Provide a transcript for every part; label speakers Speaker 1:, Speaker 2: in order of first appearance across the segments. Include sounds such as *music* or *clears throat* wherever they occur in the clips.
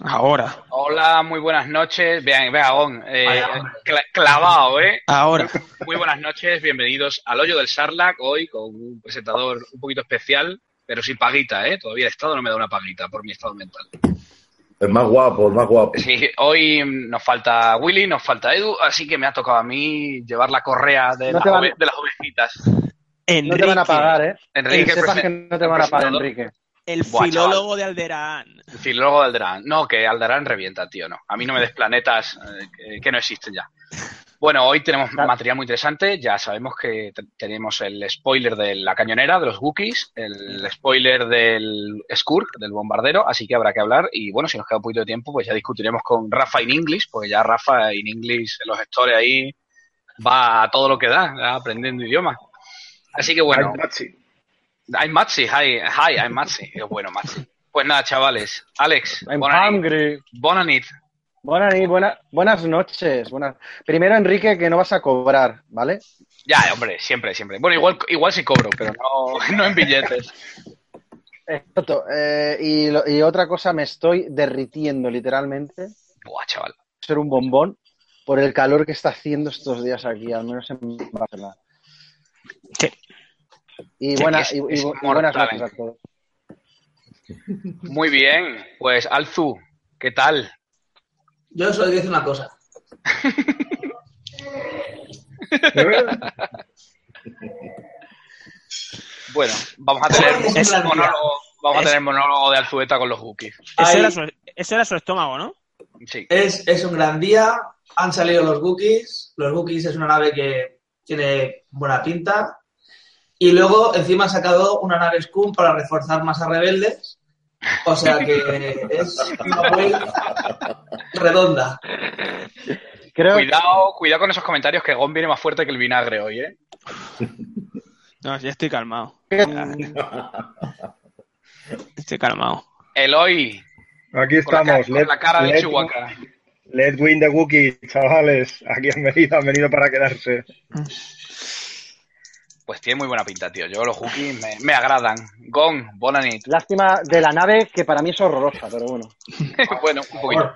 Speaker 1: Ahora.
Speaker 2: Hola, muy buenas noches. Vean, vean, eh, cla- clavado, ¿eh?
Speaker 1: Ahora.
Speaker 2: Muy buenas noches, bienvenidos al hoyo del Sarlac, hoy con un presentador un poquito especial, pero sin paguita, ¿eh? Todavía el Estado no me da una paguita por mi estado mental.
Speaker 3: El más guapo, el más guapo.
Speaker 2: Sí, hoy nos falta Willy, nos falta Edu, así que me ha tocado a mí llevar la correa de,
Speaker 4: No
Speaker 2: las,
Speaker 4: te van-
Speaker 2: ove- de las ovejitas.
Speaker 4: *laughs* No te van a pagar, ¿eh?
Speaker 2: Enrique,
Speaker 4: que sepas
Speaker 2: presen-
Speaker 4: que no te van a pagar,
Speaker 2: presentador.
Speaker 4: Enrique.
Speaker 1: El
Speaker 2: Buah,
Speaker 1: filólogo de Alderaan.
Speaker 2: el filólogo de Alderán. No, que Alderán revienta, tío, no. A mí no me des planetas eh, que, que no existen ya. Bueno, hoy tenemos
Speaker 4: Claro.
Speaker 2: material muy interesante. Ya sabemos que te- tenemos el spoiler de la cañonera, de los Wookiees, el spoiler del Skurk, del bombardero, así que habrá que hablar. Y bueno, si nos queda un poquito de tiempo, pues ya discutiremos con Rafa in English, porque ya Rafa in English, los gestores ahí, va a todo lo que da, va aprendiendo idiomas. Así que bueno.
Speaker 5: Ay, Patsy.
Speaker 2: Hay Maxi, hi, hi, hay
Speaker 4: *laughs*
Speaker 2: Maxi. Qué Bueno, Maxi. Pues nada, chavales. Alex,
Speaker 4: I'm
Speaker 2: bona nit.
Speaker 4: hungry.
Speaker 2: Bona nit.
Speaker 4: Buenas, buena- buenas noches. Buenas. Primero, Enrique, que no vas a cobrar, ¿vale?
Speaker 2: Ya, hombre, siempre, siempre. Bueno, igual, igual sí cobro, pero no, *laughs* no en billetes.
Speaker 4: Exacto. Eh, y, lo- y otra cosa, me estoy derritiendo literalmente,
Speaker 2: Buah, chaval.
Speaker 4: ser un bombón, por el calor que está haciendo estos días aquí, al menos en Barcelona.
Speaker 1: Sí.
Speaker 4: Y,
Speaker 2: Sí,
Speaker 4: buena-
Speaker 2: es-
Speaker 4: y- y
Speaker 2: es
Speaker 4: bu- y buenas
Speaker 2: mortal.
Speaker 4: noches a todos.
Speaker 2: Muy bien. Pues, Alzu, ¿qué tal?
Speaker 6: Yo solo quiero decir una cosa.
Speaker 2: Bueno, vamos a tener
Speaker 6: Es- es-
Speaker 2: un monólogo, vamos a
Speaker 1: es-
Speaker 2: tener monólogo de Alzueta con los Wookiees.
Speaker 1: Ese
Speaker 6: Ay.
Speaker 1: era, su, ese era su estómago, ¿no?
Speaker 2: Sí.
Speaker 6: Es, es un gran día. Han salido los Wookiees. Los Wookiees es una nave que tiene buena pinta. Y luego, encima, han sacado una nave Scum para reforzar más a rebeldes. O sea que es una build redonda.
Speaker 2: *laughs*
Speaker 4: Creo
Speaker 2: Cuidado, cuidado con esos comentarios que Gon viene más fuerte que el vinagre hoy, ¿eh?
Speaker 1: No, ya estoy calmado.
Speaker 4: que
Speaker 1: Estoy calmado.
Speaker 2: Eloy,
Speaker 5: Aquí
Speaker 2: con la, ca-
Speaker 5: estamos.
Speaker 2: con la cara de
Speaker 5: let-
Speaker 2: Chihuahua.
Speaker 5: Let win the Wookiee, chavales. Aquí han venido, han venido para quedarse.
Speaker 2: Pues tiene muy buena pinta, tío. Yo los Wookiees me, me agradan. Gon, bona nit.
Speaker 4: lástima de la nave, que para mí es horrorosa, pero bueno.
Speaker 2: *laughs* bueno, un poquito.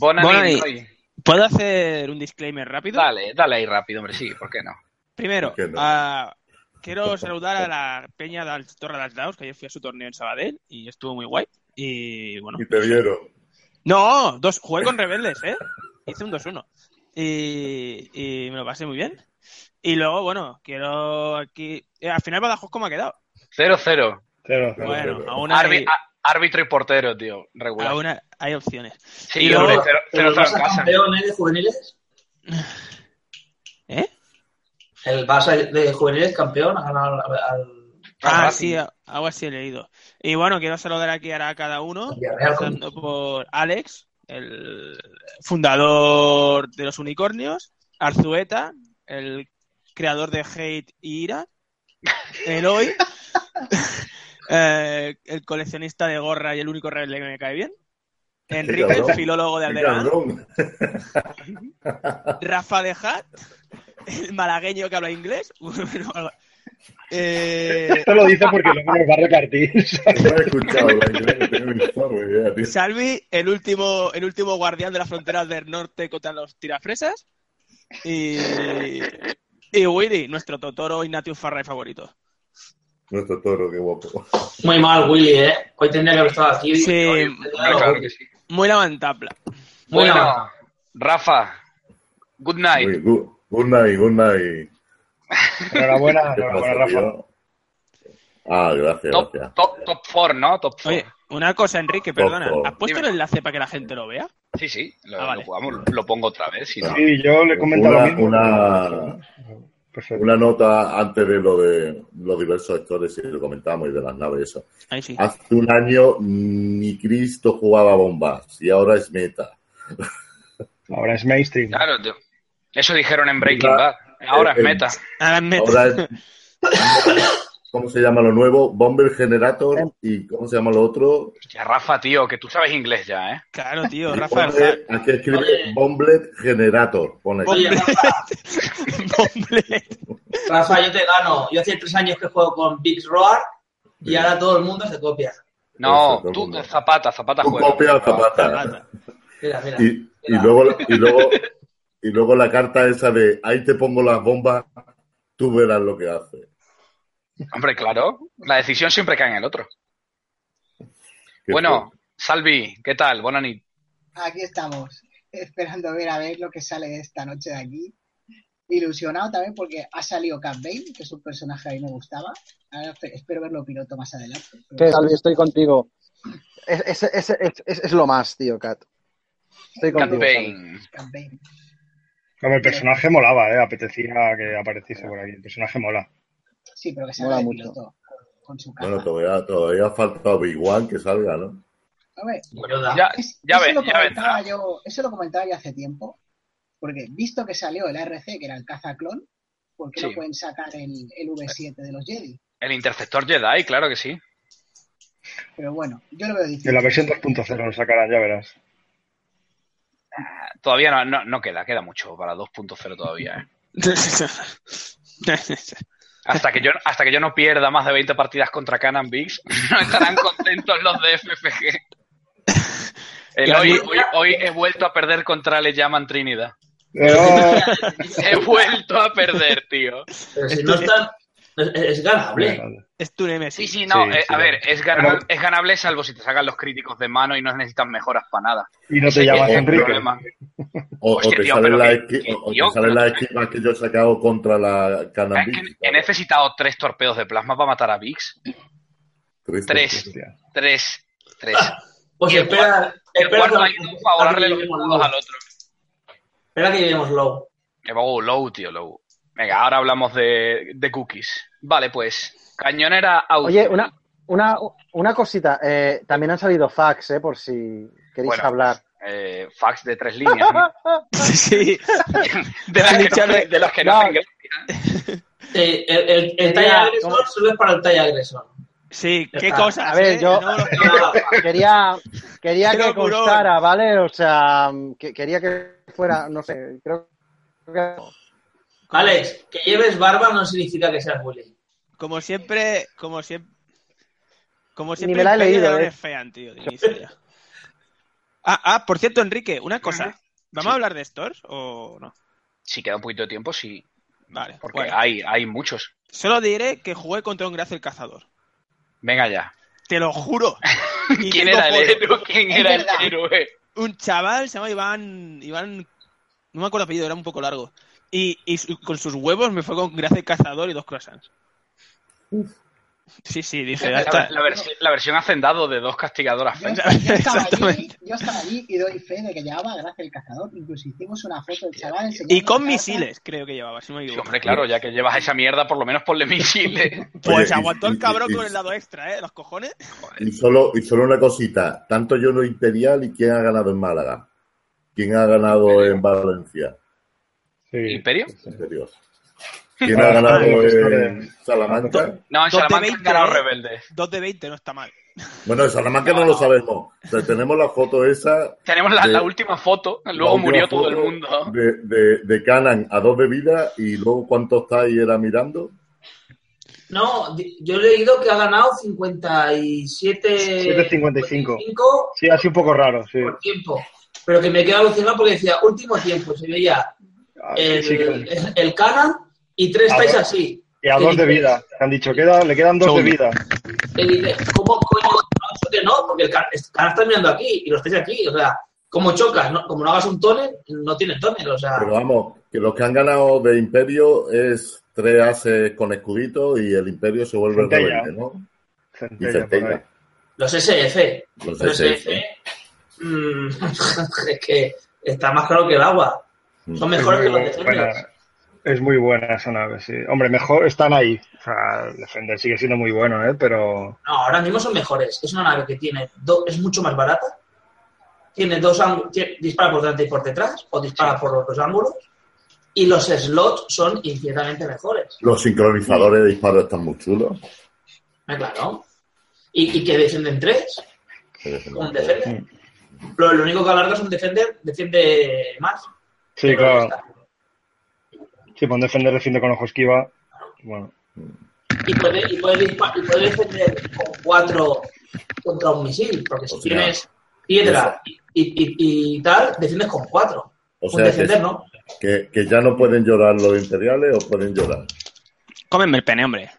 Speaker 2: Bona
Speaker 1: Bona
Speaker 2: nit,
Speaker 1: nit.
Speaker 2: Roy.
Speaker 1: ¿Puedo hacer un disclaimer rápido?
Speaker 2: Dale, dale ahí rápido, hombre, sí, ¿por qué no?
Speaker 1: Primero,
Speaker 3: ¿Por qué no?
Speaker 1: ah, quiero saludar a la peña de Al- Torre de Altaos, que ayer fui a su torneo en Sabadell y estuvo muy guay. Y bueno.
Speaker 3: Y te vieron.
Speaker 1: No, dos, jugué con rebeldes, ¿eh? Hice un 2-1. Y, y me lo pasé muy bien. Y luego, bueno, quiero aquí... eh, al final Badajoz, ¿cómo ha quedado?
Speaker 2: 0-0.
Speaker 5: Cero, cero.
Speaker 1: Bueno,
Speaker 3: pero-
Speaker 1: aún hay,
Speaker 2: Arbi- á- Árbitro y portero, tío, regular.
Speaker 1: aún hay- hay opciones.
Speaker 2: Sí,
Speaker 1: y
Speaker 2: hombre,
Speaker 1: luego-
Speaker 2: cero-
Speaker 6: ¿Pero
Speaker 2: cero- cero en
Speaker 6: el Barça
Speaker 2: casa.
Speaker 6: campeón eh, de juveniles?
Speaker 1: ¿Eh?
Speaker 6: El Barça de juveniles campeón ha ganado al... al- al
Speaker 1: Ah,
Speaker 6: Racing.
Speaker 1: sí, algo así he leído. Y bueno, quiero saludar aquí ahora a cada uno,
Speaker 6: Villarreal, con-
Speaker 1: empezando por Alex, el fundador de los unicornios, Arzueta, el creador de Hate y Ira, Eloy, *laughs* eh, el coleccionista de gorra y el único rebelde que me cae bien, Enrique, el
Speaker 3: cabrón.
Speaker 1: filólogo de
Speaker 3: Qué
Speaker 1: Alderaan,
Speaker 3: cabrón.
Speaker 1: Rafa de Hat, el malagueño que habla inglés. *laughs* bueno, algo- eh,
Speaker 5: Esto lo dice porque luego nos va a repartir. ¿sabes?
Speaker 3: No he escuchado la idea, tenía un zorro, idea, tío.
Speaker 1: Salvi, el último, el último guardián de las fronteras del norte contra los tirafresas. Y, y Willy, nuestro Totoro Ignatius Farray favorito.
Speaker 3: Nuestro toro, qué guapo.
Speaker 6: Muy mal, Willy, ¿eh? Hoy tendría que haber estado aquí.
Speaker 1: Sí,
Speaker 6: Hoy-
Speaker 2: Hombre, claro que sí.
Speaker 1: Muy lamentable.
Speaker 6: Bueno.
Speaker 2: Bueno, Rafa, good night.
Speaker 3: Muy good, good night, good night.
Speaker 5: Enhorabuena,
Speaker 3: ¿Qué pasa,
Speaker 5: enhorabuena, Ah, Rafa.
Speaker 3: tío? Ah, gracias,
Speaker 2: Top,
Speaker 3: gracias.
Speaker 2: top, top four, ¿no? Top four.
Speaker 1: Oye, una cosa, Enrique, perdona.
Speaker 3: Ojo.
Speaker 1: ¿Has puesto el enlace para que la gente lo vea?
Speaker 2: Sí, sí, lo,
Speaker 1: Ah, vale.
Speaker 2: lo, vamos, lo pongo otra vez. Si no.
Speaker 5: Sí, yo le comento
Speaker 3: Una-
Speaker 5: lo mismo. Pues, eh,
Speaker 3: una-
Speaker 5: Perfecto.
Speaker 3: Una nota antes de lo de los diversos actores y lo comentamos y de las naves y eso.
Speaker 1: Ahí sí.
Speaker 3: Hace un año ni Cristo jugaba bombas y ahora es meta.
Speaker 5: Ahora es mainstream.
Speaker 2: Claro, tío. Eso dijeron en Breaking Bad. Ahora es
Speaker 3: Eh, eh,
Speaker 2: meta.
Speaker 1: Ahora me-
Speaker 3: Ahora es... ¿Cómo se llama lo nuevo? Bomber Generator y ¿cómo se llama lo otro?
Speaker 2: Ya, Rafa, tío, que tú sabes inglés ya, ¿eh?
Speaker 1: Claro, tío, Rafa.
Speaker 3: Bomber- Aquí escribe
Speaker 6: Oye.
Speaker 3: Bomblet Generator. Pone aquí.
Speaker 6: Oye, Rafa,
Speaker 1: *laughs* Hombre.
Speaker 6: Rafa, yo te gano. Yo hace tres años que juego con Big Roar y ahora todo el mundo se copia.
Speaker 2: No,
Speaker 3: Exacto,
Speaker 2: tú
Speaker 3: como-
Speaker 2: Zapata, Zapata
Speaker 3: Tú
Speaker 2: juega.
Speaker 3: copia a Zapata.
Speaker 2: Ah,
Speaker 1: Zapata.
Speaker 6: Mira, mira.
Speaker 3: Y, y luego, y, luego, y luego la carta esa de ahí te pongo las bombas, tú verás lo que hace.
Speaker 2: Hombre, claro, la decisión siempre cae en el otro.
Speaker 3: Que
Speaker 2: bueno, Salvi, ¿qué tal? Buenas noches.
Speaker 7: Aquí estamos, esperando ver a ver lo que sale esta noche de aquí. Ilusionado también porque ha salido Cat Bane, que es un personaje que a mí me gustaba. Ahora espe- espero verlo piloto más adelante.
Speaker 4: Sí, Salvi, estoy contigo. Es, es, es, es- es- es lo más, tío, Cat. Estoy
Speaker 2: Cat
Speaker 4: contigo. Salvi.
Speaker 2: Bane.
Speaker 7: Cat Bane.
Speaker 5: Como el personaje molaba, ¿eh? Apetecía que apareciese por aquí. El personaje mola.
Speaker 7: Sí, pero que
Speaker 4: Mola
Speaker 7: salga de
Speaker 4: mucho.
Speaker 7: piloto con su capa.
Speaker 3: Bueno, todavía, todavía falta Big One que salga, ¿no?
Speaker 7: Hombre,
Speaker 6: Yoda.
Speaker 2: Ya,
Speaker 7: es-
Speaker 2: ya
Speaker 7: eso,
Speaker 2: ves,
Speaker 7: lo
Speaker 2: ya ves.
Speaker 7: comentaba yo, eso lo comentaba yo hace tiempo, porque visto que salió el ARC, que era el cazaclón, ¿por qué
Speaker 2: Sí.
Speaker 7: no pueden sacar el, el V7 de los Jedi?
Speaker 2: El interceptor Jedi, claro que sí.
Speaker 7: Pero bueno, yo lo veo difícil.
Speaker 5: En la versión 2.0 lo sacarán, ya verás.
Speaker 2: Todavía no, no, no queda, queda mucho para 2.0 todavía. ¿eh? Hasta que, yo, hasta que yo no pierda más de 20 partidas contra Canan Biggs, *laughs* no estarán contentos los de FFG. El hoy, hoy, hoy he vuelto a perder contra Le Llaman Trinidad.
Speaker 5: Pero,
Speaker 2: He vuelto a perder, tío.
Speaker 6: Pero si no está. Es, es *laughs* ganable.
Speaker 1: *laughs* es tu
Speaker 2: Sí,
Speaker 1: Nemesis.
Speaker 2: sí, no.
Speaker 5: Sí,
Speaker 2: eh,
Speaker 5: sí.
Speaker 2: a ver, es ganable,
Speaker 5: Pero-
Speaker 2: es ganable salvo si te sacan los críticos de mano y no necesitas mejoras para nada.
Speaker 5: y no
Speaker 2: Ese
Speaker 5: te llamas
Speaker 2: es el
Speaker 5: Enrique.
Speaker 2: problema.
Speaker 3: O, o
Speaker 2: Hostia,
Speaker 3: te
Speaker 2: tío,
Speaker 3: sale
Speaker 2: pero
Speaker 3: la,
Speaker 2: que-
Speaker 3: esqui- o- o
Speaker 2: que
Speaker 3: te
Speaker 2: yo- Ah,
Speaker 3: sale la esquiva que yo he sacado contra la
Speaker 2: Es
Speaker 3: cannabis.
Speaker 2: que he necesitado tres torpedos de plasma para matar a Biggs.
Speaker 3: Triste.
Speaker 2: Tres,
Speaker 5: Hostia.
Speaker 2: tres, tres.
Speaker 6: Pues
Speaker 2: Y el
Speaker 6: espera.
Speaker 2: El
Speaker 6: Espera,
Speaker 2: cuarto
Speaker 6: que-
Speaker 2: ha ido a
Speaker 6: espera que
Speaker 2: ahorrarle los
Speaker 6: lleguemos
Speaker 2: escudos
Speaker 6: low.
Speaker 2: al otro.
Speaker 6: Espera que lleguemos low.
Speaker 2: Eh, Oh, low, tío, low. Venga, ahora hablamos de, de cookies. Vale, pues, cañonera auto.
Speaker 4: Oye, una, una, una cosita. eh, también han salido fax, eh, por si queréis
Speaker 2: Bueno.
Speaker 4: hablar.
Speaker 2: Eh, fax de tres líneas.
Speaker 4: *laughs*
Speaker 2: ¿no? *laughs*
Speaker 1: Sí,
Speaker 2: De, las que no, de las que no
Speaker 4: No.
Speaker 2: hacen gracia.
Speaker 6: Sí, Eh, el, el, el talla
Speaker 4: Mira,
Speaker 6: agresor
Speaker 4: ¿cómo?
Speaker 6: sube para el talla agresor.
Speaker 1: sí, qué
Speaker 6: Está.
Speaker 1: cosas.
Speaker 4: A ver,
Speaker 1: ¿eh?
Speaker 4: yo-
Speaker 1: No, no,
Speaker 6: Ah,
Speaker 2: *laughs*
Speaker 4: Quería, quería
Speaker 1: Qué
Speaker 4: que
Speaker 1: locurón.
Speaker 4: constara, ¿vale? O sea, que- quería que fuera, no sé, creo que...
Speaker 6: Alex, que lleves barba no significa que seas bullying.
Speaker 1: como siempre, como siempre. Como siempre,
Speaker 4: me la he
Speaker 1: Imperio
Speaker 4: leído,
Speaker 1: de Leones
Speaker 4: eh.
Speaker 1: fean, tío, de inicio ya. Ah, ah, por cierto, Enrique, una cosa. ¿Vamos a hablar de stores o no?
Speaker 2: Si queda un poquito de tiempo, sí.
Speaker 1: Vale,
Speaker 2: Porque
Speaker 1: bueno.
Speaker 2: hay, hay muchos.
Speaker 1: Solo diré que jugué contra un Gracio el Cazador.
Speaker 2: Venga ya.
Speaker 1: Te lo
Speaker 2: *laughs*
Speaker 1: juro. Y
Speaker 2: ¿Quién
Speaker 1: tengo
Speaker 2: era el
Speaker 1: fotos.
Speaker 2: héroe? ¿Quién
Speaker 7: Es
Speaker 2: era el
Speaker 7: verdad.
Speaker 2: héroe?
Speaker 1: un chaval, se llama Iván, Iván, no me acuerdo el apellido, era un poco largo. Y, y su- con sus huevos me fue con gracia el cazador y dos croissants. Sí, sí, dije, ya
Speaker 2: La,
Speaker 1: está.
Speaker 2: la vers- la versión hacendado de dos castigadoras.
Speaker 7: Yo,
Speaker 1: *laughs*
Speaker 2: Fenn.
Speaker 7: yo estaba allí,
Speaker 1: Exactamente.
Speaker 7: yo estaba allí y doy fe de que llevaba gracias el cazador. Incluso hicimos una foto del chaval enseñando
Speaker 1: Y con
Speaker 7: la carta.
Speaker 1: misiles, creo que llevaba, si no me
Speaker 2: Sí,
Speaker 1: equivoco.
Speaker 2: hombre, claro, ya que llevas esa mierda, por lo menos ponle *laughs* ¿eh? misiles.
Speaker 3: Oye,
Speaker 1: Pues
Speaker 3: y-
Speaker 1: aguantó
Speaker 3: y-
Speaker 1: el cabrón
Speaker 3: y-
Speaker 1: con el lado extra, ¿eh? Los cojones.
Speaker 3: Y solo, y solo una cosita, tanto yo no Imperial y quién ha ganado en Málaga, quién ha ganado
Speaker 2: Imperio.
Speaker 3: en Valencia,
Speaker 5: Sí.
Speaker 2: ¿Imperio?
Speaker 3: En serio. quién ha
Speaker 5: Ah,
Speaker 3: ganado
Speaker 5: lo que está
Speaker 3: en
Speaker 5: de-
Speaker 3: Salamanca.
Speaker 2: No,
Speaker 1: Dos de
Speaker 2: en Salamanca han
Speaker 1: 20,
Speaker 2: ganado
Speaker 1: ¿eh?
Speaker 2: rebeldes.
Speaker 1: Dos de 20, no está mal.
Speaker 3: Bueno, en Salamanca no,
Speaker 2: No,
Speaker 3: lo
Speaker 2: no.
Speaker 3: sabemos. O sea, tenemos la foto esa.
Speaker 2: Tenemos la,
Speaker 3: de-
Speaker 2: la última foto,
Speaker 3: la
Speaker 2: luego
Speaker 3: última
Speaker 2: murió todo
Speaker 3: foto
Speaker 2: el *laughs* mundo.
Speaker 3: De, de, de Canan a dos bebidas y luego cuánto está ahí era mirando.
Speaker 6: No, di- yo he leído que ha ganado 57.
Speaker 5: 7.55. Sí, así un poco raro, sí.
Speaker 6: por tiempo. Pero que me quedaba alucinado porque decía último tiempo. Se veía
Speaker 5: Ah, sí,
Speaker 6: el,
Speaker 5: sí, claro. Ah,
Speaker 6: el, el Canon y tres
Speaker 5: A
Speaker 6: estáis
Speaker 5: ver.
Speaker 6: así.
Speaker 5: Y a dos de vida. Te han dicho, queda, le quedan dos de vida.
Speaker 6: Y dices, ¿cómo coño? No, que no, porque el Canon está mirando aquí y los estáis aquí. O sea, como chocas, ¿no? como no hagas un tonel, no tiene tonel. O sea,
Speaker 3: Pero vamos, que los que han ganado de Imperio es tres ases con escudito y el Imperio se vuelve
Speaker 5: Centella.
Speaker 3: rebelde, ¿no? Y
Speaker 5: Centella, por ahí.
Speaker 3: Centella.
Speaker 6: los SF.
Speaker 3: Los
Speaker 6: Los
Speaker 3: SF.
Speaker 6: SF. mm, *laughs* es que está más claro que el agua. Son mejores que los
Speaker 5: Es muy
Speaker 6: defenders.
Speaker 5: buena- Es muy buena esa nave, sí. Hombre, mejor están ahí. O sea, el Defender sigue siendo muy bueno, ¿eh? Pero
Speaker 6: No, ahora mismo son mejores. Es una nave que tiene do- es mucho más barata. Tiene dos ángulos, dispara por delante y por detrás, o dispara por los dos ángulos. Y los slots son infinitamente mejores.
Speaker 3: Los sincronizadores de disparo están muy chulos.
Speaker 6: ¿Me Ah, claro? Y, y que defienden tres,
Speaker 3: Eh,
Speaker 6: un defender. Lo, lo único que alarga es un defender, defiende más.
Speaker 5: sí,
Speaker 6: Pero
Speaker 5: claro.
Speaker 6: ya está.
Speaker 5: Sí, pues un Defender defiende con ojo esquiva. Bueno,
Speaker 6: Y puede, y puede dispa- y puede defender con cuatro contra un misil, porque si
Speaker 3: O sea,
Speaker 6: tienes piedra y, y- y tal, defiendes con cuatro.
Speaker 3: O
Speaker 6: un
Speaker 3: sea,
Speaker 6: defender,
Speaker 3: que,
Speaker 6: ¿no?
Speaker 3: que, que ya no pueden llorar los imperiales o pueden llorar.
Speaker 1: Cómenme el pene, hombre.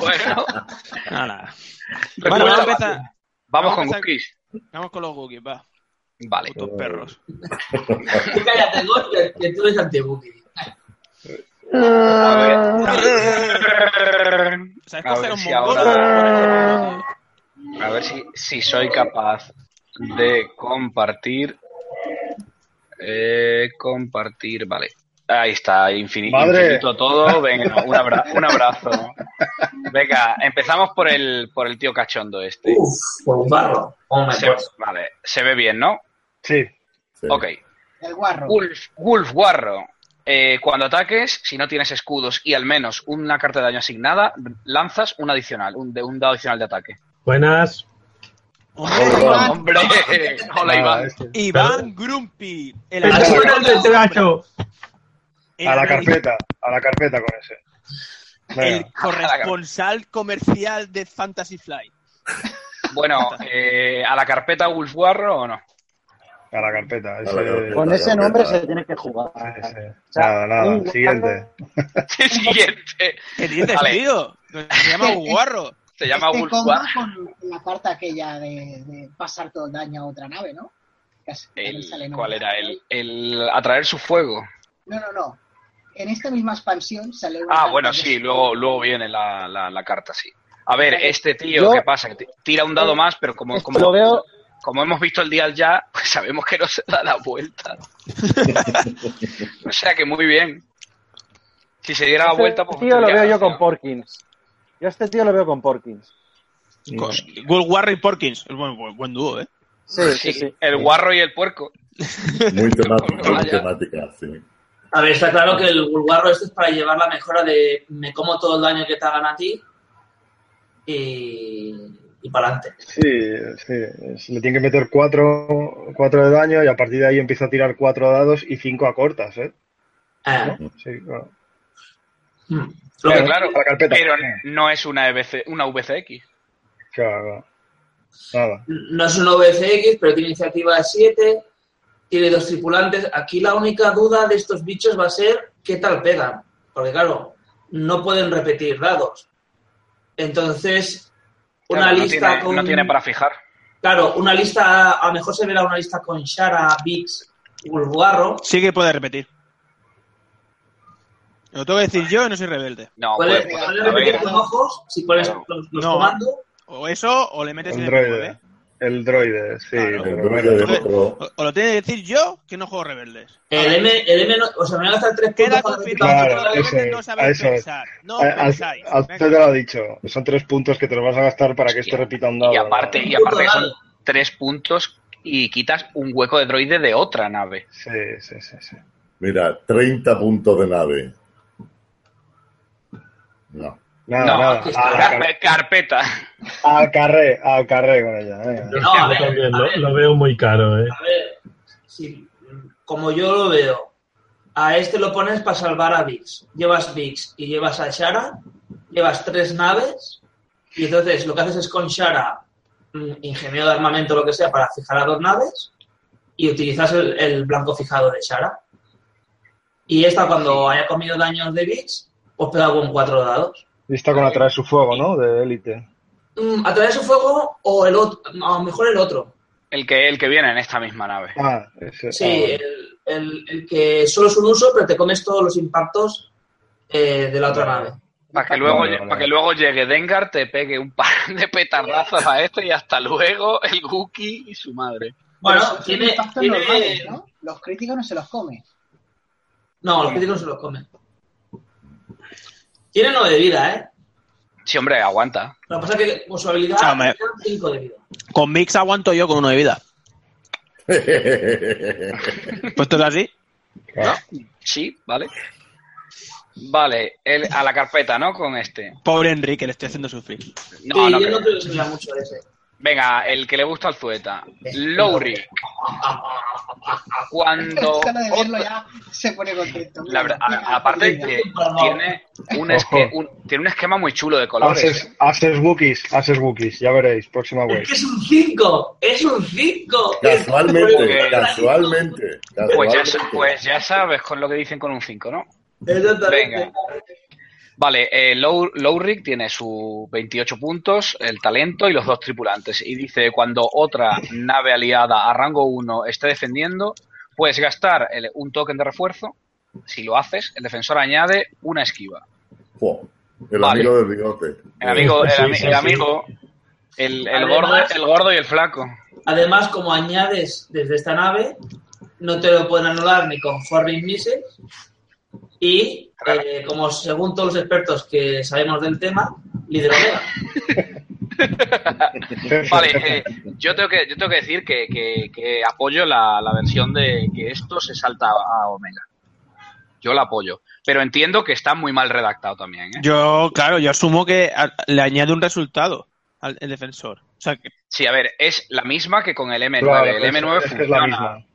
Speaker 2: bueno,
Speaker 1: Nada. Bueno, vamos a
Speaker 2: recuerda,
Speaker 1: empezar.
Speaker 2: vamos
Speaker 1: vamos
Speaker 2: con
Speaker 1: a empezar-
Speaker 2: cookies.
Speaker 1: Vamos con los Wookiees, va.
Speaker 2: Vale.
Speaker 1: Putos perros.
Speaker 6: Tú cállate, Gor, que, que tú eres anti-Wookiee.
Speaker 1: ¿Sabes
Speaker 2: A
Speaker 1: coger
Speaker 2: ver
Speaker 1: un
Speaker 2: si
Speaker 1: mongolo?
Speaker 2: A ver si, si soy capaz de compartir. Eh, compartir, vale. Ahí está, infini- infinito,
Speaker 5: Madre.
Speaker 2: todo. Venga, un, abra- un abrazo. Venga, empezamos por el, por el tío cachondo este.
Speaker 6: Uf, por un barro. Oh my
Speaker 2: Se-
Speaker 6: God.
Speaker 2: vale, se ve bien, ¿no?
Speaker 5: Sí.
Speaker 3: Sí.
Speaker 2: Ok.
Speaker 7: El guarro.
Speaker 2: Wolf, Wolf Warro. Eh, cuando ataques, si no tienes escudos y al menos una carta de daño asignada, lanzas un adicional, un, de, un dado adicional de ataque.
Speaker 8: Buenas.
Speaker 1: Hombre,
Speaker 3: Iván.
Speaker 2: *laughs* ¡Hombre! Hola,
Speaker 5: Nada,
Speaker 2: Iván.
Speaker 5: este.
Speaker 1: Iván Grumpy. El
Speaker 8: Eso
Speaker 1: amigo-
Speaker 8: es el del teatro.
Speaker 1: el
Speaker 5: A la
Speaker 1: amigo-
Speaker 5: carpeta, a la carpeta con ese. Venga.
Speaker 1: El corresponsal comercial de Fantasy Flight.
Speaker 2: Bueno, eh, ¿a la carpeta Wolf Warro o no? *laughs*
Speaker 5: A la carpeta. Ese,
Speaker 3: A la carpeta.
Speaker 4: Con ese nombre se tiene que jugar.
Speaker 5: Ah,
Speaker 4: Este
Speaker 5: ese.
Speaker 4: O sea,
Speaker 5: Nada, nada.
Speaker 4: un
Speaker 5: Siguiente.
Speaker 2: Siguiente.
Speaker 1: ¿Qué dices,
Speaker 2: Vale.
Speaker 1: tío? Se llama Guarro.
Speaker 2: Se llama
Speaker 7: este
Speaker 2: Wolf
Speaker 7: combo
Speaker 2: Warro.
Speaker 7: con la carta aquella de, de pasar todo el daño a otra nave, ¿no? Casi-
Speaker 2: El-
Speaker 7: sale en
Speaker 2: ¿Cuál
Speaker 7: una-
Speaker 2: era? El, el atraer su fuego.
Speaker 7: No, no, no. En esta misma expansión sale una
Speaker 2: Ah,
Speaker 7: carta
Speaker 2: bueno,
Speaker 7: que
Speaker 2: sí,
Speaker 7: es-
Speaker 2: luego, luego viene la, la- la carta, sí. A ver, este tío,
Speaker 4: Yo- Eh,
Speaker 2: ¿qué pasa? Que t- tira un dado más, pero como,
Speaker 4: Esto
Speaker 2: como,
Speaker 4: lo veo-
Speaker 2: como hemos visto el dial ya, *laughs* pues sabemos que no se da la
Speaker 4: *laughs*
Speaker 2: vuelta. o sea que muy bien. Si se diera la
Speaker 4: Este
Speaker 2: vuelta, pues.
Speaker 4: tío lo
Speaker 2: tendría
Speaker 4: veo yo
Speaker 2: gracia.
Speaker 4: con Porkins. Yo a este tío lo veo con Porkins.
Speaker 1: Will Warro y Porkins. Es buen, buen, buen dúo, ¿eh?
Speaker 4: Sí, sí,
Speaker 2: Sí,
Speaker 4: sí.
Speaker 2: El guarro y el puerco. *laughs*
Speaker 3: Muy temática,
Speaker 2: Hola,
Speaker 3: muy
Speaker 2: ya.
Speaker 3: temática, sí.
Speaker 6: A ver, está claro que el vulgarro este es para llevar la mejora de me como todo el daño que te hagan a ti y, y para adelante.
Speaker 5: Sí, sí. es- Le tiene que meter cuatro, cuatro de daño y a partir de ahí empieza a tirar cuatro dados y cinco a cortas, ¿eh? Sí, claro.
Speaker 6: hmm.
Speaker 2: Pero claro,
Speaker 5: a la carpeta.
Speaker 2: pero no es una, EBC una VCX.
Speaker 5: Claro. Nada.
Speaker 6: No es un OVCX, pero tiene iniciativa de 7, tiene dos tripulantes. Aquí la única duda de estos bichos va a ser qué tal pegan. Porque claro, no pueden repetir dados. Entonces, una
Speaker 2: Claro, no
Speaker 6: lista
Speaker 2: tiene-
Speaker 6: con...
Speaker 2: no tiene para fijar.
Speaker 6: Claro, una lista, a lo mejor se verá una lista con Shara, Vix, Ulguarro.
Speaker 1: Sí que puede repetir. Lo tengo que decir yo y no soy rebelde.
Speaker 2: No,
Speaker 6: Puedes
Speaker 2: pues,
Speaker 6: puedes
Speaker 2: a ver,
Speaker 6: repetir con ojos si pones
Speaker 2: Claro.
Speaker 6: los, los
Speaker 1: No.
Speaker 6: comandos.
Speaker 1: O eso, o le metes
Speaker 5: El
Speaker 1: en el
Speaker 5: droide. El droide, sí.
Speaker 1: Claro.
Speaker 5: pero
Speaker 3: El duque
Speaker 5: bueno,
Speaker 3: de
Speaker 1: bueno.
Speaker 3: Bro-
Speaker 1: O, o lo tiene que decir yo, que no juego rebeldes.
Speaker 6: El M, el M no, o sea, me van a gastar tres puntos
Speaker 1: Eh, Queda
Speaker 6: para
Speaker 1: confirmado
Speaker 5: Claro,
Speaker 1: que los rebeldes
Speaker 5: ese-
Speaker 1: no sabéis
Speaker 5: eso es.
Speaker 1: pensar. No
Speaker 5: a- a-
Speaker 1: pensáis.
Speaker 5: a- te
Speaker 1: Venga.
Speaker 5: lo ha dicho. Son tres puntos que te los vas a gastar para que
Speaker 2: Hostia.
Speaker 5: este repita un dado.
Speaker 2: y aparte, y
Speaker 6: Puto
Speaker 2: aparte son
Speaker 6: dado.
Speaker 2: tres puntos y quitas un hueco de droide de otra nave.
Speaker 5: Sí, sí, sí. sí.
Speaker 3: Mira, 30 puntos de nave. No. *laughs*
Speaker 5: Nada,
Speaker 2: no,
Speaker 5: nada.
Speaker 6: que
Speaker 5: A la
Speaker 2: carpe-
Speaker 5: car-
Speaker 2: carpeta.
Speaker 5: al carré, al carré con ella. venga.
Speaker 6: No, a ver,
Speaker 2: Yo
Speaker 6: a ver,
Speaker 8: También lo, lo veo muy caro, ¿eh?
Speaker 6: a ver, si- como yo lo veo, a este lo pones para salvar a Vix. Llevas Vix y llevas a Shara, llevas tres naves, y entonces lo que haces es con Shara, mm, ingeniero de armamento, lo que sea, para fijar a dos naves, y utilizas el, el blanco fijado de Shara. Y esta, cuando haya comido daños de Vix, os pega con cuatro dados.
Speaker 5: Y está con atraer su fuego, ¿no? De élite.
Speaker 6: Mm, a través de su fuego o el otro, a lo mejor el otro.
Speaker 2: El que, el que viene en esta misma nave.
Speaker 5: Ah, ese.
Speaker 6: Sí,
Speaker 5: ah, bueno.
Speaker 6: el, el- el que solo es un uso, pero te comes todos los impactos eh, de la otra
Speaker 5: Vale.
Speaker 6: nave.
Speaker 2: Para que, luego,
Speaker 5: Vale,
Speaker 2: lle-
Speaker 5: vale.
Speaker 2: para que luego llegue Dengar, te pegue un par *laughs* de petardazos a esto y hasta luego el Guki y su madre.
Speaker 6: Bueno,
Speaker 7: Pero son
Speaker 6: tiene.
Speaker 7: impactos
Speaker 6: tiene-
Speaker 7: normales, ¿no? Los críticos no se los *laughs* come.
Speaker 6: No, los críticos se los comen. Tiene nueve de vida, ¿eh?
Speaker 2: Sí, hombre, aguanta.
Speaker 6: Lo que pasa es que con su habilidad
Speaker 1: Ah, me-
Speaker 6: le quedan cinco de vida.
Speaker 1: Con Mix aguanto yo con uno de vida. Pues esto es así.
Speaker 6: Ah.
Speaker 5: Claro.
Speaker 2: Sí, vale. Vale, el- a la carpeta, ¿no? Con este.
Speaker 1: Pobre Enrique, le estoy haciendo sufrir.
Speaker 2: No,
Speaker 6: y
Speaker 2: no
Speaker 6: yo
Speaker 2: creo.
Speaker 6: no creo que sea mucho de ese.
Speaker 2: Venga, el que le gusta al Zueta. Lowry.
Speaker 6: *laughs*
Speaker 2: Cuando
Speaker 7: Solo de verlo
Speaker 2: otra-
Speaker 7: ya se pone contento.
Speaker 2: La verdad,
Speaker 7: Mira,
Speaker 2: a- aparte
Speaker 7: mira.
Speaker 2: que tiene un, esque- un- tiene un esquema muy chulo de colores.
Speaker 5: Ases, Ases Wookies, Ases Wookies, ya veréis, próxima
Speaker 6: *laughs*
Speaker 5: web.
Speaker 2: pues.
Speaker 6: Es que es un 5, es un 5.
Speaker 3: Casualmente,
Speaker 2: Porque-
Speaker 3: casualmente,
Speaker 2: Pues ya,
Speaker 3: casualmente.
Speaker 2: sa- pues ya sabes con lo que dicen con un 5, ¿no?
Speaker 6: Exactamente.
Speaker 2: Venga. Vale, eh, Low- Lowrick tiene sus 28 puntos, el talento y los dos tripulantes. Y dice, cuando otra nave aliada a rango 1 esté defendiendo, puedes gastar el- un token de refuerzo. Si lo haces, el defensor añade una esquiva.
Speaker 3: Jo, el
Speaker 2: Vale.
Speaker 3: amigo del bigote.
Speaker 2: El amigo, el,
Speaker 8: Sí,
Speaker 2: ami-
Speaker 8: sí,
Speaker 2: el
Speaker 8: sí.
Speaker 2: amigo, el, el
Speaker 6: Además-
Speaker 2: gordo, el gordo y el flaco.
Speaker 6: Además, como añades desde esta nave, no te lo pueden anular ni con Forbidden Missiles. Y
Speaker 2: Claro.
Speaker 6: eh, como según todos los expertos que sabemos del tema, lidrovea.
Speaker 5: Este
Speaker 2: Vale, eh, yo, tengo que, yo tengo que decir que, que- que apoyo la, la versión de que esto se salta a Omega. Yo la apoyo. Pero entiendo que está muy mal redactado también. ¿eh?
Speaker 1: Yo, claro, yo asumo que a- le añade un resultado al el defensor. O sea, que
Speaker 2: Sí, a ver, es la misma que con el M9.
Speaker 5: Claro,
Speaker 2: el
Speaker 5: es-
Speaker 2: M9
Speaker 5: este es que es la
Speaker 2: funciona.
Speaker 5: misma.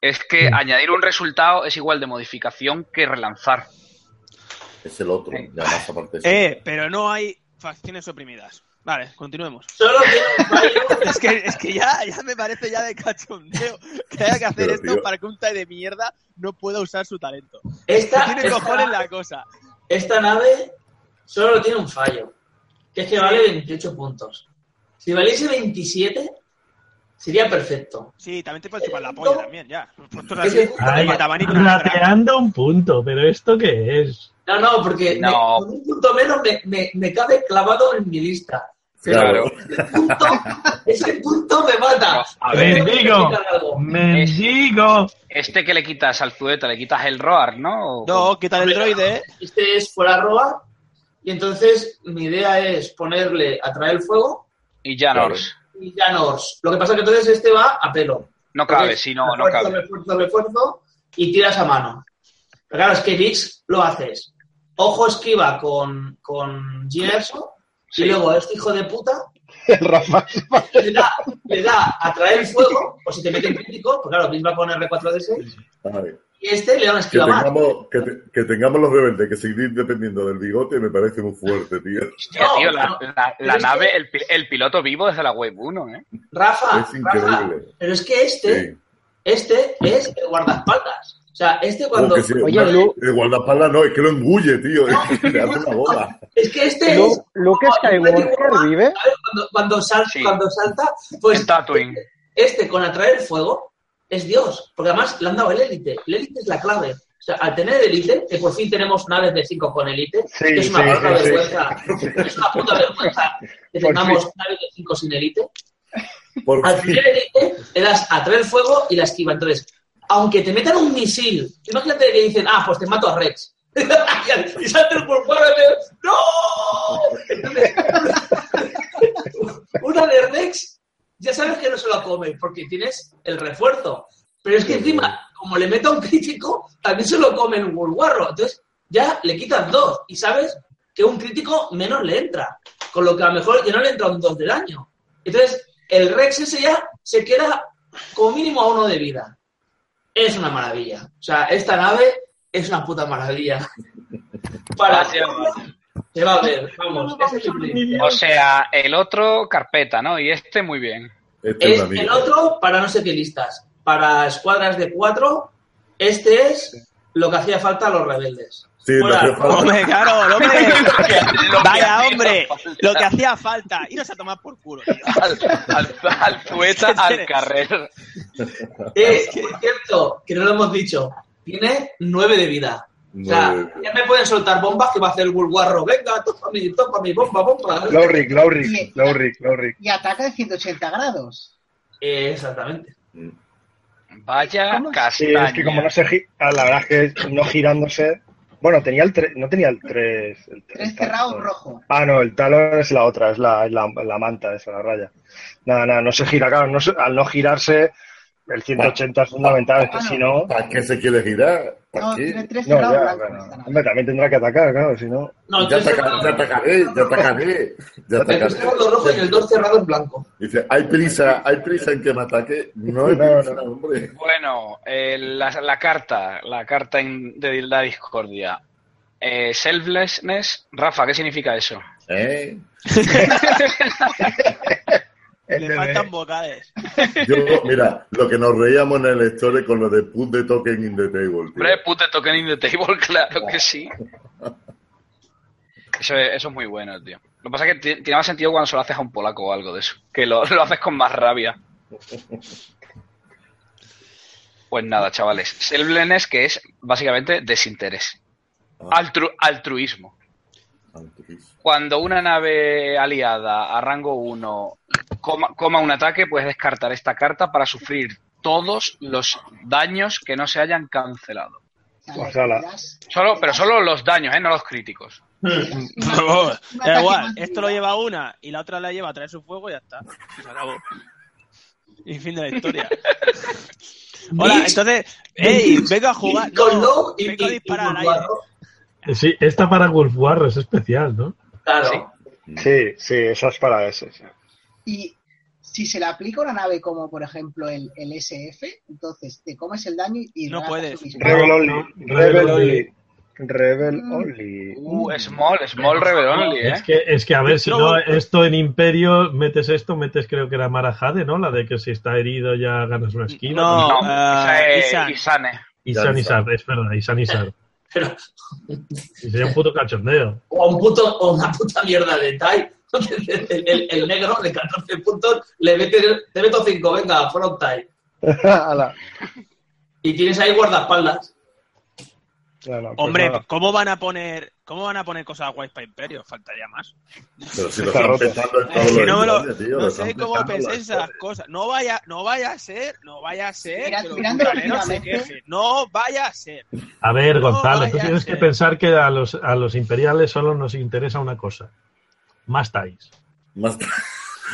Speaker 2: Es que añadir un resultado es igual de modificación que relanzar.
Speaker 3: Es el otro, ya más aparte.
Speaker 1: Eh, pero no hay facciones oprimidas. Vale, continuemos.
Speaker 6: Solo que un fallo,
Speaker 1: Es que, es que ya, ya me parece ya de cachondeo que haya que hacer
Speaker 3: Pero,
Speaker 1: esto
Speaker 3: tío.
Speaker 1: para que un tie de mierda no pueda usar su talento.
Speaker 6: esta,
Speaker 1: Tiene
Speaker 6: esta-
Speaker 1: cojones la cosa.
Speaker 6: esta nave solo tiene un fallo, que es que vale 28 puntos. Si valiese 27, sería perfecto.
Speaker 1: Sí, también te puedes chupar la polla también, ya. Pues, Puesto así,
Speaker 6: Ese-
Speaker 8: Ay,
Speaker 1: te mataban y te mataban.
Speaker 8: rateando un punto, pero ¿esto qué es?
Speaker 6: No, no, porque me-
Speaker 2: No.
Speaker 6: con un punto menos me, me- me cabe clavado en mi lista.
Speaker 3: Claro.
Speaker 6: Ese punto, *laughs* ese punto me mata.
Speaker 2: A
Speaker 6: Yo
Speaker 2: ver,
Speaker 6: tengo que
Speaker 8: mendigo.
Speaker 6: explicar algo.
Speaker 8: ¡Mendigo!
Speaker 2: Este que le quitas al Zueta, le quitas el Roar, ¿no?
Speaker 1: No, quita el droide,
Speaker 2: *laughs*
Speaker 1: eh.
Speaker 6: Este es fuera roba. Y entonces mi idea es ponerle atraer el fuego
Speaker 2: Y Janors.
Speaker 6: y ya no. os- Lo que pasa es que entonces este va a pelo.
Speaker 2: No cabe, si no, no
Speaker 6: refuerzo,
Speaker 2: cabe.
Speaker 6: Refuerzo, refuerzo y tiras a mano. Pero claro, es que Vix lo haces. Ojo esquiva con, con Ginerso
Speaker 2: Sí.
Speaker 6: y luego este hijo de puta
Speaker 5: El *laughs* Rafa
Speaker 6: le da, le da a traer el fuego, o si te mete en crítico, pues claro, Vix va con R4D6
Speaker 3: Ay,
Speaker 6: y este le da una
Speaker 3: que,
Speaker 6: esquiva más.
Speaker 3: tengamos, que, te- que tengamos los rebeldes que seguir dependiendo del bigote me parece muy fuerte, tío.
Speaker 2: Hostia,
Speaker 6: No,
Speaker 2: tío, la,
Speaker 6: no.
Speaker 2: la- la
Speaker 6: Pero es
Speaker 2: nave,
Speaker 6: que-
Speaker 2: el, pi- el piloto vivo desde la Wave 1, ¿eh?
Speaker 6: Rafa,
Speaker 3: Es
Speaker 6: Rafa,
Speaker 3: increíble.
Speaker 6: pero es que este,
Speaker 3: Sí.
Speaker 6: este es el guardaespaldas. O sea, este cuando...
Speaker 3: Porque si-
Speaker 4: Oye,
Speaker 3: no,
Speaker 4: Lu-
Speaker 3: El Eh, guardaespaldas no, es que lo engulle, tío. *laughs* Es que le hace una bola.
Speaker 6: Es que este es...
Speaker 4: Lu- Luke
Speaker 6: como-
Speaker 4: Skywalker vive.
Speaker 6: ¿sabes? Cuando, cuando, sal-
Speaker 2: Sí.
Speaker 6: cuando salta, pues
Speaker 2: En Tatooine.
Speaker 6: este con atraer el fuego es Dios, porque además le han dado el élite. El élite es la clave. O sea, al tener élite, que por fin tenemos naves de 5 con élite,
Speaker 5: Sí,
Speaker 6: que es una
Speaker 5: sí,
Speaker 6: puta
Speaker 5: sí, sí.
Speaker 6: vergüenza. *laughs* Es una puta vergüenza que
Speaker 5: Por
Speaker 6: tengamos
Speaker 5: fin.
Speaker 6: naves de 5 sin élite.
Speaker 3: Por
Speaker 6: Al
Speaker 3: fin.
Speaker 6: tener élite, le das atraer el fuego y la esquiva. Entonces, aunque te metan un misil, imagínate que dicen, ah, pues te mato a Rex. *laughs* y salte el porfárate. ¡No! Entonces, *laughs* una de Rex, ya sabes que no se lo come, porque tienes el refuerzo. Pero es que encima, como le meto a un crítico, también se lo come un burguarro. Entonces, ya le quitas dos. Y sabes que un crítico menos le entra. Con lo que a lo mejor que no le entra un dos de daño. Entonces, el Rex ese ya se queda como mínimo a uno de vida. Es una maravilla. O sea, esta nave es una puta maravilla. Para
Speaker 2: Gracias.
Speaker 6: *laughs* se va a ver, vamos. este es un brindis.
Speaker 2: O sea, el otro carpeta, ¿no? Y este muy bien.
Speaker 3: Este es
Speaker 6: Es
Speaker 3: un amigo.
Speaker 6: el otro para no sé qué listas. Para escuadras de cuatro, este es lo que hacía falta a los rebeldes.
Speaker 3: Sí, lo
Speaker 6: Fuera,
Speaker 3: hacía falta.
Speaker 1: Hombre,
Speaker 2: *laughs*
Speaker 1: claro, hombre.
Speaker 2: Lo que
Speaker 1: Vaya,
Speaker 2: hacía
Speaker 1: hombre.
Speaker 2: falta.
Speaker 1: Lo que hacía falta. Iros a tomar por culo, tío.
Speaker 2: Al, al, al Zueta,
Speaker 1: *laughs*
Speaker 2: al carrer.
Speaker 6: Eh, por cierto, que no lo hemos dicho, tiene nueve de vida. O sea,
Speaker 3: Nueve.
Speaker 6: ya me pueden soltar bombas que va a hacer el bulguarro. Venga, topa mi, topa mi, bomba, bomba.
Speaker 5: Lowrick, Lowrick, Lowrick, Lowrick.
Speaker 7: Y ataca de 180 grados.
Speaker 6: Eh, exactamente.
Speaker 2: Vaya
Speaker 5: Sí,
Speaker 2: castaña.
Speaker 5: es que como no se gi- ah, la verdad es que no girándose. Bueno, tenía el 3, no tenía el 3. El tal-
Speaker 7: Tres cerrados rojo.
Speaker 5: Ah, no, el talón es la otra, es la, es la, la manta, esa, la raya. Nada, nada, no se gira, claro, no se- al no girarse El 180 es fundamental, es que si no.
Speaker 3: ¿Para qué se quiere girar? ¿Para
Speaker 7: No,
Speaker 3: qué?
Speaker 7: tiene tres
Speaker 5: No,
Speaker 7: cerrados
Speaker 5: ya,
Speaker 7: blancos.
Speaker 5: bueno.
Speaker 7: esta nave.
Speaker 5: Hombre, también tendrá que atacar, claro, si no.
Speaker 6: No,
Speaker 3: ya
Speaker 6: el tres
Speaker 3: atacaré, ya
Speaker 6: cerrado-
Speaker 3: atacaré, ya atacaré, ya
Speaker 6: el tres
Speaker 3: atacaré.
Speaker 6: cerrado rojo y el dos cerrado en blanco.
Speaker 3: Dice, hay prisa, hay prisa en que me ataque. No hay
Speaker 5: No,
Speaker 3: prisa,
Speaker 5: no.
Speaker 3: hombre.
Speaker 2: Bueno, eh, la, la carta, la carta en- de la discordia. Eh, selflessness, Rafa, ¿qué significa eso?
Speaker 3: ¿Eh?
Speaker 5: Este
Speaker 1: Le faltan vocales.
Speaker 3: Yo, mira, lo que nos reíamos en el story con lo de put the token in the table. tío.
Speaker 2: Hombre, puta token in the table, *laughs* claro que sí. Eso es, eso es muy bueno, tío. Lo que pasa es que ti- tiene más sentido cuando se lo haces a un polaco o algo de eso. Que lo, lo haces con más rabia. Pues nada, chavales. Selflessness, que es básicamente desinterés.
Speaker 3: Ah,
Speaker 2: Altru- altruismo.
Speaker 3: antes.
Speaker 2: Cuando una nave aliada a rango 1 coma, coma un ataque, puedes descartar esta carta para sufrir todos los daños que no se hayan cancelado.
Speaker 5: O sea, la-
Speaker 7: le das-
Speaker 2: Solo, pero solo los daños, ¿eh? no los críticos.
Speaker 7: le das *laughs* una-
Speaker 1: *laughs*
Speaker 7: un
Speaker 1: da
Speaker 7: ataque
Speaker 1: igual,
Speaker 7: más
Speaker 1: esto lo
Speaker 7: vivo.
Speaker 1: lleva una y la otra la lleva a traer su fuego y ya está. Se acabó. Y fin de la historia. Hola,
Speaker 6: Bitch.
Speaker 1: entonces, ey, vengo a jugar.
Speaker 6: Con
Speaker 1: No,
Speaker 6: low y,
Speaker 1: vengo a
Speaker 6: y- y
Speaker 1: disparar al
Speaker 6: World War,
Speaker 1: aire.
Speaker 6: ¿no?
Speaker 8: Sí, esta para Wolf War es especial, ¿no?
Speaker 6: Claro.
Speaker 2: Sí.
Speaker 5: Sí, sí, esa es para eso. sí.
Speaker 7: Y si se le aplica una nave como, por ejemplo, el, el SF, entonces te comes el daño y...
Speaker 1: No
Speaker 7: rajas
Speaker 1: puedes.
Speaker 7: tú mismo.
Speaker 5: Rebel
Speaker 8: No,
Speaker 5: Only.
Speaker 8: no,
Speaker 5: Rebel
Speaker 8: Rebel
Speaker 5: Only. Rebel Only.
Speaker 2: Uh,
Speaker 1: Mm.
Speaker 2: small, small rebel only, ¿eh?
Speaker 8: Es que, es que a ver, si no, esto en Imperio, metes esto, metes creo que era Mara Jade, ¿no? La de que si está herido ya ganas una esquiva.
Speaker 1: No,
Speaker 2: No,
Speaker 1: ah,
Speaker 2: esa es
Speaker 1: Isan.
Speaker 2: Isane.
Speaker 8: Isan Isar, es verdad, Isan Isar.
Speaker 6: Pero-
Speaker 8: Y sería un puto cachondeo.
Speaker 6: O a un puto, o una puta mierda de Tai. *laughs* El, el- el negro de 14 puntos le mete, te meto 5, venga, front Tai.
Speaker 5: *laughs* Ala.
Speaker 6: Y tienes ahí guardaespaldas.
Speaker 5: Claro, pues
Speaker 1: Hombre,
Speaker 5: nada.
Speaker 1: ¿cómo van a poner, cómo van a poner cosas guays para Imperio? Faltaría más.
Speaker 3: Pero si lo
Speaker 5: Está
Speaker 3: están
Speaker 5: roto.
Speaker 3: pensando en
Speaker 1: Es
Speaker 3: todos
Speaker 1: que
Speaker 3: los
Speaker 1: no, me lo-
Speaker 3: instantes, tío,
Speaker 1: no
Speaker 3: lo
Speaker 1: sé
Speaker 3: están
Speaker 1: cómo
Speaker 3: pensando en
Speaker 1: pensáis
Speaker 3: las
Speaker 1: esas cosas. No vaya, no vaya a ser, no vaya a ser.
Speaker 7: Mira-
Speaker 1: que los
Speaker 7: mirando
Speaker 1: bucaneros se
Speaker 7: rápidamente.
Speaker 1: quejen. No vaya a ser.
Speaker 8: A ver,
Speaker 1: No
Speaker 8: Gonzalo, tú
Speaker 1: vaya a
Speaker 8: tienes que
Speaker 1: ser.
Speaker 8: pensar que a los, a los imperiales solo nos interesa una cosa. Más ties.
Speaker 3: Más-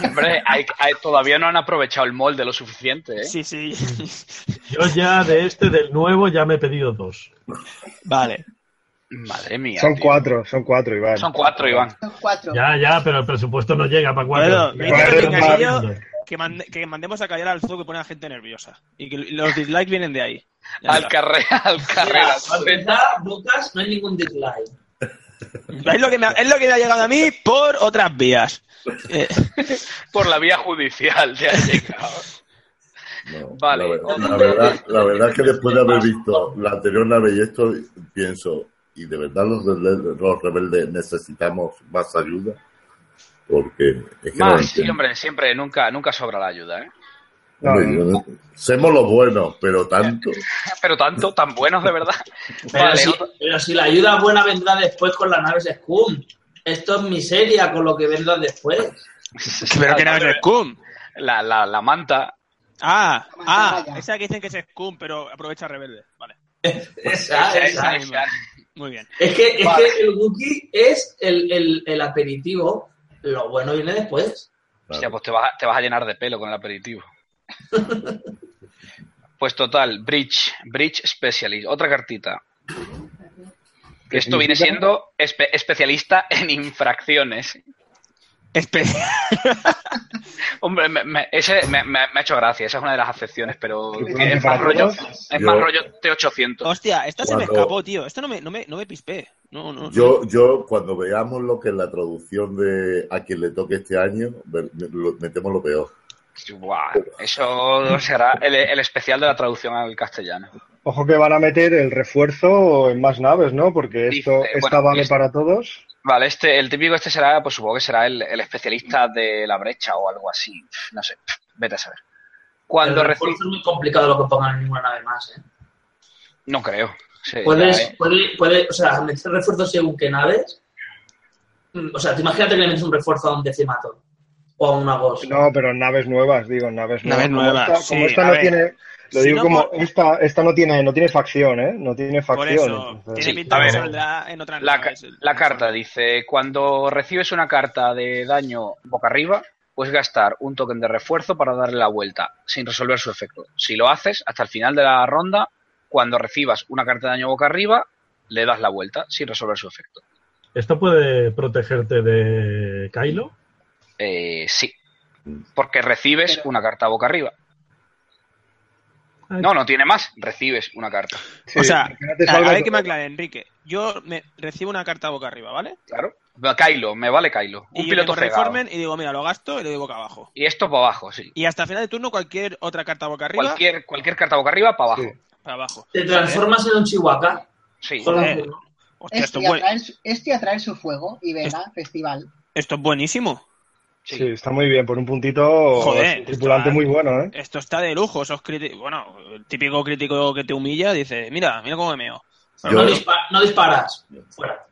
Speaker 2: Hombre, hay- hay- todavía no han aprovechado el molde lo suficiente, ¿eh?
Speaker 1: Sí, sí.
Speaker 8: Yo ya de este, del nuevo, ya me he pedido dos.
Speaker 1: vale.
Speaker 2: Madre mía.
Speaker 5: Son
Speaker 2: tío.
Speaker 5: cuatro, son cuatro, Iván.
Speaker 2: Son cuatro, Iván.
Speaker 7: Son cuatro.
Speaker 8: Ya, ya, pero el presupuesto no llega para cuatro.
Speaker 1: Bueno, veinte
Speaker 5: Cuatro,
Speaker 1: pinganillo.
Speaker 8: cuatro.
Speaker 1: Que, mande- que mandemos a callar al zoo que pone a la gente nerviosa. Y que los dislikes vienen de ahí. Ya
Speaker 2: Al
Speaker 1: está.
Speaker 2: carrera, al
Speaker 6: Mira,
Speaker 2: carrera.
Speaker 6: para empezar, Lucas, no hay ningún dislike.
Speaker 1: es, lo que me ha, es lo que me ha llegado a mí por otras vías. Eh,
Speaker 2: Por la vía judicial te ha llegado.
Speaker 3: No,
Speaker 2: Vale.
Speaker 3: La verdad, la verdad- la verdad es que después de haber visto la anterior nave y esto, pienso, y de verdad los, rebeldes- los rebeldes necesitamos más ayuda, porque es
Speaker 1: Ah,
Speaker 3: que no lo
Speaker 2: Más, sí,
Speaker 3: entiendo.
Speaker 2: hombre, siempre, nunca, nunca sobra la ayuda, ¿eh?
Speaker 3: Hombre,
Speaker 5: No,
Speaker 3: yo no- Somos los buenos, pero tanto.
Speaker 2: Pero tanto, tan buenos de verdad.
Speaker 6: Pero,
Speaker 2: Vale,
Speaker 6: si,
Speaker 2: otro-
Speaker 6: pero si la ayuda buena vendrá después con las naves Scum. Esto es miseria con lo que
Speaker 2: *laughs*
Speaker 6: vendrá después.
Speaker 1: pero que no es Scum.
Speaker 2: la, la, la manta.
Speaker 1: Ah,
Speaker 7: Vaya,
Speaker 1: ah,
Speaker 7: vaya.
Speaker 1: esa que dicen que es Scum, pero aprovecha rebelde. Vale,
Speaker 6: Esa,
Speaker 2: Esa, esa,
Speaker 6: esa.
Speaker 2: esa.
Speaker 1: muy bien.
Speaker 6: Es que, es
Speaker 2: Vale.
Speaker 6: que el Wookiee es el, el- el aperitivo. Lo bueno viene después.
Speaker 2: Hostia, pues te vas, a, te vas a llenar de pelo con el aperitivo.
Speaker 5: *laughs*
Speaker 2: Pues total, Bridge, Bridge Specialist, otra cartita. Que Esto viene siendo espe- especialista en infracciones.
Speaker 1: Espe-
Speaker 2: Hombre, me, me- ese me, me- me ha hecho gracia, esa es una de las acepciones, pero
Speaker 5: ¿Infracciones
Speaker 2: es más
Speaker 5: para
Speaker 2: rollo,
Speaker 5: todos?
Speaker 2: es más
Speaker 3: Yo-
Speaker 2: rollo T800.
Speaker 1: *laughs* Hostia, esta se me
Speaker 3: Cuando-
Speaker 1: escapó, tío. Esto no me, no me, no me pispé. No, no.
Speaker 3: Yo, yo, cuando veamos lo que es la traducción de a quien le toque este año, ve- lo- metemos lo peor.
Speaker 2: Buah, eso será el, el especial de la traducción al castellano.
Speaker 5: Ojo que van a meter el refuerzo en más naves, ¿no? Porque
Speaker 2: Dice,
Speaker 5: esto, esta
Speaker 2: bueno,
Speaker 5: vale
Speaker 2: es-
Speaker 5: para todos.
Speaker 2: Vale, este, el típico este será, pues supongo que será el, el especialista de la brecha o algo así. No sé, vete a saber. Cuando
Speaker 6: el
Speaker 2: recibe...
Speaker 6: refuerzo es muy complicado lo que pongan en ninguna nave más. ¿eh?
Speaker 2: No creo. Sí,
Speaker 6: Puedes,
Speaker 2: ya, eh.
Speaker 6: puede- puede- o sea, meter refuerzos según qué naves. Mm, O sea, te imagínate que le metes un refuerzo a un decimato o a un agos.
Speaker 5: No, pero naves nuevas, digo, naves nuevas.
Speaker 1: Naves
Speaker 5: Como
Speaker 1: nuevas,
Speaker 5: esta-
Speaker 1: sí,
Speaker 5: como esta
Speaker 1: a
Speaker 5: no
Speaker 1: ver.
Speaker 5: tiene, lo
Speaker 1: Si
Speaker 5: digo
Speaker 1: no,
Speaker 5: como
Speaker 1: por-
Speaker 5: esta, esta no tiene, no tiene facción, ¿eh? No tiene
Speaker 1: Por
Speaker 5: facción.
Speaker 1: eso,
Speaker 5: entonces-
Speaker 1: tiene
Speaker 2: Sí,
Speaker 1: pinta
Speaker 2: a
Speaker 1: que
Speaker 2: ver.
Speaker 1: saldrá en otras
Speaker 2: La, ca-
Speaker 1: naves.
Speaker 2: la carta dice, cuando recibes una carta de daño boca arriba, puedes gastar un token de refuerzo para darle la vuelta sin resolver su efecto. Si lo haces, hasta el final de la ronda, cuando recibas una carta de daño boca arriba, le das la vuelta sin resolver su efecto.
Speaker 8: ¿Esto puede protegerte de Kylo?
Speaker 2: Eh, sí, porque recibes
Speaker 7: Pero-
Speaker 2: una carta boca arriba.
Speaker 8: Ay.
Speaker 2: No, no tiene más, recibes una carta.
Speaker 5: Sí,
Speaker 1: o sea,
Speaker 5: que no te
Speaker 1: a
Speaker 5: salgas-
Speaker 1: ver que me aclare, Enrique. Yo me recibo una carta boca arriba, ¿vale?
Speaker 2: Claro. Kylo, me vale Kylo. Un
Speaker 1: y yo
Speaker 2: piloto
Speaker 1: tengo
Speaker 2: cegado.
Speaker 1: reformen y digo, mira, lo gasto y le doy boca abajo.
Speaker 2: Y esto para abajo, sí.
Speaker 1: Y hasta final de turno cualquier otra carta boca arriba,
Speaker 2: Cualquier, cualquier carta boca arriba para abajo.
Speaker 5: Sí.
Speaker 1: para abajo.
Speaker 6: Te transformas en un chihuahua.
Speaker 2: Sí.
Speaker 6: Solo
Speaker 1: Joder.
Speaker 6: uno.
Speaker 1: Hostia, esto,
Speaker 7: Este
Speaker 1: es
Speaker 7: a
Speaker 1: buen-
Speaker 7: traer su- este a traer su fuego y venga, festival.
Speaker 1: esto es buenísimo.
Speaker 5: Sí, está muy bien. Por un puntito,
Speaker 1: Joder,
Speaker 5: es un tripulante
Speaker 1: está-
Speaker 5: muy bueno, ¿eh?
Speaker 1: Esto está de lujo. Esos críticos, bueno, el típico crítico que te humilla dice, mira, mira cómo me meo.
Speaker 3: Yo-
Speaker 6: No, dispa- no disparas. Fuera.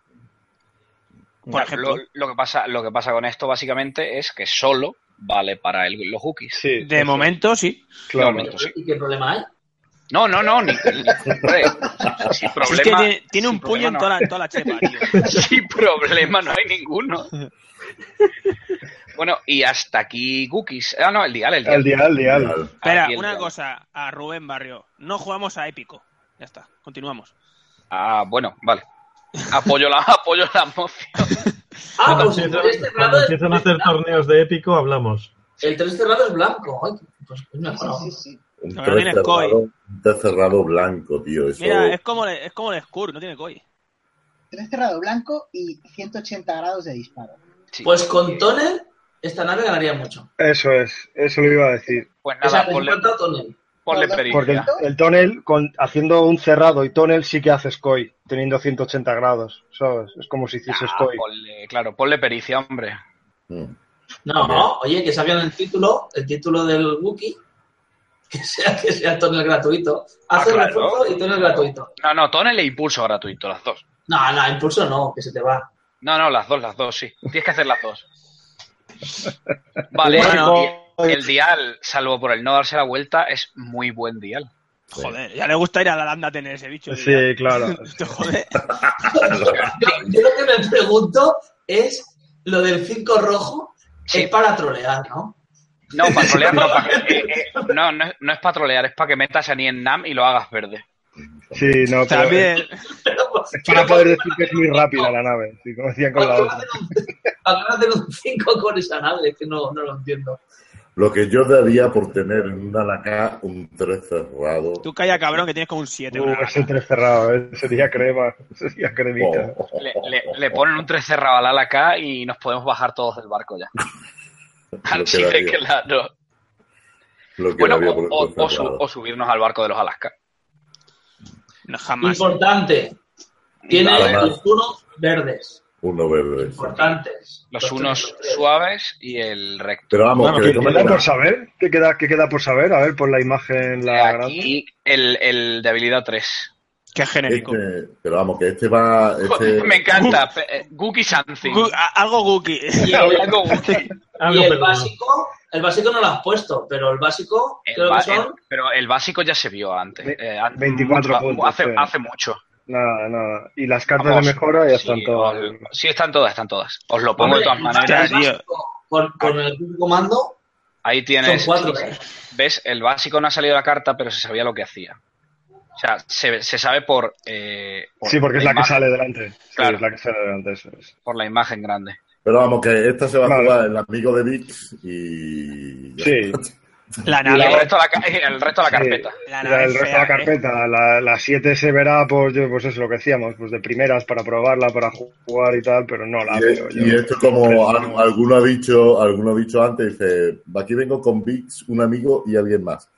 Speaker 1: Por ejemplo,
Speaker 2: Lo, lo que pasa, lo que pasa con esto básicamente es que solo vale para el- los hookies.
Speaker 5: Sí,
Speaker 1: de momento sí.
Speaker 5: claro.
Speaker 2: momento, sí.
Speaker 6: ¿Y qué problema hay?
Speaker 2: No, no, no, ni, ni- hombre, *laughs* sin
Speaker 1: Si es que
Speaker 2: problema.
Speaker 1: tiene, tiene
Speaker 2: sin
Speaker 1: un puño en
Speaker 2: problema
Speaker 1: toda
Speaker 2: no-
Speaker 1: la, en toda la chepa, tío.
Speaker 2: *laughs* Sin problema no hay
Speaker 1: *laughs*
Speaker 2: ninguno. Bueno, y hasta aquí cookies. Ah, no, el dial, el dial.
Speaker 5: Al dial, al dial.
Speaker 1: Espera,
Speaker 2: Aquí el
Speaker 1: una
Speaker 2: dial.
Speaker 1: cosa a Rubén Barrio. No jugamos a épico. Ya está, continuamos.
Speaker 2: Ah, bueno, vale. Apoyo la, *laughs* apoyo la moción.
Speaker 6: Ah,
Speaker 8: Cuando
Speaker 6: pues el
Speaker 8: empiezan,
Speaker 6: tres cerrado
Speaker 8: cuando
Speaker 6: es,
Speaker 8: empiezan a hacer
Speaker 6: blanco.
Speaker 8: torneos de épico, hablamos.
Speaker 6: El tres cerrado es blanco. Ay, pues coño,
Speaker 7: Sí,
Speaker 6: bueno.
Speaker 7: sí, sí.
Speaker 3: Un
Speaker 1: Ahora
Speaker 3: tres
Speaker 1: viene el Koi.
Speaker 3: cerrado, un tres cerrado blanco, tío. Eso
Speaker 1: Mira, es como, el- es como el Skur, no tiene koi.
Speaker 7: Tres cerrado blanco y 180 grados de disparo.
Speaker 2: Sí.
Speaker 6: Pues con Tonel, esta nave ganaría mucho.
Speaker 5: Eso es, eso lo iba a decir.
Speaker 2: Pues
Speaker 6: O sea,
Speaker 2: nada,
Speaker 6: que
Speaker 2: ponle,
Speaker 6: falta Tonel.
Speaker 2: ponle
Speaker 7: Porque-
Speaker 5: Porque el,
Speaker 2: pericia.
Speaker 5: el tonel, con, haciendo un cerrado y tonel, sí que haces koi, teniendo 180 grados, ¿sabes? Es como si hicieses
Speaker 2: Ah,
Speaker 5: koi.
Speaker 2: ponle- claro, ponle pericia, hombre.
Speaker 3: Mm.
Speaker 6: No,
Speaker 3: Bien.
Speaker 6: oye, que sabían el título, el título del Wookiee. *laughs* Que sea, que sea Tonel gratuito. Hace
Speaker 2: Ah, claro.
Speaker 6: refuerzo y Tonel gratuito.
Speaker 2: No, no, tonel e impulso gratuito, las dos.
Speaker 6: No, no, impulso no, que se te va.
Speaker 2: No, no, las dos, las dos, sí. Tienes que hacer las dos. Vale,
Speaker 1: Bueno.
Speaker 2: y el dial, salvo por el no darse la vuelta, es muy buen dial.
Speaker 1: Joder, ya le gusta ir a la landa a tener ese bicho.
Speaker 5: Sí,
Speaker 1: tío.
Speaker 5: claro.
Speaker 1: Esto, joder.
Speaker 2: Ah,
Speaker 6: Yo, yo lo que me pregunto es lo del 5 rojo.
Speaker 2: Sí.
Speaker 6: Es para trolear, ¿no?
Speaker 2: No, patrolear no, pa- eh, eh, no, no, es- no es patrolear, es para que metas a en Nam y lo hagas verde.
Speaker 5: Sí, no, pero
Speaker 1: También.
Speaker 5: es para poder decir que es muy rápida la nave, sí, como decían con la
Speaker 6: ¿Para
Speaker 5: otra.
Speaker 6: qué hacen un 5 con esa nave? Es que no, no lo entiendo.
Speaker 3: Lo que yo daría por tener en una laca un tres cerrado.
Speaker 1: Tú calla, cabrón, que tienes como un 7.
Speaker 5: Uh, ese tres cerrado, ¿eh? sería crema, *laughs* sería cremita.
Speaker 3: Oh.
Speaker 2: Le, le- le ponen un 3 cerrado al ala acá y nos podemos bajar todos del barco ya.
Speaker 3: *laughs* Lo
Speaker 2: Así de
Speaker 3: quedaría.
Speaker 2: claro.
Speaker 3: Lo que
Speaker 2: Bueno,
Speaker 3: daría
Speaker 2: o,
Speaker 3: por
Speaker 2: o-
Speaker 3: un
Speaker 2: o
Speaker 3: tres
Speaker 2: su-
Speaker 3: cerrado.
Speaker 2: o subirnos al barco de los Alaska.
Speaker 1: jamás.
Speaker 6: Importante.
Speaker 3: Nada
Speaker 6: Tiene
Speaker 3: más.
Speaker 6: los unos verdes.
Speaker 3: Uno verde. sí.
Speaker 6: Importantes.
Speaker 2: Los unos
Speaker 6: tres.
Speaker 2: suaves y el recto.
Speaker 3: Pero vamos,
Speaker 8: Bueno,
Speaker 3: que
Speaker 5: ¿Qué
Speaker 3: le
Speaker 5: qué
Speaker 3: comen
Speaker 5: queda
Speaker 3: una-
Speaker 5: por saber? ¿Qué queda, qué queda por saber? A ver, por la imagen la grande.
Speaker 2: Aquí el, el de habilidad 3.
Speaker 1: Qué genérico.
Speaker 3: este- pero vamos, que este va. Este,
Speaker 2: Me encanta. pe- eh, Gookie something.
Speaker 1: Gu- a- algo Guki.
Speaker 6: Y el,
Speaker 2: Algo Gookie.
Speaker 8: Algo
Speaker 6: y el
Speaker 8: perdido.
Speaker 6: básico, el básico no lo has puesto, pero el básico
Speaker 2: El
Speaker 6: creo
Speaker 2: ba-
Speaker 6: que son.
Speaker 2: el- pero el básico ya se vio antes.
Speaker 5: Ve-
Speaker 2: eh, hace
Speaker 5: 24
Speaker 2: mucho-
Speaker 5: puntos,
Speaker 2: Hace,
Speaker 5: sí.
Speaker 2: hace mucho.
Speaker 5: Nada, nada. Y las cartas
Speaker 2: Vamos,
Speaker 5: de mejora ya
Speaker 2: sí,
Speaker 5: están todas.
Speaker 2: os- sí, están todas, están todas. Os lo pongo de todas
Speaker 6: Hombre, el
Speaker 2: maneras.
Speaker 1: Ya, tío.
Speaker 6: básico Con, con el comando
Speaker 2: Ahí
Speaker 6: son
Speaker 2: tienes.
Speaker 6: cuatro. ¿eh?
Speaker 2: ¿Ves? El básico no ha salido la carta, pero se sabía lo que hacía. O sea, se, se sabe por, eh, por
Speaker 5: Sí, porque es la que
Speaker 2: imagen-
Speaker 5: sale delante. Sí,
Speaker 2: Claro.
Speaker 5: es la que sale delante, eso es.
Speaker 2: Por la imagen grande.
Speaker 3: Pero vamos, que esta se va a
Speaker 5: Vale.
Speaker 3: jugar el amigo de Vix y. ya
Speaker 5: *laughs* Sí.
Speaker 3: está.
Speaker 1: La
Speaker 2: Y el
Speaker 1: nave.
Speaker 2: resto de la, ca- *laughs* el resto de la
Speaker 5: Sí.
Speaker 2: carpeta.
Speaker 1: La
Speaker 5: Ya
Speaker 1: nave.
Speaker 5: el resto de la
Speaker 1: fea, ¿eh?
Speaker 5: carpeta, la- la 7 se verá, pues, yo, pues eso, lo que decíamos, pues de primeras para probarla, para jugar y tal, pero no la
Speaker 3: Y,
Speaker 5: veo
Speaker 3: es-
Speaker 5: yo.
Speaker 3: y esto como al- alguno ha dicho, alguno ha dicho antes, dice, aquí vengo con Vix, un amigo y alguien más.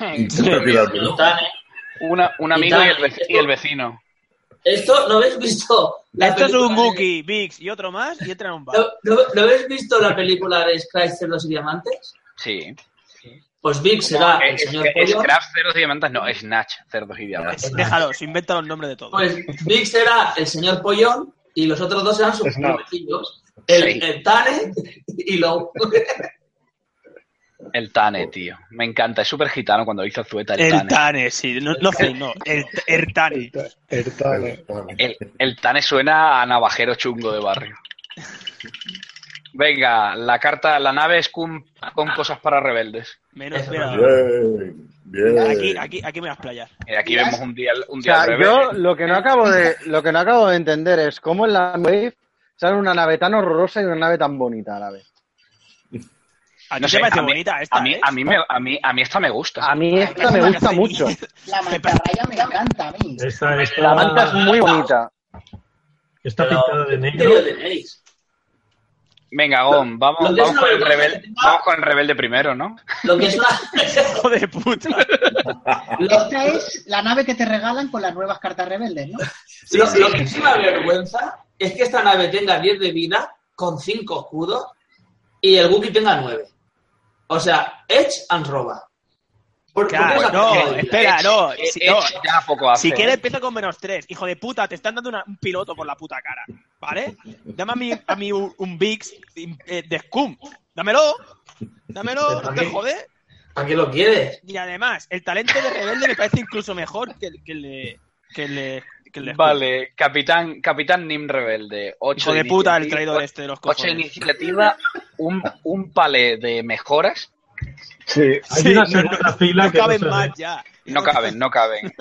Speaker 3: Intenta tirármelo.
Speaker 6: Están, ¿eh?
Speaker 2: *laughs* Una- un amigo y
Speaker 6: tal.
Speaker 2: el, vec- y el vecino.
Speaker 6: Esto no habéis visto. la
Speaker 1: Esto es un
Speaker 6: película de-
Speaker 1: Guki, Vix y otro más y entra en un bar.
Speaker 6: ¿No, no, no habéis visto la película de Scratch Cerdos y Diamantes?
Speaker 2: Sí.
Speaker 6: Pues Vic será el
Speaker 2: Es,
Speaker 6: señor
Speaker 2: es-
Speaker 6: pollo.
Speaker 2: Scrap, cerdos y diamantes, no, Snatch, cerdos y diamantes.
Speaker 1: Es- Déjalo, se inventa los nombres de todos.
Speaker 6: Pues Vic será el señor pollón y los otros dos serán sus
Speaker 5: Snap.
Speaker 6: vecinos. El,
Speaker 2: Sí.
Speaker 6: el Tane y Lou.
Speaker 2: El Tane, tío. Me encanta, es súper gitano cuando hizo Zueta el,
Speaker 1: El
Speaker 2: Tane.
Speaker 1: Tane, sí. No, no, Zane, no. El, el Tane.
Speaker 5: Ertane.
Speaker 2: El, el Tane suena a navajero chungo de barrio. Venga, la carta, la nave es con, con cosas para rebeldes.
Speaker 1: Menos
Speaker 6: Eso
Speaker 1: mira,
Speaker 3: Bien, bien.
Speaker 1: Aquí, aquí, aquí me las playas.
Speaker 2: Eh, aquí
Speaker 7: Mirad.
Speaker 2: vemos un día, un
Speaker 4: O
Speaker 2: día
Speaker 4: sea,
Speaker 2: al revés.
Speaker 4: yo lo que no acabo de lo que no acabo de entender es cómo en la Wave sale una nave tan horrorosa y una nave tan bonita a la vez.
Speaker 1: A ti
Speaker 2: Ah, No
Speaker 1: te
Speaker 2: sé,
Speaker 1: parece
Speaker 2: a mí-
Speaker 1: bonita esta,
Speaker 2: A mí,
Speaker 1: ¿eh?
Speaker 2: a, mí me- a, mí, a mí esta me gusta.
Speaker 4: A mí esta me gusta mucho.
Speaker 7: La mantarraya me encanta a mí.
Speaker 8: Esta, esta,
Speaker 4: La manta es muy bonita.
Speaker 8: está
Speaker 6: Pero- este
Speaker 8: pintada de
Speaker 6: ¿Qué lo
Speaker 8: negro.
Speaker 6: tenéis?
Speaker 2: Venga, Gon, vamos,
Speaker 6: Lo que
Speaker 2: vamos
Speaker 6: es
Speaker 2: con el
Speaker 6: una-
Speaker 2: rebelde, vamos con el rebelde primero, ¿no?
Speaker 6: Lo que es una...
Speaker 1: *laughs* *laughs* Hijo de puta.
Speaker 6: lo-
Speaker 7: Esta es la nave que te regalan con las nuevas cartas rebeldes, ¿no?
Speaker 6: lo, lo que es una vergüenza es que esta nave tenga 10 de vida con 5 escudos y el Wookiee tenga 9. O sea, Edge and roba. ¿Por, por qué
Speaker 1: Claro,
Speaker 6: os hacéis
Speaker 1: no,
Speaker 6: esto?
Speaker 1: espera. no,
Speaker 2: Eh,
Speaker 1: si- no.
Speaker 2: eh, ya poco hace. ¿eh?
Speaker 1: Si quieres empieza con menos tres. Hijo de puta, te están dando una- un piloto por la puta cara. ¿Vale? Dame a mí, a mí un, un Bix eh, de Scum. Dámelo. Dámelo, no te jode.
Speaker 6: ¿Para qué lo quieres?
Speaker 1: Y además, el talento de Rebelde me parece incluso mejor que el que el de- que el de- que el de Scum.
Speaker 2: Vale, Capitán, Capitán Nim Rebelde. Ocho
Speaker 1: Hijo de puta el
Speaker 2: iniciativa-
Speaker 1: traidor este de los
Speaker 2: Ocho
Speaker 1: cojones.
Speaker 2: iniciativa, un, un palé de mejoras.
Speaker 5: Sí,
Speaker 8: Hay
Speaker 1: Sí,
Speaker 8: una
Speaker 1: no,
Speaker 8: segunda
Speaker 1: no,
Speaker 8: fila
Speaker 1: no
Speaker 8: que no
Speaker 1: caben
Speaker 8: se ve.
Speaker 1: más ya.
Speaker 2: No caben,
Speaker 1: *laughs*
Speaker 2: no caben.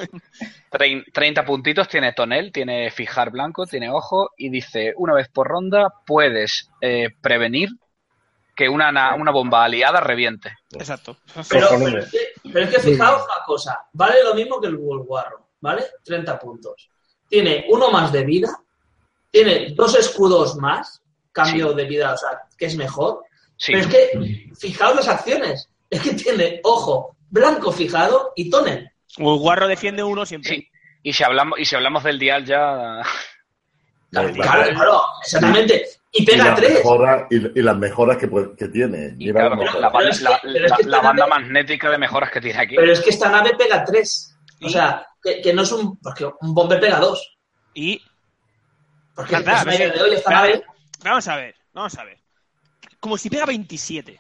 Speaker 2: Trein- 30 puntitos tiene Tonel, tiene Fijar Blanco, tiene Ojo y dice, una vez por ronda puedes eh, prevenir que una, na- una bomba aliada reviente.
Speaker 1: Exacto.
Speaker 6: Pero,
Speaker 5: Cojonudo.
Speaker 6: pero es que, pero es que fijaos una cosa. Vale lo mismo que el World Warro, ¿vale? 30 puntos. Tiene uno más de vida. Tiene dos escudos más. Cambio
Speaker 2: Sí.
Speaker 6: de vida, o sea, que es mejor.
Speaker 2: Sí,
Speaker 6: Pero es que, fijaos las acciones. Es que tiene ojo blanco fijado y tonel.
Speaker 1: O el guarro defiende uno siempre.
Speaker 2: sí. Y si hablamos, y si hablamos del dial ya...
Speaker 3: Muy
Speaker 6: Claro,
Speaker 3: bien.
Speaker 6: claro, exactamente. Y
Speaker 3: Y
Speaker 6: pega
Speaker 3: las
Speaker 6: tres.
Speaker 3: mejoras, y, y las mejoras que, puede- que tiene.
Speaker 2: y
Speaker 3: Mira
Speaker 2: claro,
Speaker 3: la
Speaker 2: la,
Speaker 3: mejora.
Speaker 6: pero
Speaker 2: banda-
Speaker 6: es que-
Speaker 2: la-
Speaker 6: pero es que
Speaker 2: la- la
Speaker 6: esta
Speaker 2: banda
Speaker 6: nave-
Speaker 2: magnética de mejoras que tiene aquí.
Speaker 6: Pero es que esta nave pega tres. O
Speaker 1: Sí.
Speaker 6: sea, que, que no es un. Porque un bomber pega dos.
Speaker 1: Y
Speaker 6: Porque
Speaker 1: Anda,
Speaker 6: es
Speaker 1: pero
Speaker 6: la idea
Speaker 1: sí.
Speaker 6: de hoy esta
Speaker 1: Espérate.
Speaker 6: nave.
Speaker 1: vamos a ver, vamos a ver. Como si pega 27.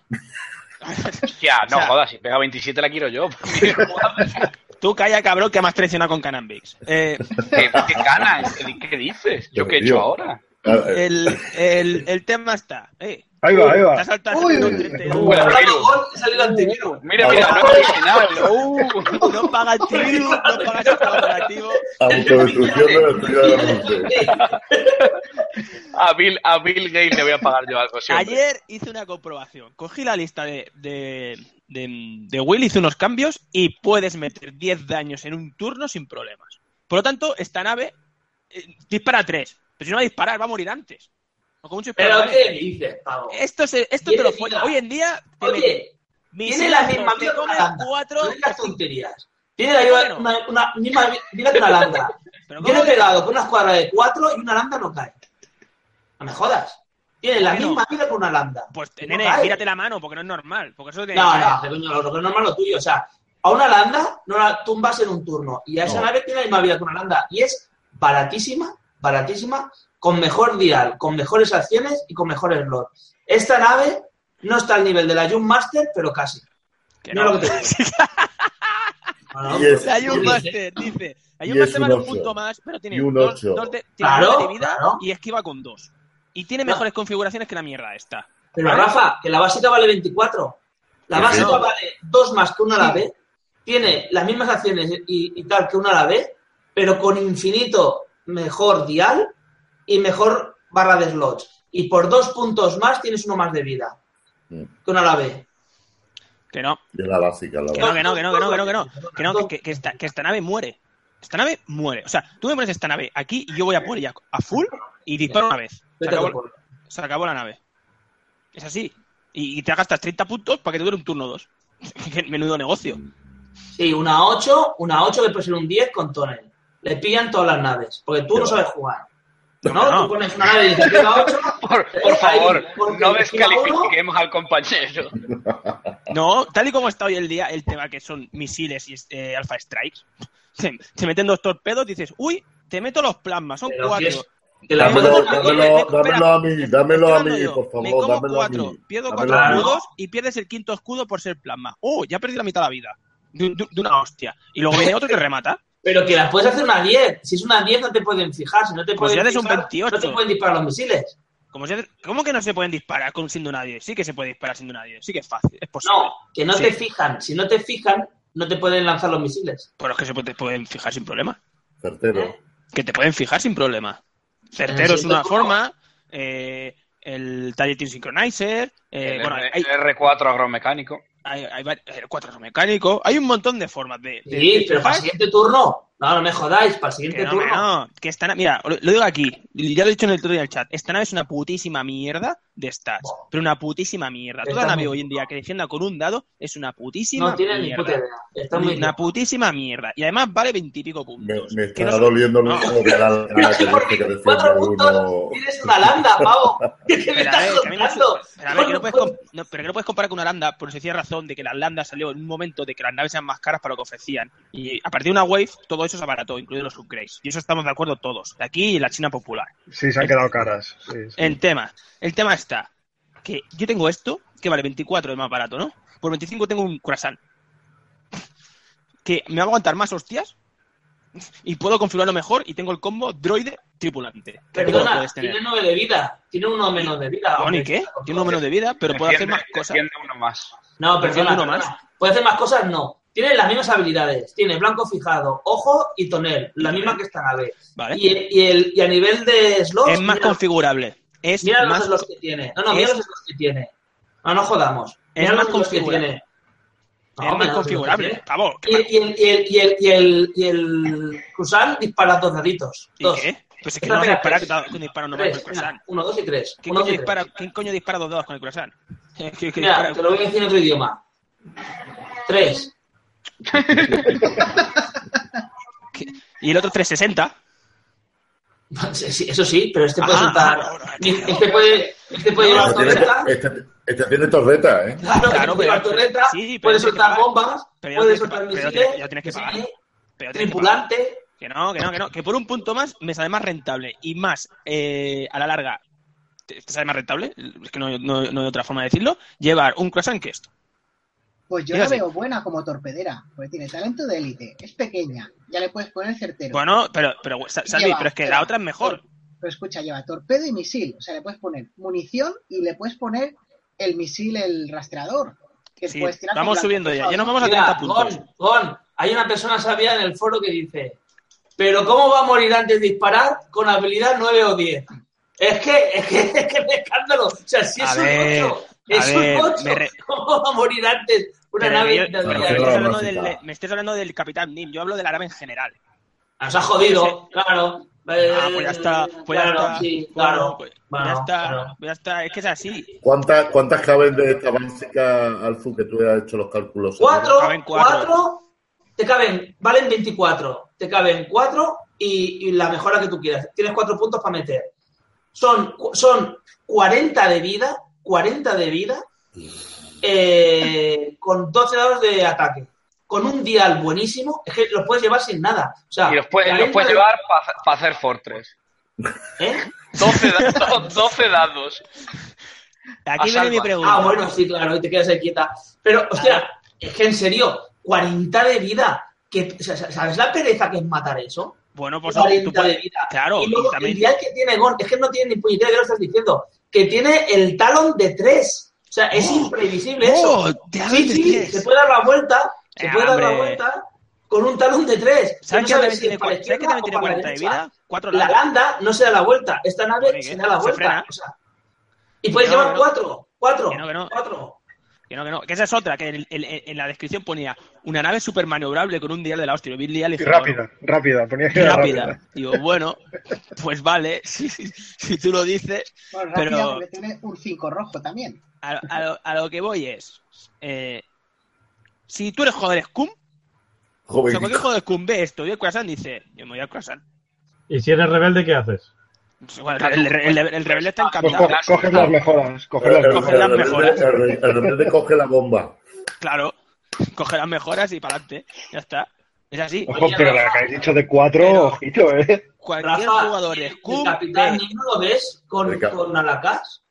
Speaker 2: Hostia, no
Speaker 1: O sea-
Speaker 2: jodas, si pega 27 la quiero yo.
Speaker 1: Tú calla, cabrón, que me has traicionado con Canambix. Eh,
Speaker 2: ¿Qué, qué ganas? ¿Qué, qué dices? ¿Yo qué he
Speaker 3: Tío.
Speaker 2: hecho ahora?
Speaker 3: Ah, eh,
Speaker 1: el, el, el tema está. Eh,
Speaker 5: Ahí va, ahí
Speaker 1: te
Speaker 5: va.
Speaker 1: has saltado
Speaker 7: Uy,
Speaker 1: el
Speaker 7: uy, uy.
Speaker 1: 32.
Speaker 2: Bueno,
Speaker 6: Ahora
Speaker 2: Virus.
Speaker 6: el gol que salió el antivirus.
Speaker 2: Mira, mira, no es original. uh.
Speaker 1: No paga el virus, no paga
Speaker 8: *laughs*
Speaker 1: el colaborativo.
Speaker 3: Autodestrucción de la estrella de la muerte.
Speaker 2: A Bill, a Bill Gates le voy a pagar yo algo siempre.
Speaker 1: Ayer hice una comprobación. Cogí la lista de, de, de, de Will, hice unos cambios y puedes meter 10 daños en un turno sin problemas. Por lo tanto, esta nave eh, dispara 3. Pero si no va a disparar, va a morir antes. O con mucho
Speaker 6: Pero
Speaker 1: disparar,
Speaker 6: ¿qué dices, pavo?
Speaker 1: Esto, se, esto te
Speaker 6: Tiene
Speaker 1: lo
Speaker 6: vida.
Speaker 1: follas. Hoy en día, te metes
Speaker 6: Oye, tiene
Speaker 1: misiles,
Speaker 6: la misma
Speaker 1: te
Speaker 6: vida que una
Speaker 1: comes
Speaker 6: landa.
Speaker 1: cuatro.
Speaker 6: No digas tonterías. Tiene la misma-
Speaker 1: Bueno.
Speaker 6: una, una misma vi- vida que una landa.
Speaker 1: Pero
Speaker 6: Viene
Speaker 1: ¿cómo que-
Speaker 6: pegado con una escuadra de cuatro y una landa no cae. No me jodas. Tiene la
Speaker 1: ¿Por qué no?
Speaker 6: misma vida que una landa.
Speaker 1: Pues,
Speaker 6: No
Speaker 1: nene,
Speaker 6: cae.
Speaker 1: mírate la mano, porque no es normal. Porque eso tiene-
Speaker 6: No, no, que coño, lo que es normal lo tuyo. O sea, a una landa no la tumbas en un turno. Y a esa
Speaker 3: No.
Speaker 6: nave tiene la misma vida que una landa. Y es baratísima, baratísima, con mejor dial, con mejores acciones y con mejores lords. Esta nave no está al nivel de la Jump Master, pero casi.
Speaker 1: que
Speaker 6: No,
Speaker 1: no.
Speaker 6: lo que te
Speaker 1: *laughs*
Speaker 6: digo. No, no,
Speaker 3: Y es-
Speaker 1: Hay un
Speaker 6: Sí,
Speaker 1: máster, dice. Hay
Speaker 3: Y
Speaker 1: un
Speaker 3: es
Speaker 1: máster
Speaker 3: un
Speaker 1: vale un
Speaker 3: ocho.
Speaker 1: punto más, pero tiene
Speaker 3: Y un
Speaker 1: dos,
Speaker 3: ocho.
Speaker 1: dos de, tiene
Speaker 6: Claro,
Speaker 1: dos de vida
Speaker 6: claro.
Speaker 1: y esquiva con dos. Y tiene
Speaker 6: No.
Speaker 1: mejores configuraciones que la mierda esta.
Speaker 6: Pero Rafa, que la básica vale 24. La
Speaker 3: Que
Speaker 6: básica
Speaker 1: no.
Speaker 6: vale dos más que una a la B. Tiene las mismas acciones y, y tal que una a la B, pero con infinito mejor dial y mejor barra de slots. Y por dos puntos más tienes uno más de vida
Speaker 3: Mm.
Speaker 6: que una a la B.
Speaker 1: Que no,
Speaker 3: De la básica, la
Speaker 1: que
Speaker 3: básica.
Speaker 1: no, que no, que no, que no, que no, que no. Que no, que, que esta, que esta nave muere. Esta nave muere. O sea, tú me pones esta nave aquí y yo voy a por ella a full y disparo una vez. Se
Speaker 6: Vete a
Speaker 1: acabó,
Speaker 6: por-
Speaker 1: se acabó la nave. Es así. Y, y te gastas 30 puntos para que te dure un turno *laughs* 2. Menudo negocio.
Speaker 6: Sí, una 8, una 8 que puede ser un 10 con tonel. Le pillan todas las naves, porque tú no sabes jugar. ¿No?
Speaker 1: No, no.
Speaker 6: Tú pones una nave de iniciativa 8.
Speaker 2: Por, por favor,
Speaker 6: Porque
Speaker 2: no
Speaker 6: encima uno-
Speaker 2: descalifiquemos al compañero.
Speaker 1: No, tal y como está hoy el día, el tema que son misiles y eh, Alpha Strikes, *laughs* se, se meten dos torpedos, dices, uy, te meto los plasmas, son
Speaker 6: Pero
Speaker 1: cuatro.
Speaker 6: que es- que la
Speaker 3: Dámelo,
Speaker 6: puedes-
Speaker 3: dámelo, dámelo a mí, dámelo a
Speaker 1: Estoy dando
Speaker 3: mí,
Speaker 1: yo.
Speaker 3: por
Speaker 1: Me
Speaker 3: favor,
Speaker 1: como
Speaker 3: dámelo a
Speaker 1: cuatro,
Speaker 3: mí.
Speaker 1: pierdo
Speaker 3: Dámelo
Speaker 1: cuatro
Speaker 3: a mí.
Speaker 6: Claro.
Speaker 1: escudos y pierdes el quinto escudo por ser plasma. Oh, ya perdí la mitad de la vida. De, un- de- de una hostia. Y luego viene otro y te remata.
Speaker 6: Pero que las puedes hacer una 10. Si es una 10 no te pueden fijar. Si no te
Speaker 1: Pues
Speaker 6: pueden
Speaker 1: ya eres un
Speaker 6: fijar,
Speaker 1: 28.
Speaker 6: No te pueden disparar los misiles.
Speaker 1: Como se hace- ¿Cómo que no se pueden disparar con, siendo nadie? Sí que se puede disparar siendo nadie. Sí que es fácil. Es posible.
Speaker 6: No, que no
Speaker 1: Sí.
Speaker 6: te fijan. Si no te fijan, no te pueden lanzar los misiles.
Speaker 1: Pero es que se pu- te pueden fijar sin problema.
Speaker 3: Certero.
Speaker 1: Que te pueden fijar sin problema.
Speaker 6: Pero
Speaker 1: Certero
Speaker 6: si
Speaker 1: es una
Speaker 6: no-
Speaker 1: forma. eh, el Targeting Synchronizer. eh,
Speaker 2: el
Speaker 1: bueno,
Speaker 2: R-
Speaker 1: hay,
Speaker 2: R4 agromecánico.
Speaker 1: hay, hay vari- el cuatro mecánico. Hay un montón de formas de. de-
Speaker 6: Sí,
Speaker 1: de
Speaker 6: pero
Speaker 1: jugar.
Speaker 6: para el siguiente turno. No, no me jodáis, para el siguiente
Speaker 1: Que no, hombre,
Speaker 6: Este turno.
Speaker 1: no, que esta na- Mira, lo, lo digo aquí, ya lo he dicho en el tutorial chat. Esta nave es una putísima mierda de stats. Pero una putísima mierda. Toda
Speaker 6: Está
Speaker 1: nave
Speaker 6: muy
Speaker 1: hoy en día que defienda con un dado es una putísima
Speaker 6: No tienen ni
Speaker 1: mierda.
Speaker 6: puta idea. Está muy
Speaker 1: una
Speaker 6: bien.
Speaker 1: putísima mierda. Y además vale veintipico
Speaker 3: Me,
Speaker 1: puntos.
Speaker 3: me
Speaker 1: Que
Speaker 3: está
Speaker 1: no son-
Speaker 3: doliendo
Speaker 1: No.
Speaker 3: los ojos de la cara que dice Ah, que defiende
Speaker 6: Cuatro
Speaker 3: uno.
Speaker 6: puntos. Tienes una landa,
Speaker 3: *laughs*
Speaker 6: pavo. ¿Qué me
Speaker 1: Pero a
Speaker 6: estás
Speaker 1: ver, también no es-
Speaker 6: contando?
Speaker 1: pero a ver, que no puedes
Speaker 6: pues.
Speaker 1: com- no, pero que no puedes comparar con una landa por sencilla razón de que la landa salió en un momento de que las naves eran más caras para lo que ofrecían. Y a partir de una wave, todo eso se abarató, incluido los upgrades. Y eso estamos de acuerdo todos, de aquí y en la China popular.
Speaker 5: Sí, se han quedado caras. sí, sí.
Speaker 1: El tema, el tema está que yo tengo esto, que vale 24 es más barato, ¿no? Por 25 tengo un croissant. Que me va a aguantar más hostias y puedo configurarlo mejor y tengo el combo droide tripulante. Que tú no
Speaker 6: Perdona,
Speaker 1: puedes tener.
Speaker 6: tiene nueve de vida. Tiene uno menos de vida.
Speaker 1: Bueno, ¿y
Speaker 6: hombre.
Speaker 1: qué? Tiene un menos de vida, pero puedo hacer más cosas.
Speaker 2: Defiende uno más.
Speaker 6: No, perdona.
Speaker 1: Defiende uno
Speaker 6: perdona. ¿Puede hacer más cosas? No. Tiene las mismas habilidades. Tiene blanco fijado, ojo y tonel. La misma que esta nave.
Speaker 1: Vale.
Speaker 6: Y, y el, y a nivel de slots.
Speaker 1: Es más
Speaker 6: mira-
Speaker 1: configurable. Es
Speaker 6: Mira los
Speaker 1: más
Speaker 6: slots que tiene. No, no, mira
Speaker 1: es-
Speaker 6: los slots que tiene. No, no jodamos. Mira
Speaker 1: Es más
Speaker 6: los slots que
Speaker 1: configurable.
Speaker 6: tiene. No,
Speaker 1: es
Speaker 6: mira
Speaker 1: más
Speaker 6: los slots que
Speaker 1: configurable,
Speaker 6: tiene.
Speaker 1: pavo. ¿qué
Speaker 6: Y
Speaker 1: más-
Speaker 6: el, y el, y el, y el, y el, y el Cruzán dispara dos daditos.
Speaker 1: ¿Y
Speaker 6: Dos.
Speaker 1: qué? Pues es que
Speaker 6: Espera,
Speaker 1: no vas a
Speaker 6: espera,
Speaker 1: disparar
Speaker 6: espera.
Speaker 1: con disparo nomás con
Speaker 6: Tres.
Speaker 1: el croissant.
Speaker 6: Venga, uno, dos y tres.
Speaker 1: ¿Quién coño,
Speaker 6: Uno, dos y tres.
Speaker 1: dispara, ¿Quién coño dispara dos dados con el croissant? *laughs* ¿Qué- qué dispara?
Speaker 6: Mira, te lo voy a decir en otro idioma. Tres.
Speaker 1: Y el otro 360.
Speaker 6: Sí, sí, Eso sí, pero este puede
Speaker 1: Ah,
Speaker 6: soltar.
Speaker 1: ah, no, no,
Speaker 6: Este puede, este puede llevar
Speaker 3: Este tiene,
Speaker 6: torreta.
Speaker 3: este- este tiene torreta, ¿eh?
Speaker 6: Claro,
Speaker 1: Claro,
Speaker 6: claro,
Speaker 1: pero-
Speaker 6: puede llevar torreta.
Speaker 1: sí, pero
Speaker 6: puede
Speaker 1: tienes que
Speaker 6: soltar
Speaker 1: pagar.
Speaker 6: bombas.
Speaker 1: Pero ya
Speaker 6: Puede
Speaker 1: tienes que
Speaker 6: soltar
Speaker 1: pagar, pero ya
Speaker 6: misiles.
Speaker 1: tienes- ya tienes que
Speaker 6: sí,
Speaker 1: pagar. Pero tienes que pagar.
Speaker 6: Tripulante.
Speaker 1: Que no, que no, que no. Que por un punto más me sale más rentable. Y más, eh, a la larga, te, te sale más rentable. Es que no, no- no hay otra forma de decirlo. Llevar un croissant que esto.
Speaker 7: Pues yo
Speaker 1: Mira,
Speaker 7: la
Speaker 1: sí.
Speaker 7: veo buena como torpedera, porque tiene talento de élite, es pequeña, ya le puedes poner certero.
Speaker 1: Bueno, pero, pero Sa- Salvi,
Speaker 7: Lleva-
Speaker 1: pero es que
Speaker 7: lleva-
Speaker 1: la otra es mejor.
Speaker 7: Pero escucha, lleva torpedo y misil, o sea, le puedes poner munición y le puedes poner el misil, el rastreador. Que
Speaker 1: Sí,
Speaker 7: puedes tirar con
Speaker 1: vamos
Speaker 7: blanco
Speaker 1: subiendo ya.
Speaker 7: fijado.
Speaker 1: Ya nos vamos a
Speaker 6: Mira,
Speaker 1: 30 puntos.
Speaker 6: Gon, Gon, hay una persona sabia en el foro que dice, pero ¿cómo va a morir antes de disparar con habilidad 9 o 10? Es que es que *laughs* es que es escándalo. O sea, si es
Speaker 1: A
Speaker 6: un
Speaker 1: ver,
Speaker 6: 8,
Speaker 1: a
Speaker 6: es
Speaker 1: ver,
Speaker 6: un 8,
Speaker 1: me re-
Speaker 6: ¿cómo va a morir antes una
Speaker 1: Pero
Speaker 6: nave
Speaker 1: yo-
Speaker 6: de
Speaker 1: pero
Speaker 3: Bueno,
Speaker 1: que
Speaker 3: sí,
Speaker 1: me
Speaker 6: habilidad?
Speaker 1: estás
Speaker 3: vamos,
Speaker 1: hablando
Speaker 3: sí,
Speaker 1: del-
Speaker 3: claro.
Speaker 1: me estás hablando del Capitán Nim. Yo hablo de la nave en general.
Speaker 6: Nos ha jodido, claro.
Speaker 1: Ah, pues ya está. Pues ya
Speaker 6: Eh, claro,
Speaker 1: está.
Speaker 6: sí,
Speaker 1: Bueno,
Speaker 6: claro.
Speaker 1: pues ya
Speaker 6: Bueno,
Speaker 1: está. pues
Speaker 6: claro.
Speaker 1: Ya está. Es que es así.
Speaker 3: ¿Cuántas, ¿Cuántas caben de esta básica, Alfu, que tú has hecho los cálculos?
Speaker 6: Cuatro,
Speaker 1: Caben cuatro.
Speaker 6: cuatro, te caben, valen 24, te caben cuatro y, y la mejora que tú quieras. Tienes cuatro puntos para meter. Son, cu- son 40 de vida, 40 de vida, eh, con 12 dados de ataque. Con un dial buenísimo, es que los puedes llevar sin nada. O sea,
Speaker 2: Y los puedes, los
Speaker 6: 40
Speaker 2: puedes
Speaker 6: de-
Speaker 2: llevar para hacer Fortress.
Speaker 6: ¿Eh?
Speaker 2: 12, da- *laughs* 12 dados.
Speaker 1: Aquí
Speaker 2: A
Speaker 1: viene mi
Speaker 2: salva.
Speaker 1: pregunta.
Speaker 6: Ah, bueno, sí, claro, y te quedas ahí quieta. Pero, hostia, es que en serio, 40 de vida. Que, o sea, ¿Sabes la pereza que es matar eso?
Speaker 1: Bueno, pues tú-
Speaker 6: 40
Speaker 1: tú-
Speaker 6: de vida.
Speaker 1: Claro,
Speaker 6: y luego
Speaker 1: y también-
Speaker 6: el dial que tiene Gon, es que no tiene ni puñetera que lo estás diciendo, que tiene el talón de 3. O sea, es
Speaker 1: ¡Oh!
Speaker 6: imprevisible
Speaker 1: ¡Oh!
Speaker 6: eso.
Speaker 1: ¡Talón
Speaker 6: Sí,
Speaker 1: de
Speaker 6: sí,
Speaker 1: tres!
Speaker 6: se puede dar la vuelta, se
Speaker 1: Eh,
Speaker 6: puede dar la
Speaker 1: hombre.
Speaker 6: vuelta con un talón de 3.
Speaker 1: ¿Sabes que también tiene,
Speaker 6: para la
Speaker 1: cua- ¿sabes que
Speaker 6: izquierda
Speaker 1: también
Speaker 6: o
Speaker 1: tiene
Speaker 6: para la
Speaker 1: 40 de
Speaker 6: derecha?
Speaker 1: vida? Cuatro
Speaker 6: La
Speaker 1: lados.
Speaker 6: landa no se da la vuelta, esta
Speaker 1: Bueno, ¿y
Speaker 6: nave
Speaker 1: qué?
Speaker 6: se da la
Speaker 1: Se
Speaker 6: vuelta.
Speaker 1: frena.
Speaker 6: o sea, y puedes
Speaker 1: Que no,
Speaker 6: llevar
Speaker 1: que no.
Speaker 6: 4, 4,
Speaker 1: Que no, que no.
Speaker 6: 4.
Speaker 1: Que no, que no. Que esa es otra, que en, el- en- en la descripción ponía una nave súper maniobrable con un dial de la hostia. Yo vi el dial y
Speaker 5: Y
Speaker 1: dije, bueno,
Speaker 5: rápida, rápida. Ponía que era rápida.
Speaker 1: rápida. Digo, bueno, pues vale, *laughs* si, si- si tú lo dices.
Speaker 7: Bueno, rápida
Speaker 1: Pero-
Speaker 7: porque tiene un 5 rojo también.
Speaker 1: A, a lo, a lo que voy es, eh, si tú eres jugador Scum, o
Speaker 3: Joven,
Speaker 1: sea, cualquier jugador Scum ve esto y el croissant dice, yo me voy al croissant.
Speaker 8: ¿Y si eres rebelde, qué haces?
Speaker 1: Bueno, el, el- el- el rebelde está
Speaker 5: Pues
Speaker 1: encantado.
Speaker 5: co- coges las mejoras, coges las
Speaker 3: el,
Speaker 5: mejoras.
Speaker 1: coge las
Speaker 3: el rebelde,
Speaker 1: mejoras.
Speaker 3: el re- el rebelde coge la bomba.
Speaker 1: Claro, coge las mejoras y para adelante. Ya está. Es así.
Speaker 5: Ojo, pero la que habéis dicho de cuatro,
Speaker 1: eh, Pero-
Speaker 5: ojito, ¿eh?
Speaker 1: Cualquier
Speaker 6: Rafa,
Speaker 1: jugador de
Speaker 6: ¿El
Speaker 1: Scum.
Speaker 6: capitán
Speaker 1: ve-
Speaker 6: Nino lo ves con,
Speaker 3: El cap-
Speaker 6: con Alacaz?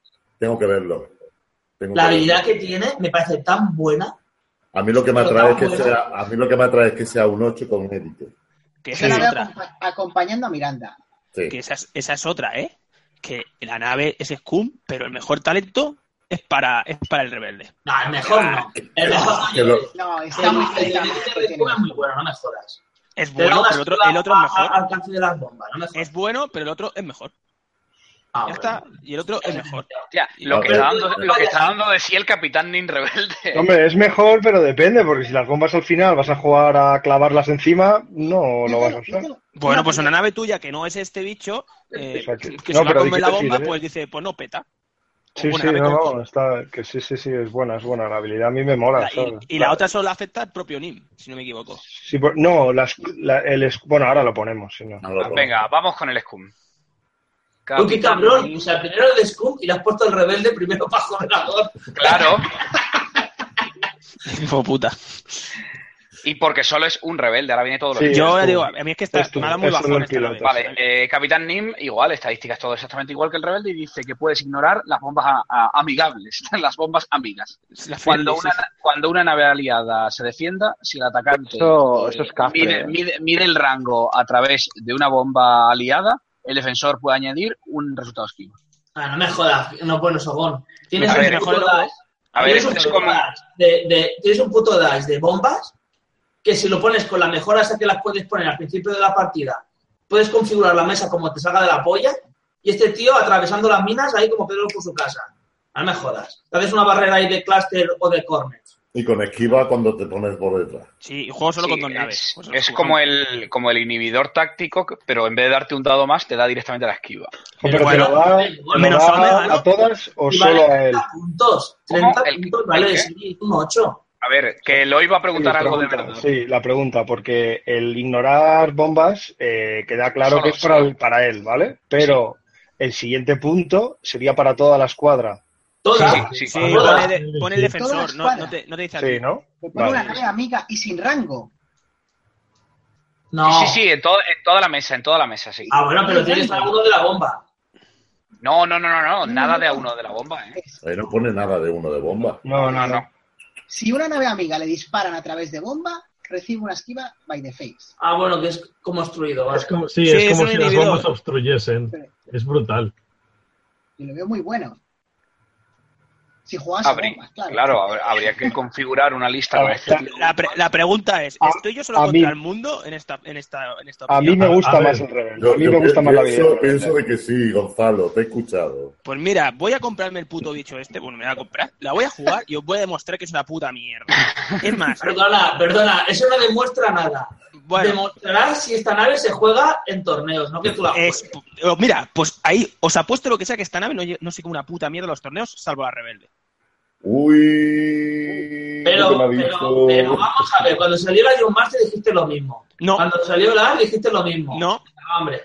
Speaker 3: Tengo que verlo. Tengo
Speaker 6: La
Speaker 3: que verlo.
Speaker 6: habilidad que tiene me parece tan buena.
Speaker 3: A mí lo que me
Speaker 6: Pero
Speaker 3: atrae es
Speaker 6: está
Speaker 3: que
Speaker 6: bueno.
Speaker 3: sea, a mí lo que me atrae es que sea un 8 con un élite.
Speaker 1: Que
Speaker 7: Yo
Speaker 1: esa
Speaker 7: la
Speaker 1: es
Speaker 7: veo
Speaker 1: otra.
Speaker 7: acompa- acompañando a Miranda.
Speaker 3: Sí.
Speaker 1: Que esa es, esa es otra, ¿eh? que la nave es Scum, pero el mejor talento es para, es para el rebelde.
Speaker 6: No, el mejor no. El mejor
Speaker 3: Que
Speaker 6: no.
Speaker 3: lo-
Speaker 7: No, está
Speaker 6: El
Speaker 7: muy
Speaker 6: el
Speaker 7: cerca.
Speaker 6: teniente de Scum es muy bueno, no me jodas.
Speaker 1: Es
Speaker 6: Te da
Speaker 1: bueno,
Speaker 6: una
Speaker 1: pero el otro,
Speaker 6: sola
Speaker 1: el otro es
Speaker 6: a-
Speaker 1: mejor.
Speaker 6: a- Al alcance de las bombas, no me jodas.
Speaker 1: Es bueno, pero el otro es mejor.
Speaker 6: Ah,
Speaker 1: Ya
Speaker 6: bueno.
Speaker 1: está. Y el otro es
Speaker 6: *laughs*
Speaker 1: mejor.
Speaker 2: Hostia, lo, que
Speaker 3: Pero-
Speaker 2: está dando, lo que está dando de sí el Capitán Nin Rebelde.
Speaker 5: Hombre, es mejor, pero depende, porque si las bombas al final vas a jugar a clavarlas encima, no lo vas a
Speaker 7: Piénsalo,
Speaker 5: usar.
Speaker 7: piénsalo.
Speaker 1: Bueno,
Speaker 7: Una
Speaker 1: pues una
Speaker 7: pregunta.
Speaker 1: nave tuya que no es este bicho, eh,
Speaker 5: Exacto.
Speaker 1: que
Speaker 5: *laughs* No,
Speaker 1: se va a
Speaker 5: pero
Speaker 1: comer la
Speaker 5: dijiste sí,
Speaker 1: bomba,
Speaker 5: ¿eh?
Speaker 1: pues dice, pues no peta.
Speaker 5: Sí,
Speaker 1: Una
Speaker 5: sí,
Speaker 1: nave
Speaker 5: no,
Speaker 1: con-
Speaker 5: no, está, que sí, sí, sí, es buena, es buena. La habilidad a mí me mola.
Speaker 1: La-
Speaker 5: ¿sabes?
Speaker 1: y, y la otra solo afecta al propio Nim, si no me equivoco. *laughs*
Speaker 5: Sí, por- no, las, la- el, es- bueno, ahora lo ponemos. si no.
Speaker 3: No lo
Speaker 2: Venga, vamos con el Scum.
Speaker 6: Tú qué cabrón, o sea, primero el Scum y le has puesto el rebelde primero para gobernador.
Speaker 2: Claro,
Speaker 1: Hijo puta.
Speaker 2: y porque solo es un rebelde, ahora viene todo lo
Speaker 5: Sí,
Speaker 2: que
Speaker 5: es
Speaker 1: Yo
Speaker 5: tú.
Speaker 1: digo, a mí es que está,
Speaker 5: Es tú,
Speaker 1: me ha dado muy
Speaker 5: es tú
Speaker 1: bajón
Speaker 5: el
Speaker 1: esta nave.
Speaker 5: piloto.
Speaker 2: Vale, eh, Capitán Nim, igual, estadísticas, todo exactamente igual que el rebelde, y dice que puedes ignorar las bombas a- a- amigables, *laughs* las bombas amigas.
Speaker 1: La
Speaker 2: Cuando
Speaker 1: Friendly,
Speaker 2: una, cuando una nave aliada se defienda, si el atacante
Speaker 4: Eso-
Speaker 2: eh,
Speaker 4: eso es cafre,
Speaker 2: mide,
Speaker 4: eh.
Speaker 2: mide- mide el rango a través de una bomba aliada, el defensor puede añadir un resultado esquivo.
Speaker 6: Ah, no me jodas, no pones ogón. Tienes
Speaker 2: A
Speaker 6: un
Speaker 2: ver,
Speaker 6: puto
Speaker 1: mejor
Speaker 6: dash-
Speaker 2: A ver,
Speaker 6: tienes, un
Speaker 2: es
Speaker 6: puto
Speaker 2: como...
Speaker 6: dash de, de- tienes un puto dash de bombas que si lo pones con la mejora esa que las puedes poner al principio de la partida, puedes configurar la mesa como te salga de la polla y este tío atravesando las minas ahí como Pedro por su casa. No me jodas. Te haces una barrera ahí de cluster o de corner.
Speaker 3: Y con esquiva cuando te pones por detrás.
Speaker 1: Sí, y juego solo
Speaker 2: Sí,
Speaker 1: con dos naves.
Speaker 2: es,
Speaker 1: Pues
Speaker 2: es
Speaker 1: jugamos.
Speaker 2: como el como el inhibidor táctico, pero en vez de darte un dado más, te da directamente la esquiva.
Speaker 5: Pero te
Speaker 1: bueno,
Speaker 5: lo da,
Speaker 6: eh,
Speaker 5: te lo
Speaker 1: menos
Speaker 5: da
Speaker 1: Omega, ¿no?
Speaker 5: a todas o
Speaker 6: Y
Speaker 5: solo
Speaker 6: vale
Speaker 5: a él.
Speaker 6: 30 puntos.
Speaker 2: ¿Cómo?
Speaker 6: 30
Speaker 2: ¿El-
Speaker 6: puntos,
Speaker 2: el
Speaker 6: vale,
Speaker 2: qué?
Speaker 6: sí, un 8.
Speaker 2: A ver, que lo iba a preguntar
Speaker 5: Sí,
Speaker 2: algo de
Speaker 5: pregunta,
Speaker 2: verdad.
Speaker 5: Sí, la pregunta, porque el ignorar bombas eh, queda claro
Speaker 2: Solo,
Speaker 5: que es para,
Speaker 2: solo.
Speaker 5: el- para él, ¿vale? Pero el siguiente punto sería para toda la escuadra.
Speaker 6: Todas.
Speaker 2: Sí, sí,
Speaker 1: Sí,
Speaker 2: Ah,
Speaker 1: pone,
Speaker 8: vale.
Speaker 1: de- pone el
Speaker 8: Sí.
Speaker 7: Toda
Speaker 1: defensor,
Speaker 7: la
Speaker 1: no,
Speaker 7: escuadra.
Speaker 1: no, te, no te dice a ti.
Speaker 5: Sí, ¿no?
Speaker 2: Pues
Speaker 7: Te pongo una
Speaker 5: Vale.
Speaker 7: nave amiga y sin rango.
Speaker 6: No.
Speaker 2: Sí, sí, en, todo- en toda la mesa, en toda la mesa, sí.
Speaker 6: Ah, bueno, pero tienes alguno de la bomba.
Speaker 2: No, no, no, no, no, nada de a uno de la bomba, ¿eh?
Speaker 3: Ahí no pone nada de uno de bomba.
Speaker 5: No, no, no.
Speaker 7: Si una nave amiga le disparan a través de bomba, recibe una esquiva by the face.
Speaker 6: Ah, bueno, que es como obstruido. vale.
Speaker 8: Es como, sí,
Speaker 1: Sí,
Speaker 8: es
Speaker 1: es
Speaker 8: como
Speaker 1: un
Speaker 8: si
Speaker 1: inhibidor.
Speaker 8: las bombas obstruyesen.
Speaker 7: Pero-
Speaker 8: Es brutal.
Speaker 7: Y lo veo muy bueno. Si jugabas a
Speaker 2: Habrí-
Speaker 7: bombas, claro.
Speaker 2: claro, habr- habría que configurar una lista con
Speaker 5: Ah,
Speaker 2: este tipo.
Speaker 1: La, pre- la pregunta es,
Speaker 5: A-
Speaker 1: ¿estoy yo solo
Speaker 5: a
Speaker 1: contra
Speaker 5: mí-
Speaker 1: el mundo en esta, en esta, en esta
Speaker 5: A mí
Speaker 1: opción?
Speaker 5: me gusta
Speaker 8: a ver,
Speaker 5: más el rebelde.
Speaker 3: Yo,
Speaker 5: A mí
Speaker 3: yo
Speaker 5: me gusta
Speaker 3: pi-
Speaker 5: más la vida.
Speaker 3: pienso,
Speaker 5: del
Speaker 3: pienso
Speaker 5: rebelde.
Speaker 3: de que sí, Gonzalo, te he escuchado.
Speaker 1: Pues mira, voy a comprarme el puto bicho este, bueno, me la voy a comprar, la voy a jugar y os voy a demostrar que es una puta mierda. Es
Speaker 6: *laughs*
Speaker 1: más,
Speaker 6: Perdona, perdona, eso no demuestra nada.
Speaker 1: bueno,
Speaker 6: Demostrará si esta nave se juega en torneos, no que tú la juegues.
Speaker 1: es- oh, mira, pues ahí os apuesto lo que sea que esta nave no, lle- no sé como una puta mierda los torneos, salvo la rebelde.
Speaker 3: Uy,
Speaker 6: Pero,
Speaker 3: lo que me ha
Speaker 6: pero,
Speaker 3: dicho.
Speaker 6: pero vamos a ver, cuando salió la Iron Master dijiste lo mismo.
Speaker 1: No.
Speaker 6: Cuando salió la dijiste lo mismo.
Speaker 1: No,
Speaker 6: Ah, hombre.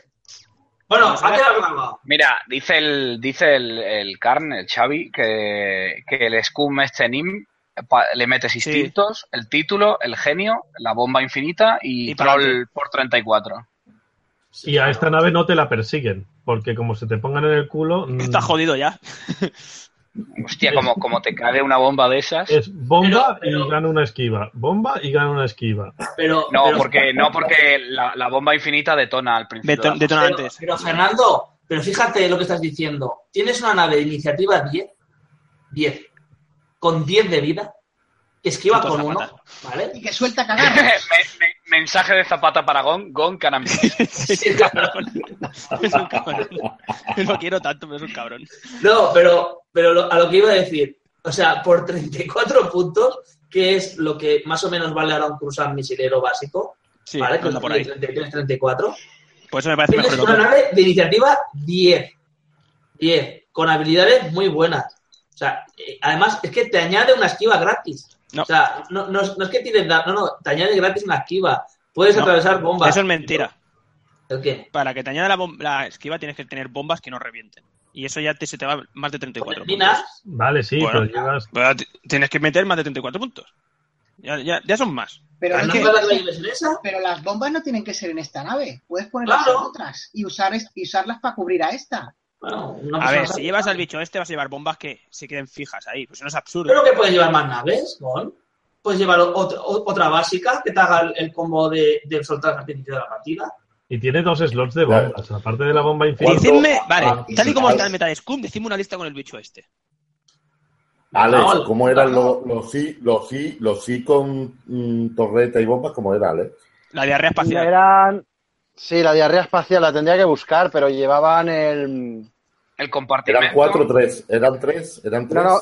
Speaker 6: Bueno,
Speaker 1: Vamos a
Speaker 6: ha
Speaker 1: ver.
Speaker 6: quedado grabado.
Speaker 2: Mira, dice el, dice el, el Karn, el Xavi, que, que el Scum este Nim pa- le metes instintos, el título, el genio, la bomba infinita y,
Speaker 1: Y para
Speaker 2: troll por 34.
Speaker 8: Y a esta nave no te la persiguen, porque como se te pongan en el culo... mm,
Speaker 1: está jodido ya.
Speaker 2: Hostia, como, como te cague una bomba de esas.
Speaker 8: Es bomba
Speaker 6: Pero- pero-
Speaker 8: y gana una esquiva. Bomba y gana una esquiva.
Speaker 6: Pero,
Speaker 2: No,
Speaker 6: pero-
Speaker 2: porque, no porque la, la bomba infinita detona al principio.
Speaker 1: Beton-
Speaker 2: de la-
Speaker 6: *laughs* pero-
Speaker 1: detonantes.
Speaker 6: Pero, Fernando, pero fíjate lo que estás diciendo. Tienes una nave de iniciativa 10, 10, con 10 de vida, que esquiva
Speaker 1: Puto
Speaker 6: con uno,
Speaker 1: Zapata.
Speaker 6: ¿vale?
Speaker 1: *laughs*
Speaker 7: Y que suelta
Speaker 2: *laughs* *laughs* Me-
Speaker 7: cagar.
Speaker 2: me- mensaje de Zapata para Gon, Gon Canambi.
Speaker 1: Sí, es un cabrón. *laughs* Es un cabrón. No quiero tanto, pero es un cabrón.
Speaker 6: No, pero, pero lo- a lo que iba a decir, o sea, por 34 puntos, que es lo que más o menos vale ahora un cruzar misilero básico,
Speaker 1: Sí,
Speaker 6: ¿vale? pues Que
Speaker 1: anda por ahí.
Speaker 6: 33, 34.
Speaker 1: Por Pues eso me parece
Speaker 6: Tienes
Speaker 1: mejor
Speaker 6: una
Speaker 1: doctor.
Speaker 6: nave de iniciativa 10. 10. Con habilidades muy buenas. O sea, eh, además es que te añade una esquiva gratis.
Speaker 1: No.
Speaker 6: O sea, no, no es, no es que tienes da- No, no, te añade gratis una esquiva. Puedes
Speaker 1: No.
Speaker 6: atravesar bombas.
Speaker 1: Eso es mentira.
Speaker 6: ¿El qué?
Speaker 1: Para que te añada la, bom- la esquiva tienes que tener bombas que no revienten. Y eso ya te, se te va más de 34 puntos.
Speaker 6: Minas,
Speaker 8: Vale, sí, pues
Speaker 1: Bueno.
Speaker 8: pero llevas...
Speaker 1: Pero ti- Tienes que meter más de 34 puntos. Ya, ya, ya son más.
Speaker 7: Pero,
Speaker 6: ¿no
Speaker 7: es que-
Speaker 6: es verdad que la lleves en esa?
Speaker 7: pero las bombas no tienen que ser en esta nave. Puedes ponerlas
Speaker 6: Claro.
Speaker 7: en otras y, usar, es- y usarlas para cubrir a esta.
Speaker 6: Bueno, una
Speaker 1: A
Speaker 6: persona
Speaker 1: ver,
Speaker 6: sabe.
Speaker 1: si llevas al bicho este vas a llevar bombas que se queden fijas ahí. Pues no es absurdo.
Speaker 6: Creo que puedes llevar más naves, Gon. Puedes llevar otra, otra básica que te haga el, el combo de, de soltar al principio de la partida.
Speaker 8: Y tiene dos slots de bombas, aparte de la bomba infinita.
Speaker 1: Decidme, vale, tal y como está el Metascum, decidme una lista con el bicho este.
Speaker 3: Alex,
Speaker 6: No,
Speaker 3: ¿cómo eran los los sí, los sí, los sí con mm, torreta y bombas? ¿Cómo era, Alex?
Speaker 1: La diarrea espacial.
Speaker 4: Eran... Sí, la diarrea espacial la tendría que buscar, pero llevaban el...
Speaker 2: El compartimento.
Speaker 3: Eran cuatro, tres, eran tres, eran tres.
Speaker 4: No, no.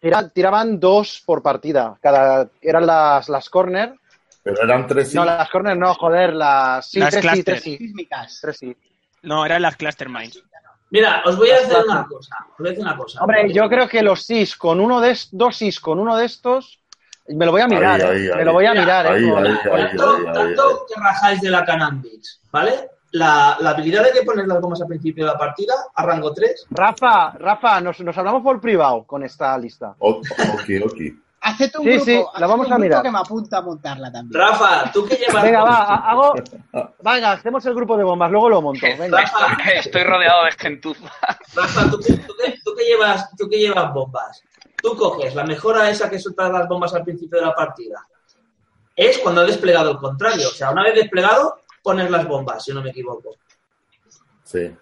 Speaker 4: tira- tiraban dos por partida. Cada... Eran las, las corner.
Speaker 3: Pero eran tres sí.
Speaker 4: No, las corner no, joder, las... Sí,
Speaker 1: Las
Speaker 4: tres sí,
Speaker 1: cluster.
Speaker 4: tres sí.
Speaker 7: sísmicas.
Speaker 4: Tres sí.
Speaker 1: No, eran las Cluster Mines.
Speaker 6: Mira, os voy a hacer una cosa. Os voy a hacer una cosa.
Speaker 4: Hombre, yo creo que los SIS con uno de est- dos SIS con uno de estos, me lo voy a mirar,
Speaker 3: Ahí,
Speaker 4: eh.
Speaker 3: ahí,
Speaker 4: me lo voy a
Speaker 6: ahí.
Speaker 4: mirar, eh,
Speaker 3: Ahí,
Speaker 4: con-
Speaker 3: ahí, ahí.
Speaker 6: tanto, tanto que rajáis de la Canambix, ¿vale? La, la habilidad hay que ponerla como es al principio de la partida, a rango 3.
Speaker 4: Rafa, Rafa, nos, nos hablamos por privado con esta lista.
Speaker 3: O- Ok, ok.
Speaker 7: Hacete un
Speaker 4: Sí,
Speaker 7: grupo.
Speaker 4: sí, la
Speaker 7: hacete
Speaker 4: vamos
Speaker 7: un
Speaker 4: a
Speaker 7: grupo
Speaker 4: mirar.
Speaker 7: que me apunto a montarla también.
Speaker 6: Rafa, tú que llevas.
Speaker 4: Venga, va,
Speaker 1: *laughs*
Speaker 4: ha- hago. Venga, hacemos el grupo de bombas, luego lo monto. Venga.
Speaker 2: Estoy, estoy rodeado de gentuza.
Speaker 6: Rafa, tú que, tú que- tú que llevas, tú que llevas bombas. Tú coges la mejora esa que sueltas las bombas al principio de la partida. Es cuando ha desplegado el contrario. O sea, una vez desplegado, pones las bombas, si no me equivoco.
Speaker 3: Sí.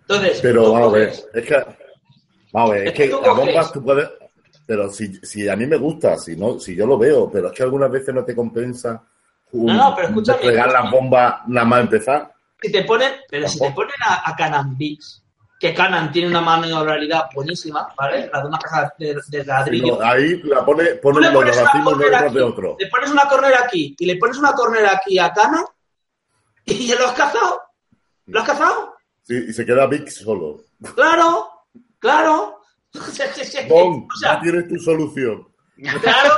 Speaker 6: Entonces,
Speaker 3: Pero
Speaker 6: tú
Speaker 3: vamos a ver,
Speaker 6: coges-
Speaker 3: es que, vamos a ver, es
Speaker 6: Es que
Speaker 3: que
Speaker 6: tú
Speaker 3: las
Speaker 6: coges.
Speaker 3: bombas tú puedes. Pero si, si a mí me gusta, si no, si yo lo veo, pero es que algunas veces no te compensa un-
Speaker 6: No, no, pero escúchame.
Speaker 3: desplegar las bombas nada más empezar.
Speaker 6: Si te ponen, pero si te ponen a, a Canan Bix, que Canan tiene una maniobrabilidad buenísima, ¿vale? La de una caja de, de
Speaker 3: Si
Speaker 6: ladrillo.
Speaker 3: no, ahí la pone,
Speaker 6: Tú
Speaker 3: pone
Speaker 6: le
Speaker 3: los
Speaker 6: pones una
Speaker 3: racimos uno
Speaker 6: corner
Speaker 3: detrás
Speaker 6: aquí,
Speaker 3: de otro.
Speaker 6: le pones una corner aquí y le pones una corner aquí a Canan y ya lo has cazado. ¿Lo has cazado?
Speaker 3: Sí, y se queda Vic solo.
Speaker 6: Claro, claro.
Speaker 3: Bon,
Speaker 6: *laughs* o
Speaker 3: ya
Speaker 6: sea,
Speaker 3: tienes tu solución.
Speaker 6: claro.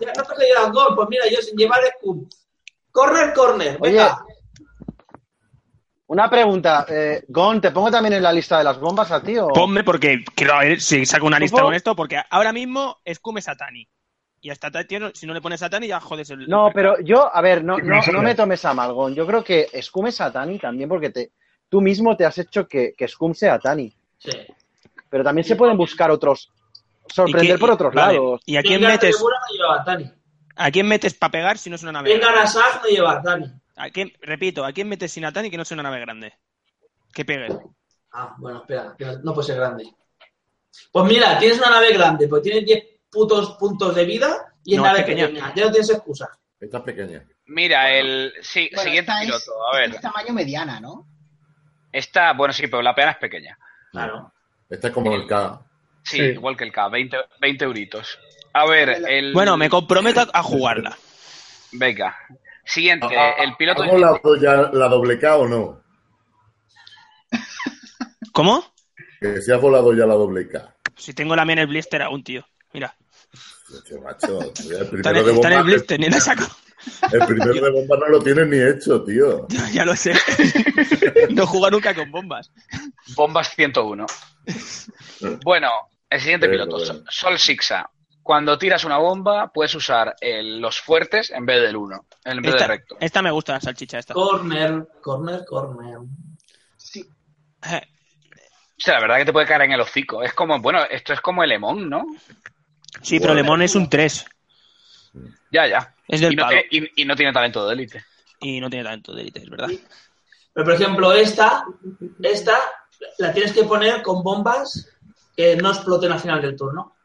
Speaker 6: Ya no te llegan gol. Pues mira, yo sin llevar el Corner, corner.
Speaker 4: Oye,
Speaker 6: Venga.
Speaker 4: una pregunta. eh, Gon, ¿te pongo también en la lista de las bombas a ti? O...
Speaker 1: Ponme porque quiero a ver si saco una lista
Speaker 4: ¿Supo?
Speaker 1: con esto, porque ahora mismo escume Satani. Y hasta Tatani, si no le pones Satani, ya jodes el.
Speaker 4: No, pero yo, a ver, no, no,
Speaker 5: No sé.
Speaker 4: no me tomes a mal, Gon. Yo creo que Scum es Atani también porque te, tú mismo te has hecho que, que Scum sea Atani.
Speaker 6: Sí.
Speaker 4: Pero también se pueden buscar otros,
Speaker 1: ¿Y
Speaker 4: sorprender
Speaker 1: qué-
Speaker 4: por otros
Speaker 1: vale,
Speaker 4: lados.
Speaker 1: ¿Y a quién
Speaker 6: Vengar de
Speaker 1: metes?
Speaker 6: Bura no lleva a Tani.
Speaker 1: ¿A quién metes para pegar si no es una nave?
Speaker 6: Venga, Nasaj no lleva a Tani.
Speaker 1: ¿A quién- repito, ¿a quién metes sin Atani que no sea una nave grande? Que pegue.
Speaker 6: Ah, bueno, espera, que no- no puede ser grande. Pues mira, tienes una nave grande, pues tienes 10 putos puntos de vida y es
Speaker 1: No, es
Speaker 6: nave
Speaker 1: pequeña.
Speaker 6: pequeña. Ya no tienes excusa.
Speaker 3: Esta es pequeña.
Speaker 2: Mira, el sí,
Speaker 7: Bueno,
Speaker 2: siguiente
Speaker 7: esta es-
Speaker 2: piloto. A
Speaker 7: esta
Speaker 2: ver,
Speaker 7: Es tamaño mediana, ¿no?
Speaker 2: esta, bueno, sí, pero la pena es pequeña.
Speaker 6: Claro.
Speaker 3: Esta es como el K.
Speaker 2: Sí,
Speaker 5: Sí.
Speaker 2: igual que el K, 20, 20 euritos. A ver, el.
Speaker 1: Bueno, me comprometo a- a jugarla.
Speaker 2: Venga. Siguiente,
Speaker 3: Ah,
Speaker 2: el piloto.
Speaker 3: ¿Hago la, ya la doble K o no?
Speaker 1: ¿Cómo?
Speaker 3: Que si has volado ya la doble K.
Speaker 1: Si tengo la mía en el blister aún, tío. Mira,
Speaker 3: Tío, macho, el
Speaker 1: está en
Speaker 3: primero
Speaker 1: el,
Speaker 3: de
Speaker 1: está en el
Speaker 3: bomba,
Speaker 1: blister, ni la saco. *laughs*
Speaker 3: el primero de bomba no lo tienes ni hecho, tío.
Speaker 1: Ya lo
Speaker 3: *laughs*
Speaker 1: sé. No juego nunca con bombas.
Speaker 2: Bombas *laughs* 101. Bueno, el siguiente
Speaker 3: Bueno,
Speaker 2: piloto,
Speaker 3: bueno.
Speaker 2: Sol Sixa. Cuando tiras una bomba, puedes usar el- los fuertes en vez del 1, en vez
Speaker 1: Esta,
Speaker 2: del recto.
Speaker 1: esta me gusta, la salchicha
Speaker 2: Oh.
Speaker 1: esta.
Speaker 6: Corner, corner, corner.
Speaker 7: Sí.
Speaker 1: Eh,
Speaker 2: O sea, la verdad que te puede caer en el hocico. Es como, bueno, esto es como el Emon, ¿no?
Speaker 1: Sí, pero Lemon es un 3.
Speaker 2: Ya, ya.
Speaker 1: Es
Speaker 2: Y
Speaker 1: del
Speaker 2: no,
Speaker 1: palo.
Speaker 2: te- y- y no tiene talento de élite.
Speaker 1: Y no tiene tanto delite, es verdad.
Speaker 6: Pero por ejemplo, esta, esta la tienes que poner con bombas que no exploten al final del turno.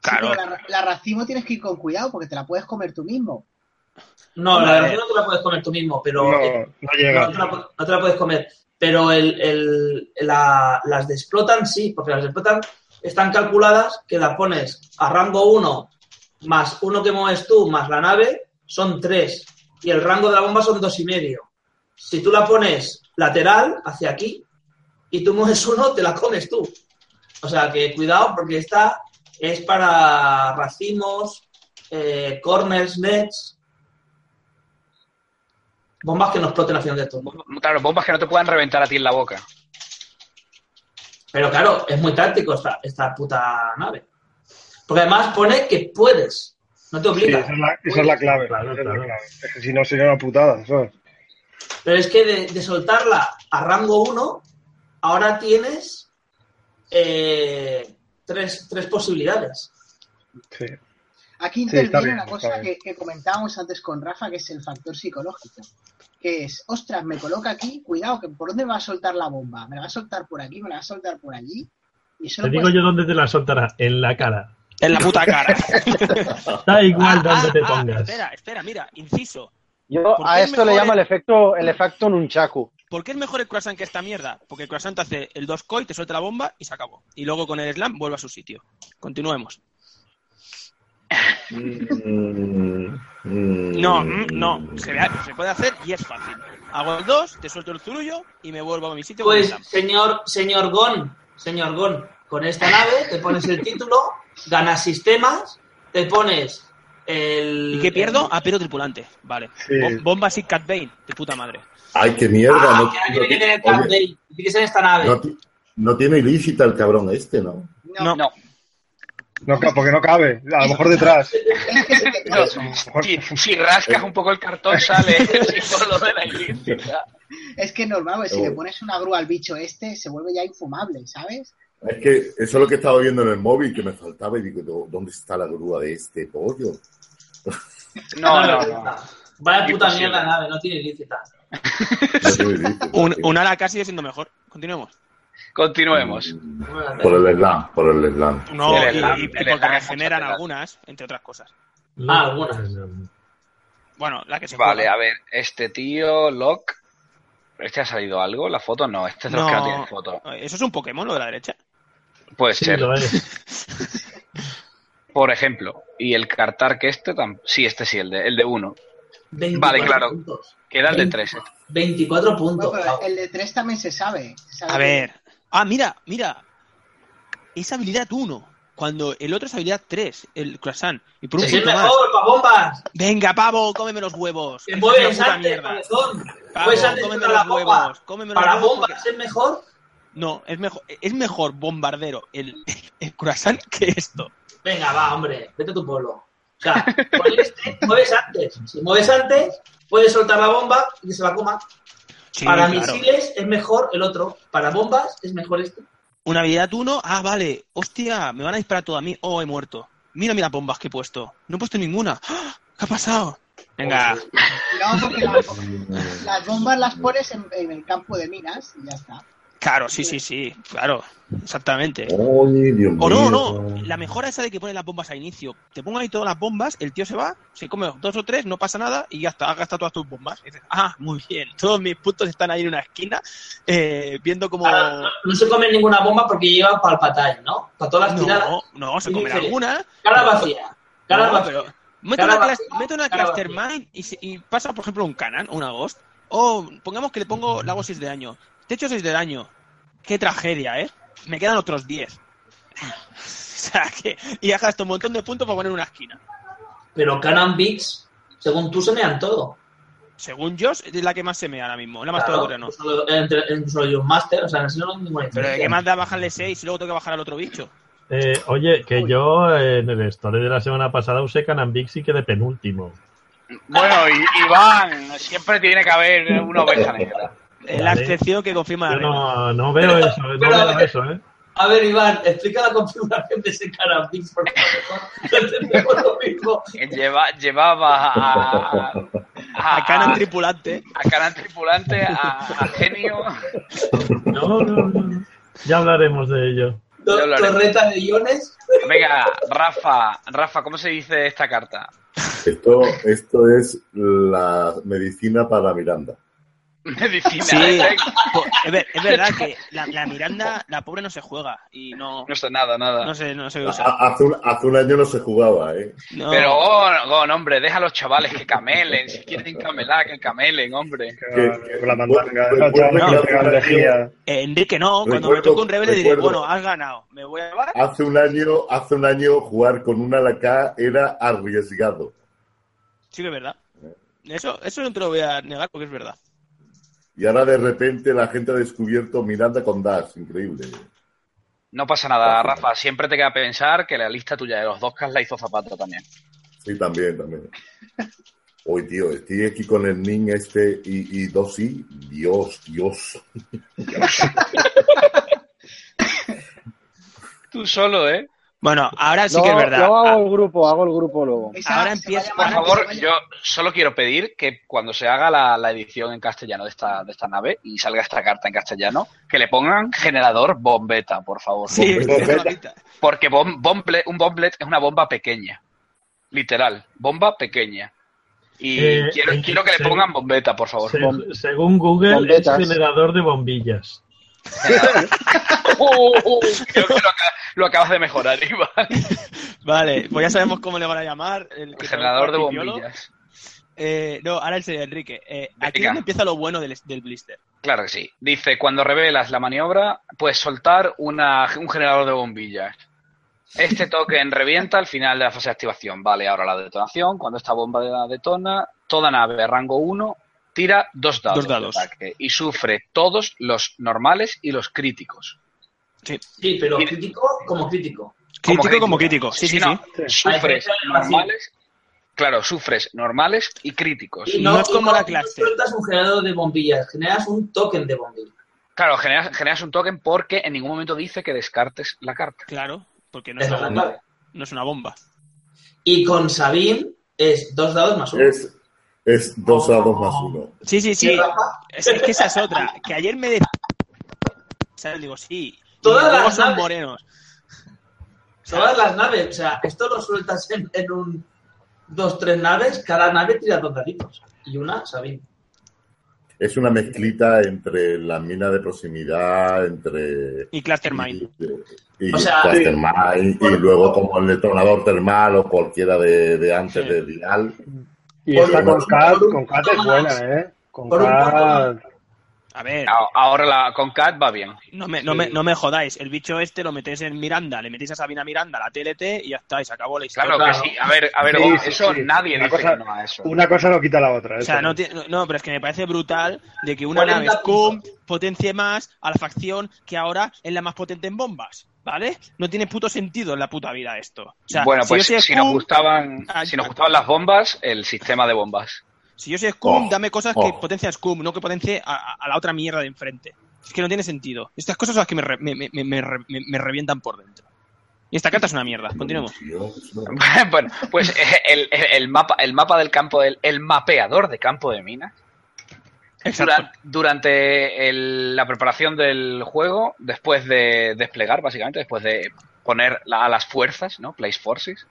Speaker 1: Claro.
Speaker 7: Sí, pero la, la racimo tienes que ir con cuidado porque te la puedes comer tú mismo.
Speaker 6: No, la
Speaker 1: Vale.
Speaker 6: verdad no te la puedes comer tú mismo, pero eh,
Speaker 5: No, no
Speaker 6: No,
Speaker 5: llega.
Speaker 6: no te la, pu- no te la puedes comer. Pero el, el- la- las de explotan sí, porque las de explotan están calculadas que las pones a rango 1 más uno que mueves tú más la nave son 3. Y el rango de la bomba son dos y medio. Si tú la pones lateral, hacia aquí, y tú mueves *laughs* uno, te la comes tú. O sea que cuidado, porque esta es para racimos, eh, corners, nets. Bombas que no exploten al final de estos.
Speaker 2: Claro, bombas que no te puedan reventar a ti en la boca.
Speaker 6: Pero claro, es muy táctico esta, esta puta nave. Porque además pone que puedes. No te
Speaker 5: Sí,
Speaker 6: obligas.
Speaker 5: esa es la, esa es la clave.
Speaker 8: Claro,
Speaker 5: esa es la
Speaker 8: claro.
Speaker 5: clave. Es que si no sería una putada, ¿sabes?
Speaker 6: Pero es que de, de soltarla a rango 1, ahora tienes eh, tres, tres posibilidades.
Speaker 5: Sí.
Speaker 7: Aquí
Speaker 5: Sí, está
Speaker 7: interviene
Speaker 5: bien,
Speaker 7: una
Speaker 5: está
Speaker 7: cosa
Speaker 5: bien.
Speaker 7: que, que comentábamos antes con Rafa, que es el factor psicológico. Que es, ostras, me coloca aquí, cuidado, que por dónde me va a soltar la bomba. Me la va a soltar por aquí, me la va a soltar por allí. Y eso
Speaker 8: Te
Speaker 7: lo
Speaker 8: digo
Speaker 7: puedes-
Speaker 8: yo dónde te la soltará, en la cara.
Speaker 1: En la
Speaker 2: *laughs*
Speaker 1: puta cara.
Speaker 8: Da *laughs* igual
Speaker 1: Ah,
Speaker 8: dónde
Speaker 1: ah,
Speaker 8: te
Speaker 1: ah,
Speaker 8: pongas.
Speaker 1: espera, espera, mira, inciso.
Speaker 4: Yo
Speaker 1: ¿Por
Speaker 4: a
Speaker 1: qué
Speaker 4: esto le
Speaker 1: mejor
Speaker 4: llamo el
Speaker 1: el-
Speaker 4: efecto, el efecto nunchaku.
Speaker 1: ¿Por qué es mejor el croissant que esta mierda? Porque el croissant te hace el 2 koi, te suelta la bomba y se acabó. Y luego con el slam vuelve a su sitio. Continuemos. No, mm, no, se, vea- se puede hacer y es fácil. Hago el 2, te suelto el zurullo y me vuelvo a mi sitio. con el
Speaker 6: Pues,
Speaker 1: slam.
Speaker 6: señor, señor Gon, señor Gon, con esta nave te pones el título, ganas sistemas, te pones el.
Speaker 1: ¿Y qué pierdo?
Speaker 6: el-
Speaker 1: Ah, pierdo tripulante. Vale.
Speaker 5: Sí.
Speaker 1: Bom- Bomba sin Cat Bane, de puta madre.
Speaker 3: Ay, qué mierda.
Speaker 6: Ah,
Speaker 3: no,
Speaker 6: que
Speaker 3: no
Speaker 6: ahora que viene el
Speaker 3: tiene- oye,
Speaker 6: Cat Bane, tiene que ser esta nave.
Speaker 3: no ti- no tiene ilícita el cabrón este, ¿no?
Speaker 7: *laughs*
Speaker 1: No.
Speaker 2: No,
Speaker 5: No, ca- porque no cabe. A lo mejor detrás.
Speaker 7: Es que se te-
Speaker 2: *laughs* no,
Speaker 5: A lo mejor-
Speaker 2: si, si rascas un poco el cartón *laughs* sale el símbolo de la ilícita.
Speaker 7: Es que es normal, porque si
Speaker 3: Oh.
Speaker 7: le pones una grúa al bicho este, se vuelve ya infumable, ¿sabes?
Speaker 3: Es que eso es lo que estaba viendo en el móvil que me faltaba y digo, "¿Dó- ¿dónde está la grúa de este pollo?
Speaker 2: No, no, no.
Speaker 6: Vaya puta
Speaker 2: Imposible.
Speaker 6: mierda nave, no tiene lícita.
Speaker 3: No tiene ilícita.
Speaker 1: *laughs* Un, un ala casi es siendo mejor. Continuemos.
Speaker 2: Continuemos.
Speaker 3: Por el slam, por el slam.
Speaker 1: No,
Speaker 2: el
Speaker 1: y,
Speaker 2: slam,
Speaker 1: y- y
Speaker 2: el slam
Speaker 1: porque
Speaker 2: es
Speaker 1: regeneran
Speaker 2: mucha
Speaker 1: algunas, entre otras cosas.
Speaker 6: Ah, algunas.
Speaker 1: Bueno, la que se
Speaker 2: Vale,
Speaker 1: juega.
Speaker 2: a ver, este tío, Locke. ¿Este ha salido algo? ¿La foto? No, este es de los que no tiene foto.
Speaker 1: ¿Eso es un Pokémon, lo de la derecha?
Speaker 2: Puede
Speaker 8: Sí,
Speaker 2: ser.
Speaker 8: lo es.
Speaker 2: Por ejemplo. Y el cartar que este tam- Sí, este sí, el de, el de uno. Vale, claro.
Speaker 6: Puntos.
Speaker 2: Queda el de tres.
Speaker 6: 24 puntos.
Speaker 7: Bueno, eh, pero el de tres también se sabe. se sabe
Speaker 1: A
Speaker 7: que-
Speaker 1: ver. Ah, mira, mira. Es habilidad 1. Cuando el otro es habilidad 3, el croissant. Y por un
Speaker 6: Es el
Speaker 1: punto más.
Speaker 6: mejor, pa' bombas.
Speaker 1: Venga, pavo, cómeme los huevos.
Speaker 6: Que
Speaker 1: Esa
Speaker 6: mueves
Speaker 1: es una puta
Speaker 6: antes,
Speaker 1: mierda.
Speaker 6: cabezón.
Speaker 1: Pavo,
Speaker 6: Mueves antes
Speaker 1: cómeme
Speaker 6: contra la
Speaker 1: los
Speaker 6: bomba.
Speaker 1: huevos. Cómeme los
Speaker 6: Para
Speaker 1: huevos.
Speaker 6: bombas
Speaker 1: porque-
Speaker 6: es el mejor.
Speaker 1: No, es mejor, es mejor bombardero el, *laughs* el croissant que esto.
Speaker 6: Venga, va, hombre, vete a tu pueblo. O sea, con este, mueves antes. Si mueves antes, puedes soltar la bomba y que se la coma.
Speaker 1: Sí,
Speaker 6: Para
Speaker 1: claro.
Speaker 6: misiles es mejor el otro. Para bombas es mejor este.
Speaker 1: Una habilidad 1. Ah, vale. Hostia, me van a disparar todo a mí. Oh, he muerto. Mira, mira bombas que he puesto. No he puesto ninguna. ¡Ah! ¿Qué ha pasado? Venga.
Speaker 7: Cuidado porque las, las bombas las pones en, en el campo de minas y ya está.
Speaker 1: Claro, sí, sí, sí. Claro. Exactamente.
Speaker 3: Oye, Dios mío.
Speaker 1: O Oh, no, no. La mejora esa de que pones las bombas a inicio. Te pongo ahí todas las bombas, el tío se va, se come dos o tres, no pasa nada y ya está, has gastado todas tus bombas. Y dices, ah, muy bien. Todos mis puntos están ahí en una esquina, eh, viendo como.
Speaker 6: Ahora, no, no se come ninguna bomba porque lleva para el patay, ¿no? Para todas las tiradas.
Speaker 1: No, no, se
Speaker 6: Y
Speaker 1: comen
Speaker 6: dice,
Speaker 1: alguna.
Speaker 6: Cara vacía. Cara
Speaker 1: No,
Speaker 6: vacía.
Speaker 1: pero Mete
Speaker 6: Cara
Speaker 1: una, clas-
Speaker 6: vacía,
Speaker 1: mete una
Speaker 6: cara
Speaker 1: Cluster
Speaker 6: vacía.
Speaker 1: Mine y, se- y pasa, por ejemplo, un Canan o una Ghost. O pongamos que le pongo, le hago 6 de daño. Te he hecho 6 de daño. Qué tragedia, ¿eh? Me quedan otros 10. *laughs* o sea que. Y has gastado un montón de puntos para poner una esquina.
Speaker 6: Pero Canan Bix, según tú, se mean todo.
Speaker 1: Según yo, es la que más se mea ahora mismo. La más todo
Speaker 6: Claro,
Speaker 1: terreno.
Speaker 6: incluso- entre- Incluso los Master, o sea, en eso no hay ninguna
Speaker 1: Pero
Speaker 6: diferencia.
Speaker 1: de qué más da bajarle 6 y luego tengo que bajar al otro bicho.
Speaker 8: Eh, oye, que yo eh, en el story de la semana pasada usé Canambix y quedé penúltimo.
Speaker 2: Bueno, y- Iván, siempre tiene que haber una oveja negra.
Speaker 1: Es la
Speaker 8: Vale.
Speaker 1: excepción que confirma la
Speaker 8: Yo
Speaker 1: regla.
Speaker 8: no, no veo
Speaker 6: Pero-
Speaker 8: eso, eh, no
Speaker 6: pero-
Speaker 8: veo eso, ¿eh?
Speaker 6: A ver, Iván, explica la configuración de ese Canambix, porque
Speaker 1: *laughs*
Speaker 6: no entendemos lo mismo.
Speaker 2: Lleva- llevaba a. a-
Speaker 1: A
Speaker 2: Ah.
Speaker 1: Canan tripulante.
Speaker 2: a Canan tripulante, a, a genio.
Speaker 8: No, no, no, no. Ya hablaremos de ello.
Speaker 6: Do-
Speaker 2: Ya hablaremos.
Speaker 6: torreta de iones.
Speaker 2: Venga, Rafa, Rafa, ¿cómo se dice esta carta? *laughs*
Speaker 3: Esto, esto es la medicina para Miranda.
Speaker 2: Medicina.
Speaker 1: Sí,
Speaker 2: ¿eh?
Speaker 1: po- es, ver- es verdad que la, la Miranda, la pobre no se juega y no,
Speaker 2: No está nada, nada.
Speaker 1: no se,
Speaker 3: Ah.
Speaker 1: no se usa.
Speaker 3: Ha- Hace un, hace un año no se jugaba, ¿eh?
Speaker 1: No.
Speaker 2: Pero, oh, oh, hombre, deja a los chavales que camelen. Si quieren camelar, que camelen, hombre.
Speaker 3: Que-
Speaker 5: Con la mandanga.
Speaker 3: que-
Speaker 5: Los chavales que
Speaker 1: no,
Speaker 5: le pegan
Speaker 3: no,
Speaker 5: lejía.
Speaker 1: Eh, Enrique no, cuando me
Speaker 3: Recuerdo-
Speaker 1: toque un rebelde diré,
Speaker 3: recuerdo.
Speaker 1: bueno, has ganado, me voy a llevar.
Speaker 3: Hace un año, hace un año jugar con una alacá era arriesgado.
Speaker 1: Sí que es verdad. Eso, eso no te lo voy a negar porque es verdad.
Speaker 3: Y ahora de repente la gente ha descubierto Miranda con Dash, increíble.
Speaker 2: No pasa nada, Rafa. Siempre te queda pensar que la lista tuya de los dos cas la hizo Zapata también.
Speaker 3: Sí, también, también. Hoy, tío, estoy aquí con el Nin este y, y dos sí. Dios, Dios.
Speaker 2: Tú solo, ¿eh?
Speaker 1: Bueno, ahora sí
Speaker 4: Luego-
Speaker 1: que es verdad.
Speaker 4: Luego
Speaker 1: Ah,
Speaker 4: hago el grupo, hago el grupo luego.
Speaker 7: Esa
Speaker 1: Ahora
Speaker 7: se va a
Speaker 1: empieza-
Speaker 2: Por
Speaker 7: llamar- se va
Speaker 2: favor,
Speaker 7: a
Speaker 2: yo solo quiero pedir que cuando se haga la, la edición en castellano de esta, de esta nave y salga esta carta en castellano, que le pongan generador bombeta, por favor.
Speaker 3: *laughs*
Speaker 1: sí, *laughs*
Speaker 5: Bombeta.
Speaker 1: tiene una pinta.
Speaker 2: Porque bom- bomble- un bomblet es una bomba pequeña. Literal, bomba pequeña. Y
Speaker 8: Eh,
Speaker 2: quiero,
Speaker 8: eh,
Speaker 2: quiero que
Speaker 8: sí.
Speaker 2: le pongan bombeta, por favor.
Speaker 8: Se-
Speaker 4: Bom-
Speaker 8: según Google,
Speaker 4: bombetas.
Speaker 8: es generador de bombillas.
Speaker 2: Uh, uh, uh, creo que lo, aca- lo acabas de mejorar, Iván.
Speaker 1: Vale, pues ya sabemos cómo le van a llamar. El que
Speaker 2: generador de
Speaker 1: trabaja en Pipiolo.
Speaker 2: bombillas.
Speaker 1: Eh, no, ahora en serio, Enrique. eh, aquí es
Speaker 2: Venga.
Speaker 1: donde empieza lo bueno del, del blister.
Speaker 2: Claro que sí. Dice, cuando revelas la maniobra, puedes soltar una, un generador de bombillas. Este token revienta al final de la fase de activación. Vale, ahora la detonación. Cuando esta bomba de- detona, toda nave de rango 1 tira dos dados,
Speaker 1: Dos dados.
Speaker 2: de ataque y sufre todos los normales y los críticos.
Speaker 6: Sí, pero
Speaker 2: Mira.
Speaker 6: crítico como crítico.
Speaker 1: Crítico como crítico. Sí, sí, sí.
Speaker 2: no, Sufres
Speaker 6: Sí.
Speaker 2: normales. Claro, sufres normales y críticos.
Speaker 1: Pues No es como la clase.
Speaker 6: No sueltas un generador de bombillas, generas un token de bombillas.
Speaker 2: Claro, generas, generas un token porque en ningún momento dice que descartes la carta.
Speaker 1: Claro, porque no es,
Speaker 6: Esa es
Speaker 1: una
Speaker 6: la
Speaker 1: bomba,
Speaker 6: clave.
Speaker 1: no es una bomba.
Speaker 6: Y con Sabine es dos dados más uno.
Speaker 3: Es, es dos a dos más uno.
Speaker 1: Sí, sí,
Speaker 6: Sí,
Speaker 1: sí.
Speaker 6: Rafa,
Speaker 1: Es, es que esa es otra. Que ayer me decía. ¿Sabes? Digo, sí.
Speaker 6: Todas
Speaker 1: los
Speaker 6: las
Speaker 1: juegos son
Speaker 6: naves.
Speaker 1: morenos.
Speaker 6: Todas las naves, o sea, esto lo sueltas en, en un dos, tres naves, cada nave tira dos daditos. Y una, Sabine.
Speaker 3: Es una mezclita entre la mina de proximidad, entre.
Speaker 1: Y Clustermine.
Speaker 3: Y, y
Speaker 6: O sea,
Speaker 3: Clustermine, y luego como el detonador termal o cualquiera de, de antes
Speaker 1: Sí.
Speaker 3: de Dial.
Speaker 5: Y
Speaker 6: Por
Speaker 5: está
Speaker 3: un-
Speaker 5: con
Speaker 3: por
Speaker 5: Kat,
Speaker 6: un
Speaker 5: con Kat
Speaker 6: poco
Speaker 5: es buena,
Speaker 6: más.
Speaker 5: ¿eh? Con
Speaker 6: Por un poco
Speaker 5: Kat.
Speaker 1: A ver,
Speaker 2: A- Ahora la, con Cat va bien.
Speaker 1: no me, no, me, no me jodáis. El bicho este lo metéis en Miranda, le metéis a Sabina Miranda, la TLT y ya está, y se acabó la historia.
Speaker 2: Claro que sí. A ver, a ver,
Speaker 5: Sí,
Speaker 2: Bob,
Speaker 5: sí,
Speaker 2: eso
Speaker 5: sí.
Speaker 2: nadie
Speaker 5: Una
Speaker 2: dice
Speaker 5: cosa-
Speaker 2: que no a eso.
Speaker 5: Una cosa no quita la otra.
Speaker 1: O
Speaker 2: este
Speaker 5: eso
Speaker 1: sea,
Speaker 5: no.
Speaker 1: no, ti- no- no, pero es que me parece brutal de que una
Speaker 6: 40
Speaker 1: nave Scum
Speaker 6: puntos.
Speaker 1: potencie más a la facción que ahora es la más potente en bombas, ¿vale? No tiene puto sentido en la puta vida esto. O sea,
Speaker 2: bueno,
Speaker 1: si
Speaker 2: pues
Speaker 1: yo soy
Speaker 2: si nos
Speaker 1: Scum,
Speaker 2: gustaban,
Speaker 1: Ah,
Speaker 2: si nos
Speaker 1: ya.
Speaker 2: gustaban las bombas, el sistema de bombas. *laughs*
Speaker 1: si yo soy Scum,
Speaker 3: Oh,
Speaker 1: dame cosas que
Speaker 3: oh.
Speaker 1: potencie a Scum, no que potencie a, a- a la otra mierda de enfrente. Es que no tiene sentido. Estas cosas son las que me, re- me- me- me- me re- me- me revientan por dentro. Y esta carta es una mierda. Continuemos.
Speaker 3: Dios, no.
Speaker 2: bueno, pues eh, el, el- el mapa, el mapa del campo, del, el mapeador de campo de minas. Dura- durante el- la preparación del juego, después de desplegar, básicamente, después de poner la- a las fuerzas, ¿no? Place Forces,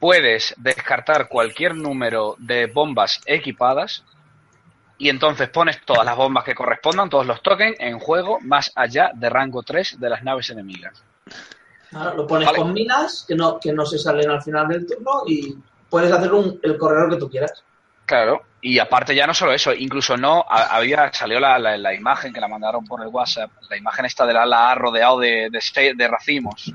Speaker 2: puedes descartar cualquier número de bombas equipadas y entonces pones todas las bombas que correspondan, todos los tokens, en juego más allá de rango 3 de las naves enemigas.
Speaker 6: Claro, lo pones
Speaker 2: Vale.
Speaker 6: con minas que no, que no se salen al final del turno y puedes hacer un, el corredor que tú quieras.
Speaker 2: Claro. Y aparte ya no solo eso, incluso no, ha- había, salió la, la- la imagen que la mandaron por el WhatsApp, la imagen esta del ala A rodeado de, de, se- de racimos.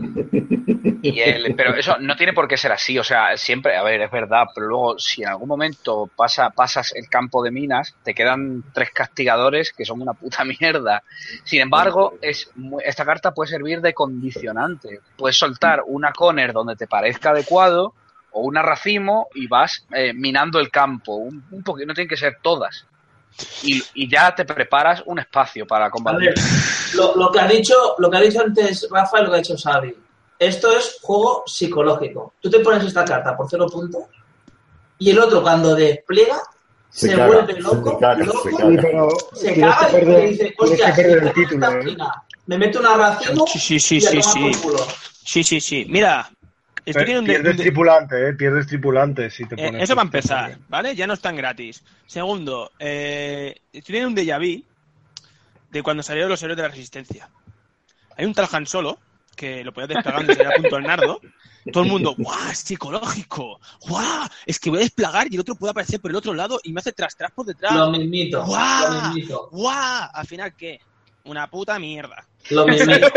Speaker 2: Y el- pero
Speaker 3: *laughs*
Speaker 2: eso no tiene por qué ser así, o sea, siempre, a ver, es verdad, pero luego si en algún momento pasa, pasas el campo de minas, te quedan tres castigadores que son una puta *laughs* mierda. Sin embargo, es mu- esta carta puede servir de condicionante. Puedes soltar una coner donde te parezca adecuado o una racimo y vas eh, minando el campo, un, un poquito, no tienen que ser todas. Y, y ya te preparas un espacio para
Speaker 6: A ver,
Speaker 2: combatir.
Speaker 6: lo, lo que ha dicho, lo que ha dicho antes Rafa y lo que ha dicho Xavi. Esto es juego psicológico. Tú te pones esta carta por cero puntos y el otro cuando despliega se,
Speaker 3: Se caga,
Speaker 6: vuelve
Speaker 3: se
Speaker 6: loco,
Speaker 3: caga,
Speaker 6: loco, se
Speaker 3: se
Speaker 6: caga,
Speaker 5: Sí, pero tienes que
Speaker 6: y te
Speaker 5: perder,
Speaker 6: dice,
Speaker 5: tienes que
Speaker 6: hostia,
Speaker 5: perder el
Speaker 6: me meto
Speaker 5: título,
Speaker 6: una
Speaker 5: ¿eh?
Speaker 6: racina, me meto una racimo
Speaker 1: Sí, sí, sí,
Speaker 6: y a
Speaker 1: sí,
Speaker 6: tomar
Speaker 1: sí.
Speaker 6: por culo.
Speaker 1: Sí, sí, sí. Mira, esto tiene un, de-
Speaker 5: Pierdes
Speaker 1: un de-
Speaker 5: tripulante, ¿eh? Pierdes tripulante si te
Speaker 1: Eh,
Speaker 5: pones... este,
Speaker 1: eso va a empezar, ¿vale? Ya no es tan gratis. Segundo, eh, estoy teniendo un déjà vu de cuando salieron los héroes de la resistencia. Hay un tal Han Solo, que lo podías desplegar antes era punto al nardo. Todo el
Speaker 5: *laughs*
Speaker 1: mundo, ¡guau! Es psicológico. ¡guau! Es que voy a desplegar y el otro puede aparecer por el otro lado y me hace tras tras por detrás.
Speaker 6: Lo mismito, lo
Speaker 1: ¡Guau!
Speaker 6: mismito,
Speaker 1: ¡Guau! Al final, ¿qué? Una puta mierda.
Speaker 6: lo mismito.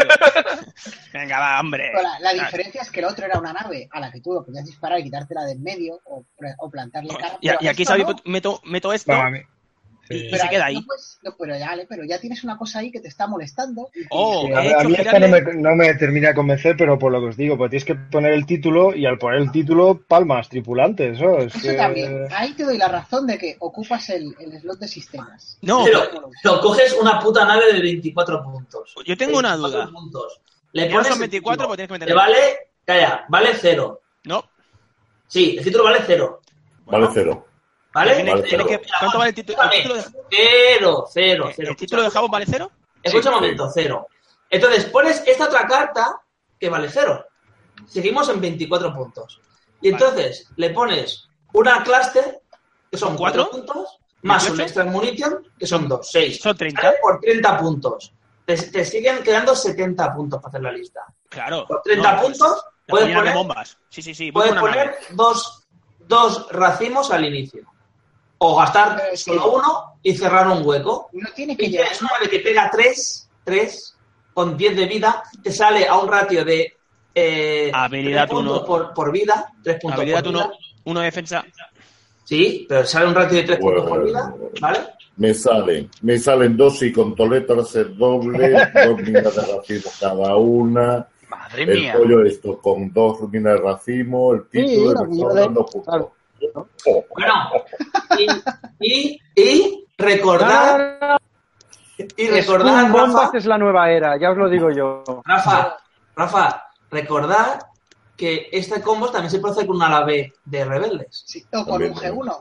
Speaker 1: Venga, va, hombre.
Speaker 7: Pero la, la diferencia es que el otro era una nave a la que tú podías disparar y quitártela de en medio o, pre- o plantarle cara.
Speaker 1: Y,
Speaker 7: pero
Speaker 1: y aquí,
Speaker 7: esto
Speaker 1: Xavi,
Speaker 7: no.
Speaker 1: meto, meto esto
Speaker 5: Para mí.
Speaker 1: y, y
Speaker 7: Pero
Speaker 1: se queda
Speaker 7: no
Speaker 1: ahí.
Speaker 7: puedes- no, pero, ya, Ale, pero ya tienes una cosa ahí que te está molestando. y que-
Speaker 1: Oh,
Speaker 5: Sí, a,
Speaker 1: he
Speaker 5: a
Speaker 1: hecho
Speaker 5: mí esta no
Speaker 1: girarle-
Speaker 5: me, no me termina de convencer, pero por lo que os digo, pues tienes que poner el título y al poner el título, palmas, tripulantes, eso es
Speaker 7: Eso
Speaker 5: que-
Speaker 7: también. Ahí te doy la razón de que ocupas el, el slot de sistemas.
Speaker 1: No,
Speaker 7: Eso
Speaker 6: pero-
Speaker 7: no lo usas.
Speaker 6: Lo coges una puta nave de 24 puntos.
Speaker 1: Yo tengo una
Speaker 6: 24
Speaker 1: duda.
Speaker 6: puntos. Le
Speaker 1: Ya no
Speaker 6: pones
Speaker 1: son
Speaker 6: el
Speaker 1: 24,
Speaker 6: título.
Speaker 1: pues tienes que meterle
Speaker 6: Te vale Calla, vale cero.
Speaker 1: No.
Speaker 6: Sí, el título vale cero.
Speaker 3: Vale cero.
Speaker 6: ¿Vale?
Speaker 1: Tiene-
Speaker 3: Vale,
Speaker 1: tiene
Speaker 3: cero.
Speaker 1: que- ¿Cuánto vale el título? El título de,
Speaker 6: Cero, cero,
Speaker 1: el
Speaker 6: cero.
Speaker 1: título de Jabón vale cero?
Speaker 6: Escucha un
Speaker 3: Sí, sí.
Speaker 6: momento, cero. Entonces pones esta otra carta que vale cero. Seguimos en 24 puntos. Y
Speaker 1: Vale.
Speaker 6: entonces le pones una cluster, que son
Speaker 1: ¿Cuatro?
Speaker 6: 4 puntos, más un
Speaker 1: ¿Dieciocho?
Speaker 6: extra munition, que son 2, 6.
Speaker 1: Son 30.
Speaker 6: Por 30 puntos. Te, te siguen quedando 70 puntos para hacer la lista.
Speaker 1: Claro.
Speaker 6: Por 30
Speaker 1: No, pues,
Speaker 6: puntos
Speaker 1: la
Speaker 6: puedes
Speaker 1: mañana de
Speaker 6: poner,
Speaker 1: bombas. Sí, sí, sí. voy
Speaker 6: puedes
Speaker 1: con una
Speaker 6: poner
Speaker 1: nave.
Speaker 6: dos, dos racimos al inicio. O gastar
Speaker 4: Eh,
Speaker 7: Pero es que-
Speaker 6: solo uno y cerrar un hueco.
Speaker 7: No tienes que
Speaker 6: Y
Speaker 7: llevar.
Speaker 6: tienes una de que pega 3, 3, con 10 de vida, te sale a un ratio de. Eh,
Speaker 1: Habilidad
Speaker 6: tres puntos
Speaker 1: uno.
Speaker 6: por, por vida, 3 puntos
Speaker 1: Habilidad
Speaker 6: por
Speaker 1: uno,
Speaker 6: vida.
Speaker 1: uno de defensa.
Speaker 6: Sí, pero sale un ratio de 3
Speaker 3: Bueno,
Speaker 6: puntos por vida,
Speaker 3: bueno, bueno.
Speaker 6: ¿vale?
Speaker 3: Me salen, me salen dos y con toletas el doble, dos minas de racimo cada una,
Speaker 2: Madre
Speaker 3: el
Speaker 2: mía.
Speaker 3: pollo esto con dos minas de racimo, el título
Speaker 4: la
Speaker 3: y me
Speaker 4: mierda,
Speaker 3: sobran dos puntos.
Speaker 4: claro.
Speaker 3: Oh,
Speaker 6: Bueno, y, y, y recordar,
Speaker 4: No, no, no.
Speaker 6: y recordar,
Speaker 4: Spoon Bombas
Speaker 6: Rafa,
Speaker 4: es la nueva era, ya os lo digo yo.
Speaker 6: Rafa, Rafa, recordar que este combo también se puede hacer con una ala B de rebeldes.
Speaker 7: Sí, o con
Speaker 3: También,
Speaker 7: un G1.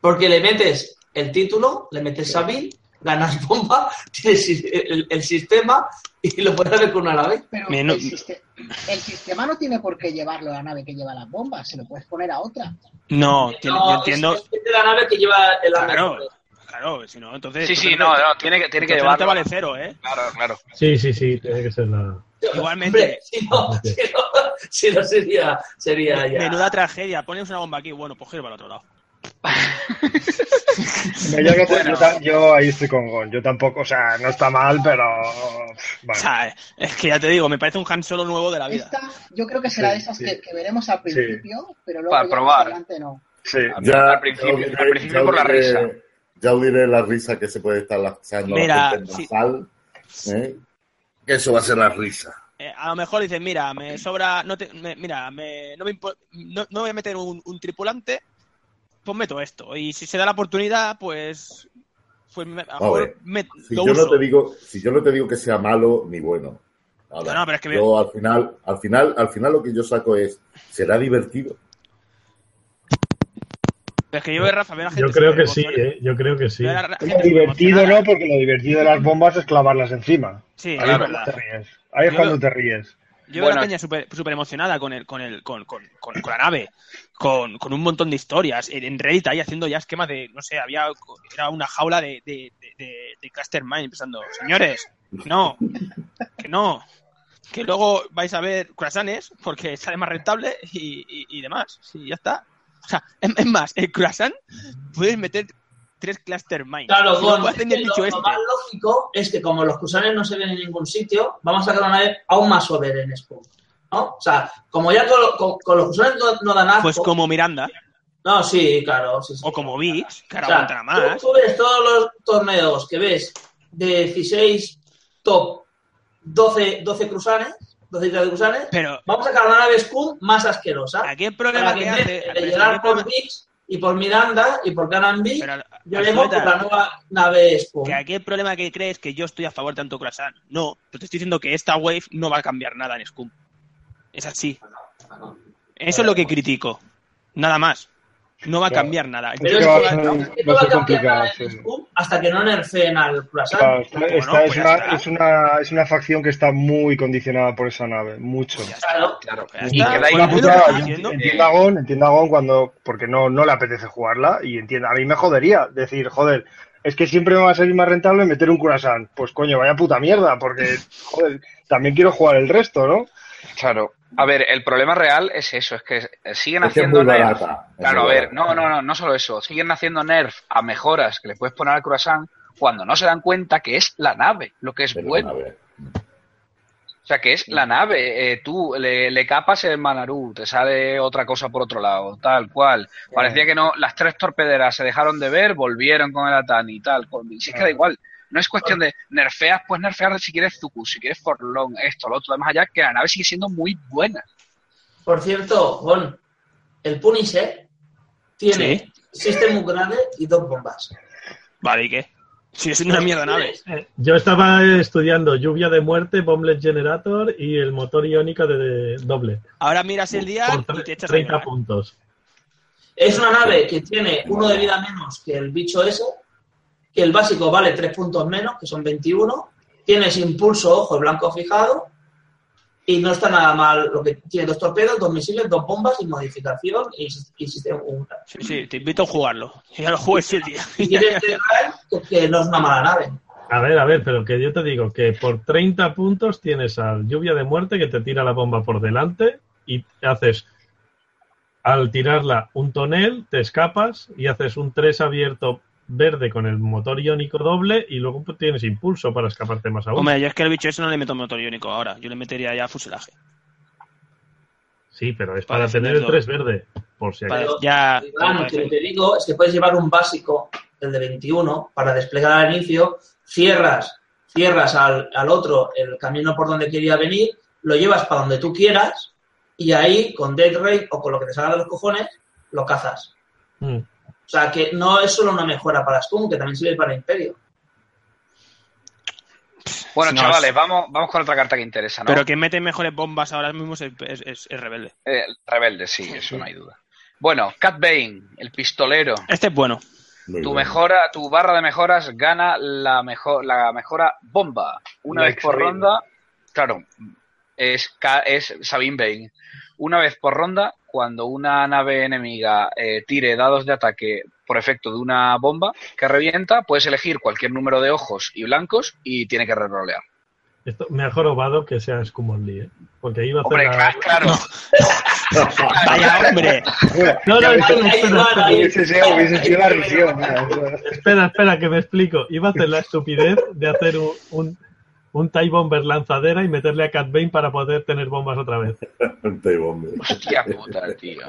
Speaker 6: Porque le metes el título, le metes Sabin, ganas bomba, *laughs* tienes el, el sistema y lo puedes hacer con una a la vez.
Speaker 7: Pero
Speaker 1: Mira, no-
Speaker 7: el, siste- el sistema no tiene por qué llevarlo a la nave que lleva las bombas, se lo puedes poner a otra.
Speaker 1: No, enti-
Speaker 6: No,
Speaker 1: yo entiendo.
Speaker 6: Es, es de la nave que lleva el
Speaker 1: Claro,
Speaker 6: arma.
Speaker 1: claro, si no, entonces.
Speaker 2: Sí, sí,
Speaker 1: entonces
Speaker 2: no, no, tiene que, tiene que
Speaker 1: entonces no te
Speaker 2: llevarlo.
Speaker 1: vale cero, ¿eh?
Speaker 2: Claro, claro.
Speaker 8: Sí, sí, sí, tiene que ser la.
Speaker 1: Igualmente.
Speaker 6: Hombre, si no, *laughs* si no, si no sería, sería ya.
Speaker 1: Menuda tragedia. Pones una bomba aquí, bueno, pues gira para el otro lado.
Speaker 5: No, yo, no-
Speaker 2: Bueno.
Speaker 5: yo ta- yo ahí estoy con Gon. Yo tampoco, o sea, no está mal, pero. pff,
Speaker 1: O
Speaker 5: vale.
Speaker 1: sea, es que ya te digo, me parece un Han Solo nuevo de la vida.
Speaker 7: Esta, yo creo que será
Speaker 5: Sí,
Speaker 7: de esas
Speaker 5: sí.
Speaker 7: que, que veremos al
Speaker 5: Sí.
Speaker 7: principio, pero luego
Speaker 2: Para
Speaker 7: ya más
Speaker 2: probar.
Speaker 7: adelante no.
Speaker 5: Sí.
Speaker 3: Ya,
Speaker 2: Al principio-
Speaker 3: ya
Speaker 2: al principio
Speaker 3: ya
Speaker 2: por la
Speaker 3: diré-
Speaker 2: risa.
Speaker 3: Ya os diré la risa que se puede estar lanzando
Speaker 1: Mira,
Speaker 3: la gente en
Speaker 1: sí.
Speaker 3: Bajal, ¿eh? Que eso va a ser la risa.
Speaker 1: Eh, a lo mejor dices, mira, me sobra, no te- me- mira, me- no, me impo- no- no voy a meter un, un tripulante, pues meto esto. Y si se da la oportunidad, pues, pues me, a lo mejor
Speaker 3: ver,
Speaker 1: me-
Speaker 3: Si
Speaker 1: lo
Speaker 3: yo, no
Speaker 1: uso.
Speaker 3: te digo, si yo no te digo que sea malo ni bueno. Ahora,
Speaker 1: No, no, pero es que me-
Speaker 3: yo al final, al final, al final lo que yo saco es, será divertido.
Speaker 1: Pero es que yo veo a Rafa, veo a la gente
Speaker 8: Yo creo que
Speaker 1: súper
Speaker 8: sí,
Speaker 1: emocionada.
Speaker 8: ¿eh? Yo creo que sí.
Speaker 1: Veo a la ra-
Speaker 5: Lo
Speaker 1: gente súper
Speaker 5: divertido
Speaker 1: emocionada.
Speaker 5: no, porque lo divertido de las bombas es clavarlas encima.
Speaker 1: Sí,
Speaker 5: Ahí es
Speaker 1: es
Speaker 2: Claro.
Speaker 5: cuando te
Speaker 1: verdad.
Speaker 5: ríes. Ahí es
Speaker 1: Yo-
Speaker 5: cuando te ríes.
Speaker 1: Yo veo a la
Speaker 2: Bueno.
Speaker 1: peña súper súper emocionada con el, con el, con, con, con, con la nave, con, con un montón de historias. En, en Reddit ahí haciendo ya esquemas de, no sé, había era una jaula de, de, de, de- de Cluster Mine pensando, señores, no, que no, que luego vais a ver croissants porque sale más rentable y, y, y demás. Y ya está. O sea, es, es más, el croissant puedes meter tres Cluster Mine.
Speaker 6: Claro,
Speaker 1: Si no
Speaker 6: Gon,
Speaker 1: puedes tener
Speaker 6: lo,
Speaker 1: dicho
Speaker 6: lo
Speaker 1: este.
Speaker 6: más lógico es que como los cruzanes no se ven en ningún sitio, vamos a sacar una nave aún más over en Spoon. ¿no? O sea, como ya con, lo- con- con los cruzanes no, no dan asco.
Speaker 1: Pues como Miranda,
Speaker 6: No, sí, claro. sí, sí.
Speaker 1: o como Vix, que ahora
Speaker 6: O sea,
Speaker 1: aguantará más.
Speaker 6: Tú, tú ves todos los torneos que ves de 16 top 12, 12 cruzanes, 12 islas de cruzanes.
Speaker 1: Pero
Speaker 6: Vamos a sacar una nave Scum más asquerosa.
Speaker 1: aquí el
Speaker 6: Para
Speaker 1: problema
Speaker 6: que
Speaker 1: que
Speaker 6: en
Speaker 1: hace.
Speaker 6: vez
Speaker 1: pero
Speaker 6: de
Speaker 1: aquí
Speaker 6: llorar
Speaker 1: el
Speaker 6: por
Speaker 1: problema-
Speaker 6: Vix y por Miranda y por Canan Vix,
Speaker 1: pero pues al- al
Speaker 6: lloremos por
Speaker 1: final,
Speaker 6: la nueva nave Scum.
Speaker 1: que aquí el problema que crees que yo estoy a favor de tanto croissant. No, pero te estoy diciendo que esta wave no va a cambiar nada en Scum. Es así. Eso es lo que critico. Nada más. No va a
Speaker 5: Claro.
Speaker 1: cambiar nada.
Speaker 6: Pero
Speaker 5: Es
Speaker 6: es
Speaker 5: que va
Speaker 6: que
Speaker 5: a ser-
Speaker 6: no, no
Speaker 5: va
Speaker 6: va a
Speaker 5: a ser
Speaker 6: cambiar nada
Speaker 5: complicado,
Speaker 6: en
Speaker 5: sí.
Speaker 6: Scum hasta que no nerfeen al
Speaker 5: O sea,
Speaker 6: Crusader.
Speaker 5: esta- esta
Speaker 1: pues
Speaker 5: es,
Speaker 1: ya
Speaker 5: una,
Speaker 1: está.
Speaker 5: es, una, es una facción que está muy condicionada por esa nave, mucho.
Speaker 6: Claro.
Speaker 2: Claro.
Speaker 1: Ya
Speaker 2: Y
Speaker 1: está.
Speaker 2: queda ahí
Speaker 1: Bueno,
Speaker 5: Una
Speaker 1: pues
Speaker 2: mucho-
Speaker 1: lo
Speaker 5: puta,
Speaker 1: que
Speaker 5: yo
Speaker 1: está
Speaker 5: enti-
Speaker 1: haciendo.
Speaker 5: entiendo a Gon, entiendo a Gon cuando, porque no, no le apetece jugarla y entiendo, a mí me jodería decir, joder, es que siempre me va a salir más rentable meter un curasán. Pues coño, vaya puta mierda, porque, joder, también quiero jugar el resto, ¿no?
Speaker 2: Claro. A ver, el problema real es eso, es que eh, siguen
Speaker 3: Es que es
Speaker 2: haciendo
Speaker 3: muy
Speaker 2: nerf.
Speaker 3: barata. es
Speaker 2: Claro, a
Speaker 3: muy
Speaker 2: ver, no,
Speaker 3: barata.
Speaker 2: no, no, no solo eso. Siguen haciendo nerf a mejoras que le puedes poner al croissant cuando no se dan cuenta que es la nave lo que es
Speaker 3: Pero,
Speaker 2: bueno.
Speaker 3: a ver,
Speaker 2: O sea, que es la nave. eh, tú le, le capas el Manarú, te sale otra cosa por otro lado, tal cual. Parecía que no, las tres torpederas se dejaron de ver, volvieron con el Atani y tal. Con, si es que da igual. No es cuestión de nerfeas, pues nerfear si quieres Zuku, si quieres Forlón, esto, lo otro, además allá, que la nave sigue siendo muy buena.
Speaker 6: Por cierto, Gon, el Punisher tiene
Speaker 1: Sí.
Speaker 6: sistema muy grande y dos bombas.
Speaker 1: Vale, ¿y qué? Si es una mierda nave.
Speaker 8: Eh, Yo estaba estudiando Lluvia de Muerte, Bomblet Generator y el motor iónico de, de doble.
Speaker 1: Ahora miras el día
Speaker 8: Por
Speaker 1: y te
Speaker 8: tre-
Speaker 1: echas a
Speaker 8: 30
Speaker 1: llorar.
Speaker 8: puntos.
Speaker 6: Es una nave que tiene uno de vida menos que el bicho ese, que el básico vale 3 puntos menos, que son 21, tienes impulso, ojo, y blanco fijado, y no está nada mal, lo que tiene dos torpedos, dos misiles, dos bombas y modificación y, sis- y sistema oculta.
Speaker 1: Sí, sí, te invito a jugarlo. *laughs* Ya lo juegues el día. *laughs*
Speaker 6: Y tienes que ver que, que no es una mala nave.
Speaker 8: A ver, a ver, pero que yo te digo que por 30 puntos tienes al Lluvia de Muerte que te tira la bomba por delante y haces al tirarla un tonel, te escapas y haces un 3 abierto verde con el motor iónico doble y luego tienes impulso para escaparte más aún.
Speaker 1: Hombre, yo es que el bicho ese no le meto motor iónico ahora. Yo le metería ya fuselaje.
Speaker 8: Sí, pero es
Speaker 1: Para
Speaker 8: para tener el
Speaker 1: defenderlo.
Speaker 8: 3 verde, por si
Speaker 1: Para-
Speaker 8: acaso.
Speaker 6: Pero,
Speaker 1: ya.
Speaker 6: Iván, que lo que digo es que puedes llevar un básico, el de 21, para desplegar al inicio, cierras, cierras al, al otro el camino por donde quería venir, lo llevas para donde tú quieras y ahí con Dead Ray o con lo que te salga de los cojones, lo cazas.
Speaker 8: Mm.
Speaker 6: O sea que no es solo una mejora para Scum, que también sirve para Imperio.
Speaker 2: Bueno,
Speaker 1: No,
Speaker 2: chavales,
Speaker 1: es-
Speaker 2: vamos, vamos con otra carta que interesa, ¿no?
Speaker 1: Pero que mete mejores bombas ahora mismo es, es- es- es rebelde.
Speaker 2: Eh, rebelde, sí, eso no hay duda. Bueno, Cat Bane, el pistolero.
Speaker 1: Este es bueno.
Speaker 3: Muy
Speaker 2: Tu
Speaker 3: bien.
Speaker 2: mejora, tu barra de mejoras gana la mejor, la mejora bomba. Una
Speaker 5: La
Speaker 2: vez por
Speaker 5: X-Ray.
Speaker 2: ronda, claro, es, Ca- es Sabine Bane. Una vez por ronda, cuando una nave enemiga eh, tire dados de ataque por efecto de una bomba que revienta, puedes elegir cualquier número de ojos y blancos y tiene que rerolear.
Speaker 8: Esto me ha jorobado que sea Scumon Lee, ¿eh? porque iba a hacer
Speaker 2: Hombre,
Speaker 8: la-
Speaker 2: cla- claro.
Speaker 1: Vaya hombre.
Speaker 8: No, no,
Speaker 6: Ahí,
Speaker 8: espera,
Speaker 6: ahí,
Speaker 8: espera,
Speaker 6: Iván,
Speaker 8: espera.
Speaker 6: ahí.
Speaker 5: Hubiese sido, hubiese sido la risión. mira.
Speaker 8: Espera, espera, que me explico. Iba a hacer la estupidez de hacer un, un, un TIE Bomber lanzadera y meterle a Cat Bane para poder tener bombas otra vez.
Speaker 3: *laughs* Te digo, hombre.
Speaker 2: Hostia puta, tío.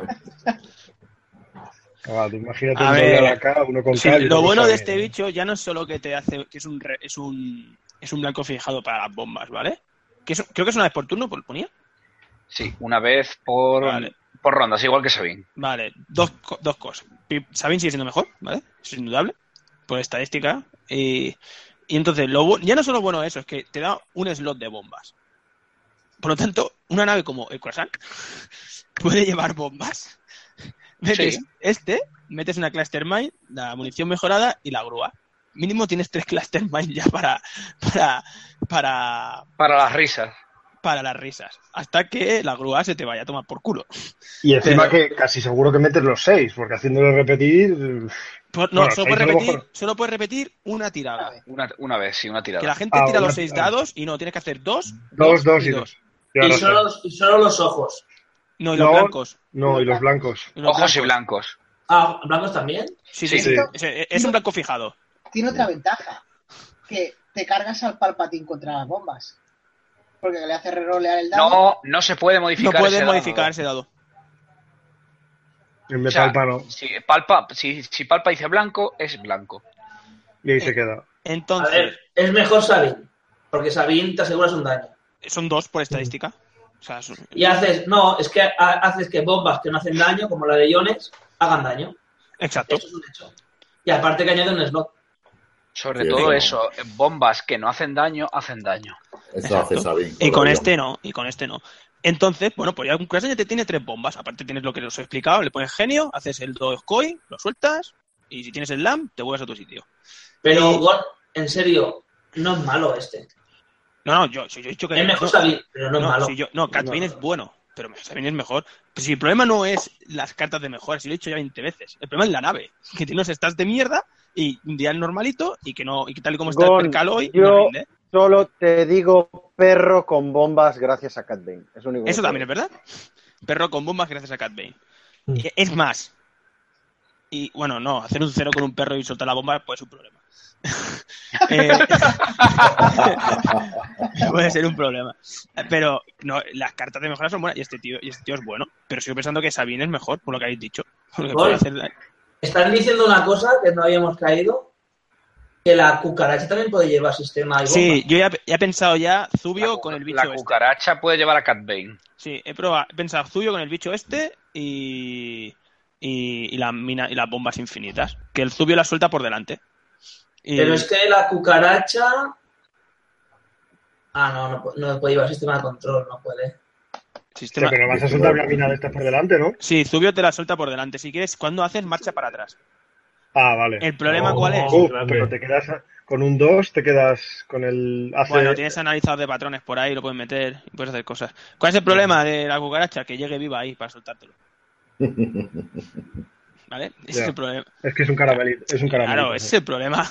Speaker 5: Ah, tú imagínate
Speaker 1: A
Speaker 5: un
Speaker 1: ver,
Speaker 5: dólar acá, uno con
Speaker 1: Sí,
Speaker 5: cal y
Speaker 1: lo
Speaker 5: otro
Speaker 1: bueno
Speaker 5: con
Speaker 1: de
Speaker 5: cal.
Speaker 1: este bicho ya no es solo que te hace que es un re- es un es un blanco fijado para las bombas, ¿vale? Que es- creo que es una vez por turno, por ponía.
Speaker 2: Sí, una vez por,
Speaker 1: Vale.
Speaker 2: por ronda, es igual que Sabine.
Speaker 1: Vale, dos, co- dos cosas. Pi- Sabin sigue siendo mejor, ¿vale? Eso es indudable, por estadística. Y, y entonces, lo, bu- ya no solo bueno eso, es que te da un slot de bombas. Por lo tanto, una nave como el Croissant *laughs* puede llevar bombas. Metes
Speaker 2: Sí.
Speaker 1: este, metes una Cluster Mine, la munición mejorada y la grúa. Mínimo tienes tres Cluster Mine ya para, para, para,
Speaker 2: Para las risas.
Speaker 1: para las risas. Hasta que la grúa se te vaya a tomar por culo.
Speaker 5: Y encima que casi seguro que metes los seis, porque haciéndolo repetir. uf.
Speaker 1: Por- Pues no, solo,
Speaker 5: Bueno, seis
Speaker 1: puedes
Speaker 5: a lo
Speaker 1: repetir,
Speaker 5: mejor.
Speaker 1: solo puedes repetir una tirada.
Speaker 2: Una, una vez, sí, una
Speaker 1: Que
Speaker 2: tirada.
Speaker 1: la gente
Speaker 5: Ah,
Speaker 1: tira
Speaker 5: una-
Speaker 1: los seis dados y no, tienes que hacer dos,
Speaker 5: Dos, dos y dos. Ya
Speaker 6: Y
Speaker 5: no sé.
Speaker 6: solo, y solo los ojos.
Speaker 1: No, y los
Speaker 5: No.
Speaker 1: blancos.
Speaker 5: No, y los blancos.
Speaker 1: y los
Speaker 2: Ojos y
Speaker 1: blancos.
Speaker 2: blancos.
Speaker 6: Ah, blancos también.
Speaker 1: Sí,
Speaker 2: Sí,
Speaker 1: sí,
Speaker 5: sí.
Speaker 1: Es, es un blanco fijado.
Speaker 7: Tiene otra ventaja, que te cargas al Palpatín contra las bombas. Porque le hace rerolear el dado. *laughs*
Speaker 2: No, no se puede
Speaker 1: No
Speaker 2: modificar.
Speaker 1: puedes
Speaker 2: ese dado.
Speaker 1: modificar ese dado.
Speaker 5: En
Speaker 2: O sea,
Speaker 5: metal pano.
Speaker 2: Si palpa, si, si palpa dice blanco, es blanco.
Speaker 5: Y ahí se
Speaker 1: eh,
Speaker 5: queda.
Speaker 6: A
Speaker 1: Entonces,
Speaker 6: ver, es mejor Sabine, porque Sabine te aseguras un daño.
Speaker 1: son dos por estadística. O sea, son-
Speaker 6: Y haces, no, es que ha- haces que bombas que no hacen daño, como la de iones, hagan daño.
Speaker 1: Exacto.
Speaker 6: Eso es un hecho. Y aparte que añade un slot.
Speaker 2: Sobre
Speaker 3: Sí,
Speaker 2: todo
Speaker 3: sí.
Speaker 2: eso, eh, bombas que no hacen daño, hacen daño.
Speaker 3: Eso hace
Speaker 1: Exacto.
Speaker 3: Sabin.
Speaker 1: Y con este no, y con este no. Entonces, bueno, pues ya un Crash ya te tiene tres bombas. Aparte tienes lo que os he explicado, le pones genio, haces el 2 koi, lo sueltas, y si tienes el LAM, te vuelves a tu sitio.
Speaker 6: Pero, Gon, en serio, no es malo este.
Speaker 1: No, no, yo, si yo he dicho que...
Speaker 6: Es mejor
Speaker 1: no,
Speaker 6: Sabine, pero no es
Speaker 1: No,
Speaker 6: malo.
Speaker 1: si yo- no, Cat
Speaker 5: No.
Speaker 1: Bane es bueno, pero Sabine es mejor. Pero si el problema no es las cartas de mejora, si lo he dicho ya 20 veces, el problema es la nave, que tiene unos estás de mierda y un día normalito y que no y que tal y como está
Speaker 4: Gon,
Speaker 1: el percal hoy,
Speaker 4: yo-
Speaker 1: no rinde.
Speaker 4: Solo te digo perro con bombas gracias a Cat Bane. Es lo único que
Speaker 1: Eso
Speaker 4: te
Speaker 1: también es
Speaker 4: digo.
Speaker 1: verdad. *laughs* Perro con bombas gracias a Cat Bane.
Speaker 8: Mm.
Speaker 1: E- Es más. Y bueno, no, hacer un cero con un perro y soltar la bomba pues es un problema. *laughs* Eh, *laughs* puede ser un problema. Pero no, las cartas de mejora son buenas y este tío, y este tío es bueno. Pero sigo pensando que Sabine es mejor, por lo que habéis dicho. Porque puede hacer daño.
Speaker 6: Están diciendo una cosa que no habíamos caído, que la cucaracha también puede llevar sistema y bomba.
Speaker 1: Sí, yo ya, ya he pensado ya
Speaker 2: La
Speaker 1: Zubio
Speaker 2: cu-
Speaker 1: con el bicho
Speaker 2: la
Speaker 1: este.
Speaker 2: cucaracha puede llevar a Cat Bane.
Speaker 1: Sí, he, probado, he pensado Zubio con el bicho este y, y, y, la mina, y las bombas infinitas. Que el Zubio la suelta por delante. Y-
Speaker 6: Pero es que la cucaracha. Ah, no, no, pu- no puede llevar sistema de control, no puede.
Speaker 1: sistema-
Speaker 5: pero vas a soltar una mina de estas por delante, ¿no?
Speaker 1: Sí, Zubio te la suelta por delante. Si quieres, cuando haces marcha para atrás.
Speaker 5: Ah, vale.
Speaker 1: ¿El problema
Speaker 8: No.
Speaker 1: cuál es?
Speaker 8: Oh,
Speaker 5: Uh,
Speaker 8: grande.
Speaker 5: pero te quedas con un 2, te quedas con el AC.
Speaker 1: Bueno, tienes analizados de patrones por ahí, lo puedes meter y puedes hacer cosas. ¿Cuál es el problema de la cucaracha? Que llegue viva ahí para soltártelo.
Speaker 3: *laughs*
Speaker 1: ¿Vale? Ese es
Speaker 5: Ya.
Speaker 1: el problema.
Speaker 5: Es que es un caramelito. Es un caramelito.
Speaker 1: Claro, ese es el problema.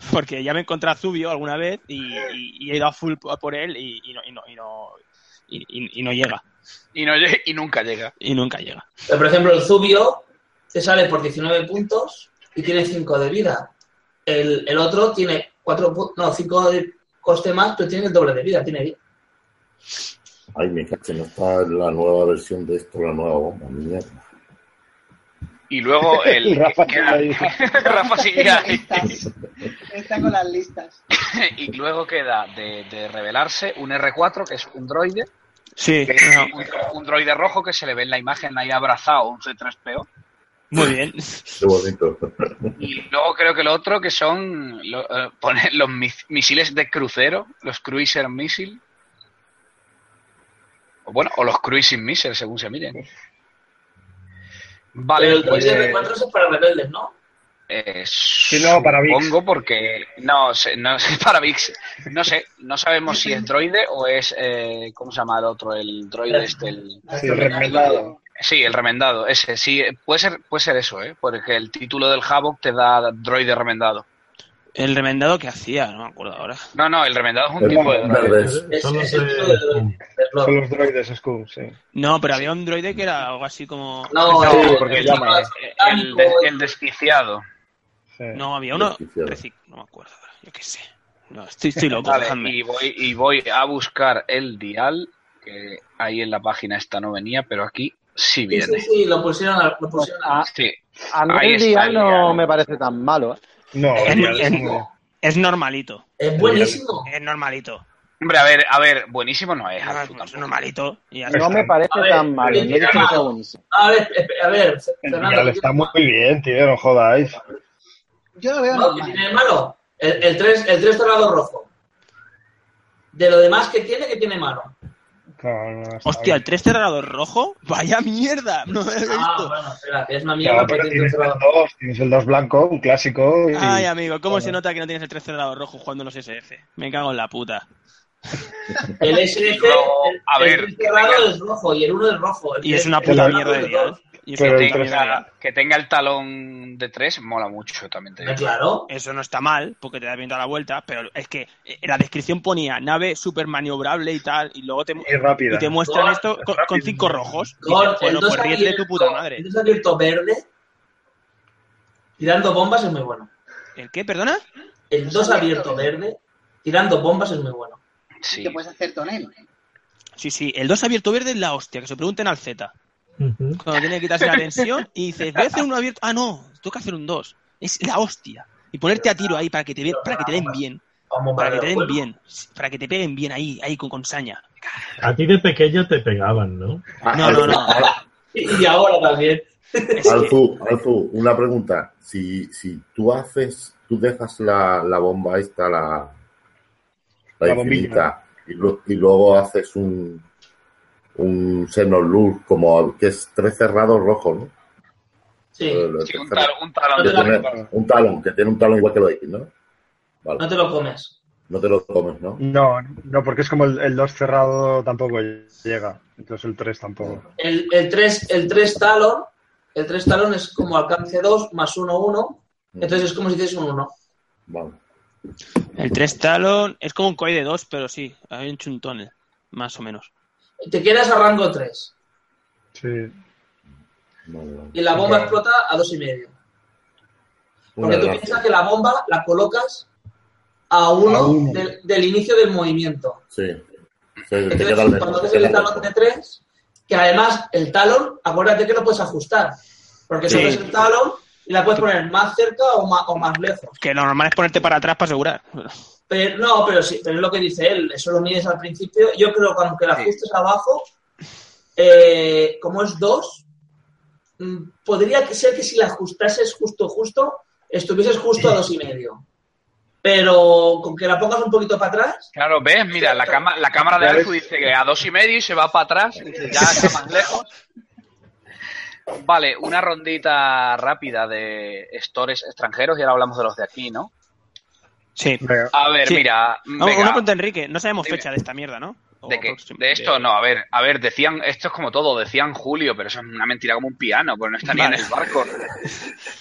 Speaker 1: *laughs* Porque ya me encontré a Zubio alguna vez y, y- y he ido a full por él y, y no, y, no, y, no, y- y- y no llega.
Speaker 2: Y, no, lle- y nunca llega.
Speaker 1: Y nunca llega.
Speaker 6: Pero, por ejemplo, el Zubio te sale por 19 puntos y tiene 5 de vida. El, el otro tiene 4 puntos, no, 5 de coste más, pero tiene el doble de vida, tiene 10.
Speaker 3: Ay, me cacho, no está la nueva versión de esto, la nueva bomba, mierda.
Speaker 2: Y luego
Speaker 5: *laughs*
Speaker 2: el.
Speaker 5: Y Rafa
Speaker 2: queda-
Speaker 5: sigue ahí.
Speaker 2: *laughs* Rafa sigue
Speaker 7: Las
Speaker 2: ahí.
Speaker 7: listas. Está con las listas.
Speaker 2: *laughs* Y luego queda de, de revelarse un R4, que es un droide.
Speaker 1: Sí, *laughs*
Speaker 2: que es un, un droide rojo que se le ve en la imagen ahí abrazado, un C3PO.
Speaker 1: muy bien.
Speaker 3: Qué bonito.
Speaker 2: Y luego creo que lo otro que son lo- eh, poner los mis- misiles de crucero, los cruiser missile. O bueno, o los cruising missile, según se miren.
Speaker 6: pero
Speaker 2: Vale,
Speaker 6: el
Speaker 2: pues,
Speaker 6: 3
Speaker 2: eh,
Speaker 6: de 4 es para rebeldes, ¿no?
Speaker 2: eh,
Speaker 5: no, para Vix.
Speaker 2: supongo porque no sé, no sé, *laughs* para Vix. No sé, no sabemos si es droide o es eh, ¿cómo se llama el otro? El droide este el-
Speaker 5: Sí, remendado.
Speaker 2: Sí, el remendado, ese, sí, eh, puede ser, puede ser eso, ¿eh? Porque el título del Havoc te da droide remendado.
Speaker 1: El remendado que hacía, no me acuerdo ahora.
Speaker 2: No, no, el remendado es un
Speaker 3: El
Speaker 2: tipo de
Speaker 3: remendado.
Speaker 2: droide.
Speaker 3: Verdes.
Speaker 6: Es,
Speaker 8: Son los
Speaker 6: es el
Speaker 8: de-
Speaker 6: tipo de droide, del blog.
Speaker 5: Con los droides, Skull, sí.
Speaker 1: No, pero había un droide que era algo así como.
Speaker 6: No,
Speaker 5: Sí,
Speaker 6: el-
Speaker 5: porque
Speaker 6: el-
Speaker 5: llama,
Speaker 2: El, de- el despiciado.
Speaker 5: sí.
Speaker 1: No, había uno.
Speaker 3: Desquiciado.
Speaker 1: recic- No me acuerdo, yo qué sé. No, estoy, estoy loco,
Speaker 2: Vale,
Speaker 1: dejadme.
Speaker 2: y voy, y voy a buscar el dial, que ahí en la página esta no venía, pero aquí sí
Speaker 6: Sí, sí,
Speaker 2: viene.
Speaker 6: sí, lo pusieron, a- lo pusieron a-
Speaker 5: Ah,
Speaker 2: Sí,
Speaker 4: A mí
Speaker 2: Ahí
Speaker 4: el
Speaker 2: está
Speaker 4: día
Speaker 2: el
Speaker 4: no
Speaker 2: diálogo.
Speaker 4: me parece tan malo. ¿eh?
Speaker 5: No,
Speaker 1: Es
Speaker 5: ya,
Speaker 1: muy-
Speaker 5: es
Speaker 1: es-
Speaker 5: como-
Speaker 1: Es normalito.
Speaker 6: Es buenísimo.
Speaker 1: Es normalito.
Speaker 2: hombre, a ver, a ver, buenísimo no es.
Speaker 1: No,
Speaker 2: Arzu,
Speaker 1: es
Speaker 2: tampoco.
Speaker 1: normalito. Y ya
Speaker 4: No
Speaker 1: está.
Speaker 4: me parece
Speaker 6: A ver,
Speaker 4: tan malo. No
Speaker 6: el
Speaker 4: he dicho que sea
Speaker 6: diálogo.
Speaker 4: buenísimo.
Speaker 6: Ah, A ver, espe- a ver,
Speaker 5: el
Speaker 6: Fernando.
Speaker 5: dial
Speaker 6: ¿qué
Speaker 5: está
Speaker 6: tiene
Speaker 5: muy bien, tío, no jodáis.
Speaker 7: Yo lo veo
Speaker 6: malo? No, ¿qué tiene
Speaker 7: normal.
Speaker 6: de malo? El, el 3, el 3 dorado rojo. De lo demás que tiene, que tiene malo?
Speaker 5: No, no, está
Speaker 1: Hostia,
Speaker 5: bien.
Speaker 1: el 3 cerrado rojo. Vaya mierda. *laughs* No lo había
Speaker 6: Ah,
Speaker 1: visto.
Speaker 6: bueno, espera, que es una
Speaker 5: Claro,
Speaker 6: mierda
Speaker 5: pero
Speaker 6: porque tiene un
Speaker 5: tienes el
Speaker 6: dorado.
Speaker 5: 2, tienes el 2 blanco, un clásico. Y...
Speaker 1: Ay, amigo, ¿cómo se
Speaker 5: Bueno.
Speaker 1: nota que no tienes el 3 cerrado rojo jugando los SF? Me cago en la puta. *laughs*
Speaker 6: El SF,
Speaker 2: No,
Speaker 6: el-
Speaker 2: a ver,
Speaker 6: el
Speaker 2: que
Speaker 6: 3 dorado
Speaker 2: tenga-
Speaker 6: es rojo y el 1 es rojo. El
Speaker 1: Y es
Speaker 6: tres-
Speaker 1: una
Speaker 6: el
Speaker 1: puta
Speaker 6: dorado
Speaker 1: mierda
Speaker 6: es
Speaker 1: de ¿eh?
Speaker 6: el
Speaker 1: dial.
Speaker 6: rojo.
Speaker 1: Y es
Speaker 5: Pero
Speaker 1: una
Speaker 2: Que
Speaker 5: el
Speaker 1: puta
Speaker 5: tres-
Speaker 1: mierda de dial.
Speaker 2: tenga, que tenga el talón de tres mola mucho, también te digo.
Speaker 6: Ah, Claro.
Speaker 1: Eso no está mal, porque te da bien toda la vuelta, pero es que eh, la descripción ponía nave super maniobrable y tal, y luego te,
Speaker 5: Y rápida.
Speaker 1: y te muestran
Speaker 6: Gol,
Speaker 1: esto con, con cinco rojos. Y
Speaker 6: Gol,
Speaker 1: dices, bueno,
Speaker 6: el 2
Speaker 1: pues ríete tu puta madre.
Speaker 6: El 2 abierto verde. Tirando bombas es muy bueno.
Speaker 1: ¿El qué, perdona?
Speaker 6: El 2 abierto verde. Tirando bombas es muy bueno.
Speaker 2: Sí.
Speaker 7: Que puedes hacer tonel.
Speaker 1: Sí, sí, el 2 abierto verde es la hostia, que se pregunten al Z.
Speaker 8: Ujú.
Speaker 1: Cuando tiene que quitarse la tensión y dices, voy a hacer uno abierto. Ah, no, tengo que hacer un 2. Es la hostia. Y ponerte a tiro ahí para que te, ve- para que te den bien.
Speaker 6: Vamos
Speaker 1: Para que te den
Speaker 6: juego.
Speaker 1: bien. Para que te peguen bien ahí, ahí con, con saña.
Speaker 8: A ti de pequeño te pegaban, ¿no?
Speaker 1: No, no, no.
Speaker 6: Y y ahora también.
Speaker 1: Es que,
Speaker 3: Alzu, Alzu, una pregunta. Si, si tú haces, tú dejas la, la bomba esta, la, la,
Speaker 5: La
Speaker 3: infinita, y, lu- y luego haces un un Xenolur como que es tres cerrados rojos, ¿no?
Speaker 6: Sí.
Speaker 3: El- el
Speaker 2: Sí, un,
Speaker 3: tercero.
Speaker 2: tal- un talón
Speaker 3: que
Speaker 2: de tres.
Speaker 3: tiene un talón, que tiene un talón igual que los X, ¿no?
Speaker 6: No
Speaker 3: Vale,
Speaker 6: te lo comes.
Speaker 3: no te lo comes, ¿no?
Speaker 5: No, no, porque es como el, el 2 cerrado tampoco llega. Entonces el 3 tampoco.
Speaker 6: El, el 3, el 3 talón. El 3 talón es como alcance 2 más 1, 1. Entonces es como si hicieses un 1.
Speaker 3: Vale.
Speaker 1: el 3 talón es como un coide 2, pero sí, hay un chuntón, eh, más o menos.
Speaker 6: Te quedas a rango 3.
Speaker 5: Sí.
Speaker 3: Vale, vale.
Speaker 6: Y la bomba
Speaker 5: Claro.
Speaker 6: explota a 2,5. y medio. Porque
Speaker 3: Una
Speaker 6: tú
Speaker 3: gracia.
Speaker 6: piensas que la bomba la colocas a uno,
Speaker 5: A uno.
Speaker 6: Del, del inicio del movimiento.
Speaker 3: Sí. Se- te queda
Speaker 6: Entonces,
Speaker 3: lejos,
Speaker 6: cuando
Speaker 3: te
Speaker 6: haces el
Speaker 3: queda
Speaker 6: talón de
Speaker 3: lejos.
Speaker 6: tres, que además el talón, acuérdate que lo puedes ajustar. Porque
Speaker 1: Sí.
Speaker 6: solo es el talón y la puedes poner más cerca o más, o más lejos.
Speaker 1: Que lo normal es ponerte para atrás para asegurar.
Speaker 6: Pero no, pero sí, pero es lo que dice él, eso lo mides al principio. Yo creo que aunque la
Speaker 2: Sí.
Speaker 6: ajustes abajo, eh, como es mm, 2, podría que ser que si la ajustases justo, justo, estuvieses justo a dos y medio. pero con que la pongas un poquito para atrás,
Speaker 2: Claro, ves, mira, la, cama- la cámara de
Speaker 5: Ya ves.
Speaker 2: Alfu dice que a dos y medio y se va para atrás, y dice, ya está
Speaker 5: *laughs*
Speaker 2: más lejos. Vale, una rondita rápida de stores extranjeros y ahora hablamos de los de aquí, ¿no?
Speaker 1: Sí.
Speaker 5: Venga.
Speaker 2: A ver,
Speaker 1: Sí. Ah,
Speaker 2: mira,
Speaker 1: Una
Speaker 2: venga,
Speaker 1: pregunta, Oh, Enrique. No sabemos
Speaker 2: Dime.
Speaker 1: fecha de esta mierda, ¿no? O
Speaker 2: ¿de, qué?
Speaker 1: próximo-
Speaker 2: de este? esto no, a ver, a ver, decían, esto es como todo, decían Julio, pero eso es una mentira como un piano, pues no está ni
Speaker 1: Vale.
Speaker 2: en el
Speaker 1: *laughs*
Speaker 2: barco.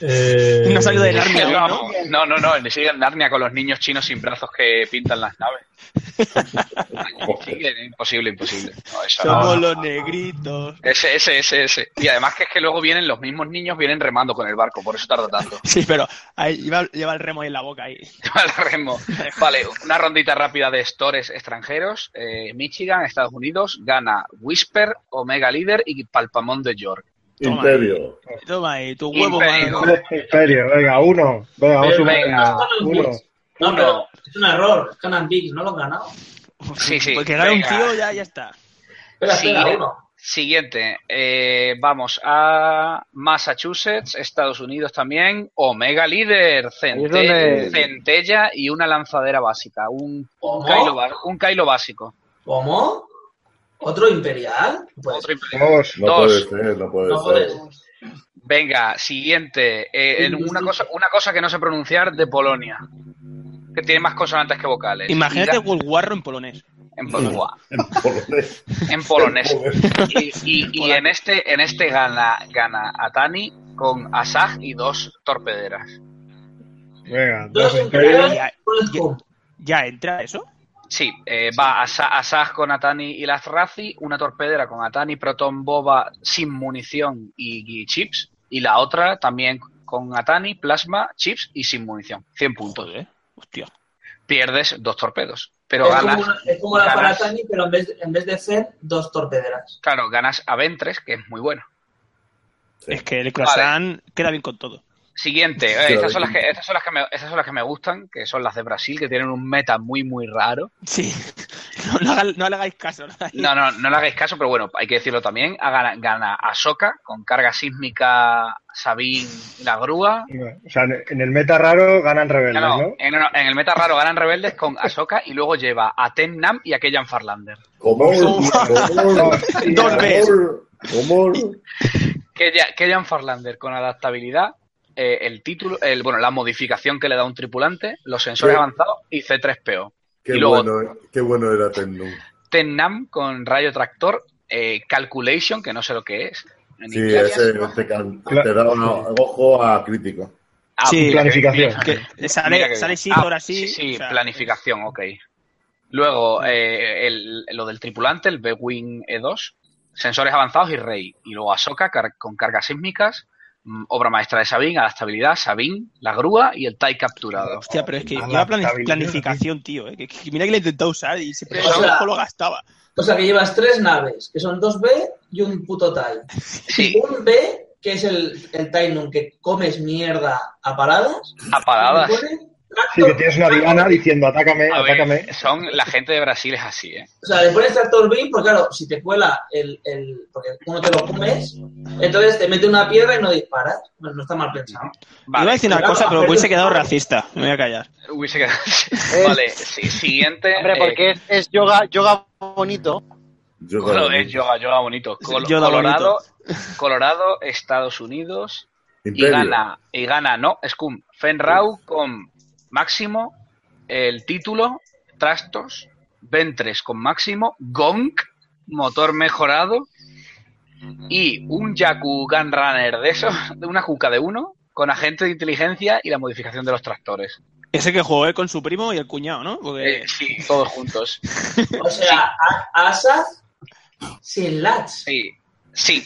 Speaker 8: Eh,
Speaker 1: No ha salido de Narnia, ¿no?
Speaker 2: Vamos, este? No, no, no, siguen Narnia con los niños chinos sin brazos que pintan las naves. Siguen, imposible, imposible. No, eso no,
Speaker 1: Somos
Speaker 2: no.
Speaker 1: los negritos.
Speaker 2: Ese, ese, ese, ese. Y además que es que luego vienen los mismos niños, vienen remando con el barco, por eso tarda tanto. *laughs*
Speaker 1: Sí, pero ahí lleva, lleva el remo ahí en la boca ahí.
Speaker 2: Al remo. Vale, una rondita rápida de stores extranjeros. Eh, Michigan, Estados Unidos, gana Whisper, Omega Leader y Palpamón de York.
Speaker 1: Toma.
Speaker 3: Imperio.
Speaker 1: Toma ahí, tu huevo,
Speaker 2: Imperio.
Speaker 1: mano.
Speaker 5: En serio, venga, uno. Venga, vamos
Speaker 6: Venga.
Speaker 5: venga, uno.
Speaker 6: no,
Speaker 2: Uno.
Speaker 6: pero es un error. Ganan Bigs, no lo han ganado.
Speaker 2: Sí, sí,
Speaker 1: Porque gana un
Speaker 2: venga.
Speaker 1: tío, ya, ya está.
Speaker 6: Espera,
Speaker 2: Sí.
Speaker 6: espera, uno.
Speaker 2: Siguiente, eh, vamos a Massachusetts, Estados Unidos también, Omega Líder,
Speaker 4: es
Speaker 2: Cente-
Speaker 4: donde-
Speaker 2: Centella y una lanzadera básica, un, un,
Speaker 6: ¿Cómo?
Speaker 2: Kylo, ba- un Kylo básico.
Speaker 6: ¿Cómo? ¿Otro imperial? Pues,
Speaker 2: Otro impresionante.
Speaker 5: Dos.
Speaker 3: No
Speaker 2: Dos.
Speaker 3: puede ser, no puede
Speaker 6: no
Speaker 3: ser.
Speaker 6: puedes.
Speaker 2: Venga, siguiente, eh, en una, cosa, una cosa que no sé pronunciar de Polonia, que tiene más consonantes que vocales.
Speaker 1: Imagínate
Speaker 2: Y da-
Speaker 1: Gulguarro en polonés.
Speaker 2: en, pol- Buah,
Speaker 3: En polonés.
Speaker 2: en
Speaker 6: *laughs*
Speaker 2: polonés.
Speaker 3: Joder.
Speaker 2: Y, y- y en este, en este gana, gana Atani con Asaj y dos torpederas.
Speaker 5: Venga,
Speaker 6: Dos
Speaker 5: dos imperios.
Speaker 1: ya,
Speaker 6: imperiales, un escudo.
Speaker 1: ¿Ya entra eso?
Speaker 2: Sí, eh, va Asa- Asaj con Atani y Lazrazi, una torpedera con Atani, Proton Boba sin munición y, y chips, y la otra también con Atani, Plasma, chips y sin munición. 100 puntos.
Speaker 1: Joder, hostia.
Speaker 2: Pierdes dos torpedos, pero
Speaker 6: Es
Speaker 2: ganas,
Speaker 6: como, una, es como la
Speaker 2: ganas.
Speaker 6: Paratani, pero en vez, en vez de Zen, dos torpederas.
Speaker 2: claro, ganas a Ventres, que es muy bueno.
Speaker 1: Es que el croissant queda bien con todo.
Speaker 2: Siguiente, eh,
Speaker 3: Claro,
Speaker 2: estas, son las que,
Speaker 3: sí.
Speaker 2: estas, son las que me, estas son las que me gustan, que son las de Brasil, que tienen un meta muy, muy raro.
Speaker 1: Sí. *laughs* No, no haga- no le hagáis caso. no le hagáis-
Speaker 2: No, no, no le hagáis caso, pero bueno, hay que decirlo también. Ah, Gana, gana Ahsoka con carga sísmica Sabine y la grúa.
Speaker 5: O sea, en el meta raro ganan rebeldes,
Speaker 2: No, no,
Speaker 5: ¿no?
Speaker 2: en, no, en el meta raro ganan rebeldes con Ahsoka y luego lleva a Ten Nam y a Kellan Farlander.
Speaker 3: Como
Speaker 2: *laughs*
Speaker 1: Dos veces.
Speaker 3: Como
Speaker 2: Kella- Kellan Farlander con adaptabilidad, eh, el título, el, bueno, la modificación que le da un tripulante, los sensores
Speaker 3: Sí.
Speaker 2: avanzados y C3PO.
Speaker 3: Qué
Speaker 2: Y luego-
Speaker 3: bueno, qué bueno era Tennu.
Speaker 2: Ten Nam con rayo tractor, eh, Calculation, que no sé lo que es. En
Speaker 3: Sí,
Speaker 2: inglés.
Speaker 3: ese te, can- te da un ojo a crítico.
Speaker 2: Ah,
Speaker 1: Sí.
Speaker 5: Planificación.
Speaker 1: Que
Speaker 2: Mira que
Speaker 1: sale, sale
Speaker 2: bien.
Speaker 1: sí,
Speaker 2: Ah,
Speaker 1: ahora sí.
Speaker 2: Sí, sí,
Speaker 1: o sea,
Speaker 2: planificación, ok. Luego, eh, el- lo del tripulante, el B-Wing E2, sensores avanzados y Rey. Y luego Ahsoka car- con cargas sísmicas, mm, obra maestra de Sabine, adaptabilidad, Sabine, la grúa y el TIE capturado.
Speaker 1: Hostia, pero es que
Speaker 5: Ah,
Speaker 1: lleva
Speaker 5: la
Speaker 1: plani-
Speaker 5: estabilidad,
Speaker 1: planificación, tío. eh, que- que mira que le he intentado usar y siempre
Speaker 2: O sea-
Speaker 1: el ojo lo gastaba.
Speaker 6: O sea que llevas tres naves, que son dos B y un puto TIE.
Speaker 2: Sí,
Speaker 6: Y un B, que es el, el Tainun que comes mierda a paradas.
Speaker 2: a paradas.
Speaker 6: y le pones
Speaker 5: Sí,
Speaker 6: tractor-
Speaker 5: que tienes una diana diciendo, atácame,
Speaker 2: A ver,
Speaker 5: atácame.
Speaker 2: son, la gente de Brasil es así, ¿eh?
Speaker 6: O sea, le pones tractor beam, pues claro, si te cuela el, el. Porque uno te lo comes, entonces te mete una piedra y no disparas. Bueno, no está mal pensado.
Speaker 2: Vale.
Speaker 1: Iba a decir una
Speaker 6: Claro,
Speaker 1: cosa, pero
Speaker 6: hacer
Speaker 1: hubiese
Speaker 6: un-
Speaker 1: quedado racista. Me voy a callar.
Speaker 2: Hubiese quedado- Vale, sí, siguiente.
Speaker 4: Hombre,
Speaker 2: eh,
Speaker 4: porque es, es yoga, yoga bonito.
Speaker 3: Yo
Speaker 2: Colo-
Speaker 3: creo-
Speaker 2: eh, yoga, yoga bonito. Col-
Speaker 1: Yoda
Speaker 2: Colorado, Colorado, Estados Unidos. Y
Speaker 3: Imperio.
Speaker 2: gana, y gana, no, Scum. Fenrau con Máximo, el título, Trastos, Ventres con Máximo, Gonk, motor mejorado. Y un Yaku Gun Runner de esos, de una cuca de uno, con agente de inteligencia y la modificación de los tractores.
Speaker 1: Ese que jugó eh, con su primo y el cuñado, ¿no? Porque
Speaker 2: Eh, sí, todos juntos.
Speaker 6: O sea, a- Asa sin lats.
Speaker 2: Sí, sí.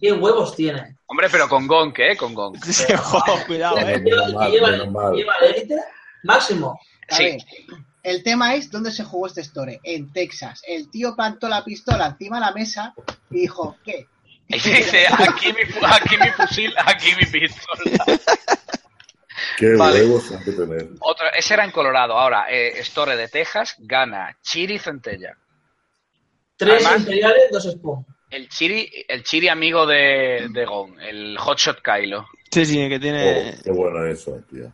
Speaker 6: ¿Qué huevos tiene?
Speaker 2: Hombre, pero con Gonk, ¿eh? Con Gonk.
Speaker 1: *laughs* se jugó, cuidado,
Speaker 6: Lleva
Speaker 1: eh.
Speaker 3: Ah, menos mal,
Speaker 6: lleva-
Speaker 3: menos mal.
Speaker 6: lleva el élite máximo.
Speaker 7: A
Speaker 2: Sí.
Speaker 7: ver, el tema es dónde se jugó este story. En Texas. El tío plantó la pistola encima de la mesa y dijo, ¿qué?
Speaker 2: Y dice, aquí mi, fu- aquí mi fusil, aquí mi pistola.
Speaker 3: Qué
Speaker 2: Vale.
Speaker 3: huevos hay que tener.
Speaker 2: Otra, ese era en Colorado. Ahora, eh, Store de Texas gana Chiri Centella.
Speaker 6: Tres
Speaker 2: Además-
Speaker 6: imperiales, dos spawn.
Speaker 2: El Chiri, el Chiri amigo de, de Gon, el Hotshot Kylo. Eh. Oh.
Speaker 1: Sí, sí, que tiene.
Speaker 3: Oh, qué bueno eso, tío.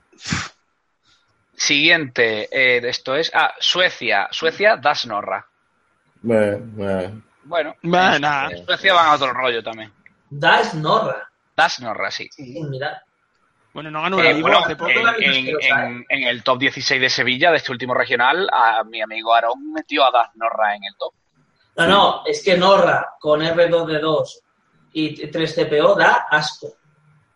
Speaker 2: Siguiente, eh, esto es. Ah, Suecia. Suecia da Snorra.
Speaker 3: Meh, meh.
Speaker 2: Bueno,
Speaker 1: Bah,
Speaker 2: en-
Speaker 1: nah.
Speaker 2: en Suecia van a otro rollo también.
Speaker 6: Das Norra.
Speaker 2: Da Snorra, sí.
Speaker 7: Sí.
Speaker 6: Mira,
Speaker 1: Bueno, no ganó
Speaker 2: Eh,
Speaker 1: el libro
Speaker 2: bueno,
Speaker 1: hace poco.
Speaker 2: en, en- en- en el top 16 de Sevilla, de este último regional, a mi amigo Aarón metió a Das Norra en el top.
Speaker 6: No, no, es que Norra con R2D2 y 3CPO da asco.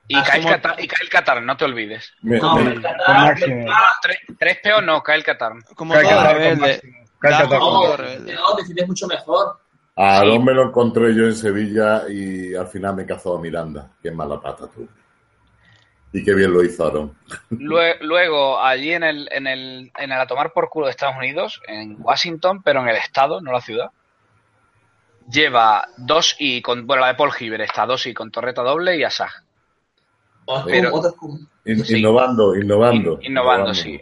Speaker 2: Y
Speaker 6: Ah,
Speaker 2: Kyle
Speaker 6: somos-
Speaker 2: Katar- y Kyle Katarn, no te olvides.
Speaker 3: Me-
Speaker 6: No,
Speaker 3: me-
Speaker 6: me
Speaker 5: Con
Speaker 6: encanta.
Speaker 5: máximo.
Speaker 2: Tres, tres peos no, Kyle Katarn.
Speaker 1: Como
Speaker 5: Cállate,
Speaker 1: todo
Speaker 5: Aarón, con
Speaker 1: rebelde.
Speaker 5: máximo. Cállate,
Speaker 1: Da-
Speaker 5: Aarón.
Speaker 1: Como
Speaker 6: No,
Speaker 1: rebelde.
Speaker 6: no, decides mucho mejor.
Speaker 3: A Aarón me lo encontré yo en Sevilla y al final me cazó a Miranda. Qué mala pata tú. Y qué bien lo hizo Aarón.
Speaker 2: Lue- Luego, allí en el, en, el, en el a tomar por culo de Estados Unidos, en Washington, pero en el estado, no la ciudad, lleva dos y con. Bueno, la de Paul Giver está dos y con torreta doble y Asaj.
Speaker 6: Otro-
Speaker 2: Pero-
Speaker 6: otro cum.
Speaker 3: In-
Speaker 2: Sí.
Speaker 3: Innovando, innovando.
Speaker 2: In- innovando, sí.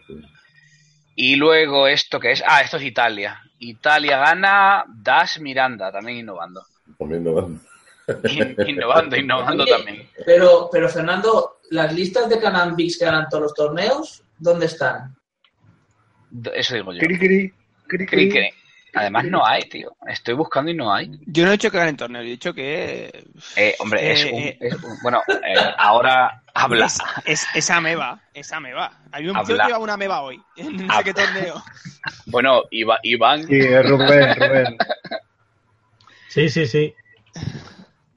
Speaker 2: Y luego esto que es. Ah, esto es Italia. Italia gana Dash Miranda, también innovando.
Speaker 3: También innovando.
Speaker 2: In- innovando, innovando también.
Speaker 6: Pero, pero Fernando, las listas de Canambix que ganan todos los torneos, ¿dónde están?
Speaker 2: D- Eso digo yo.
Speaker 5: Cri, cri, cri,
Speaker 2: Cri,
Speaker 5: cri.
Speaker 2: cri. Además no hay, tío. Estoy buscando y no hay.
Speaker 1: Yo no he dicho que ganen torneo, he dicho que.
Speaker 2: Eh, hombre, es
Speaker 1: Eh,
Speaker 2: un,
Speaker 1: eh.
Speaker 2: es un- Bueno, eh, ahora habla.
Speaker 1: Es, es, es ameba, es ameba. Había un tío
Speaker 2: Habla.
Speaker 1: que iba una ameba hoy, *laughs* en no
Speaker 2: Habla.
Speaker 1: sé qué torneo.
Speaker 2: Bueno, Iva- Iván,
Speaker 5: Sí, eh, Rubén, Rubén.
Speaker 8: Sí, sí, sí.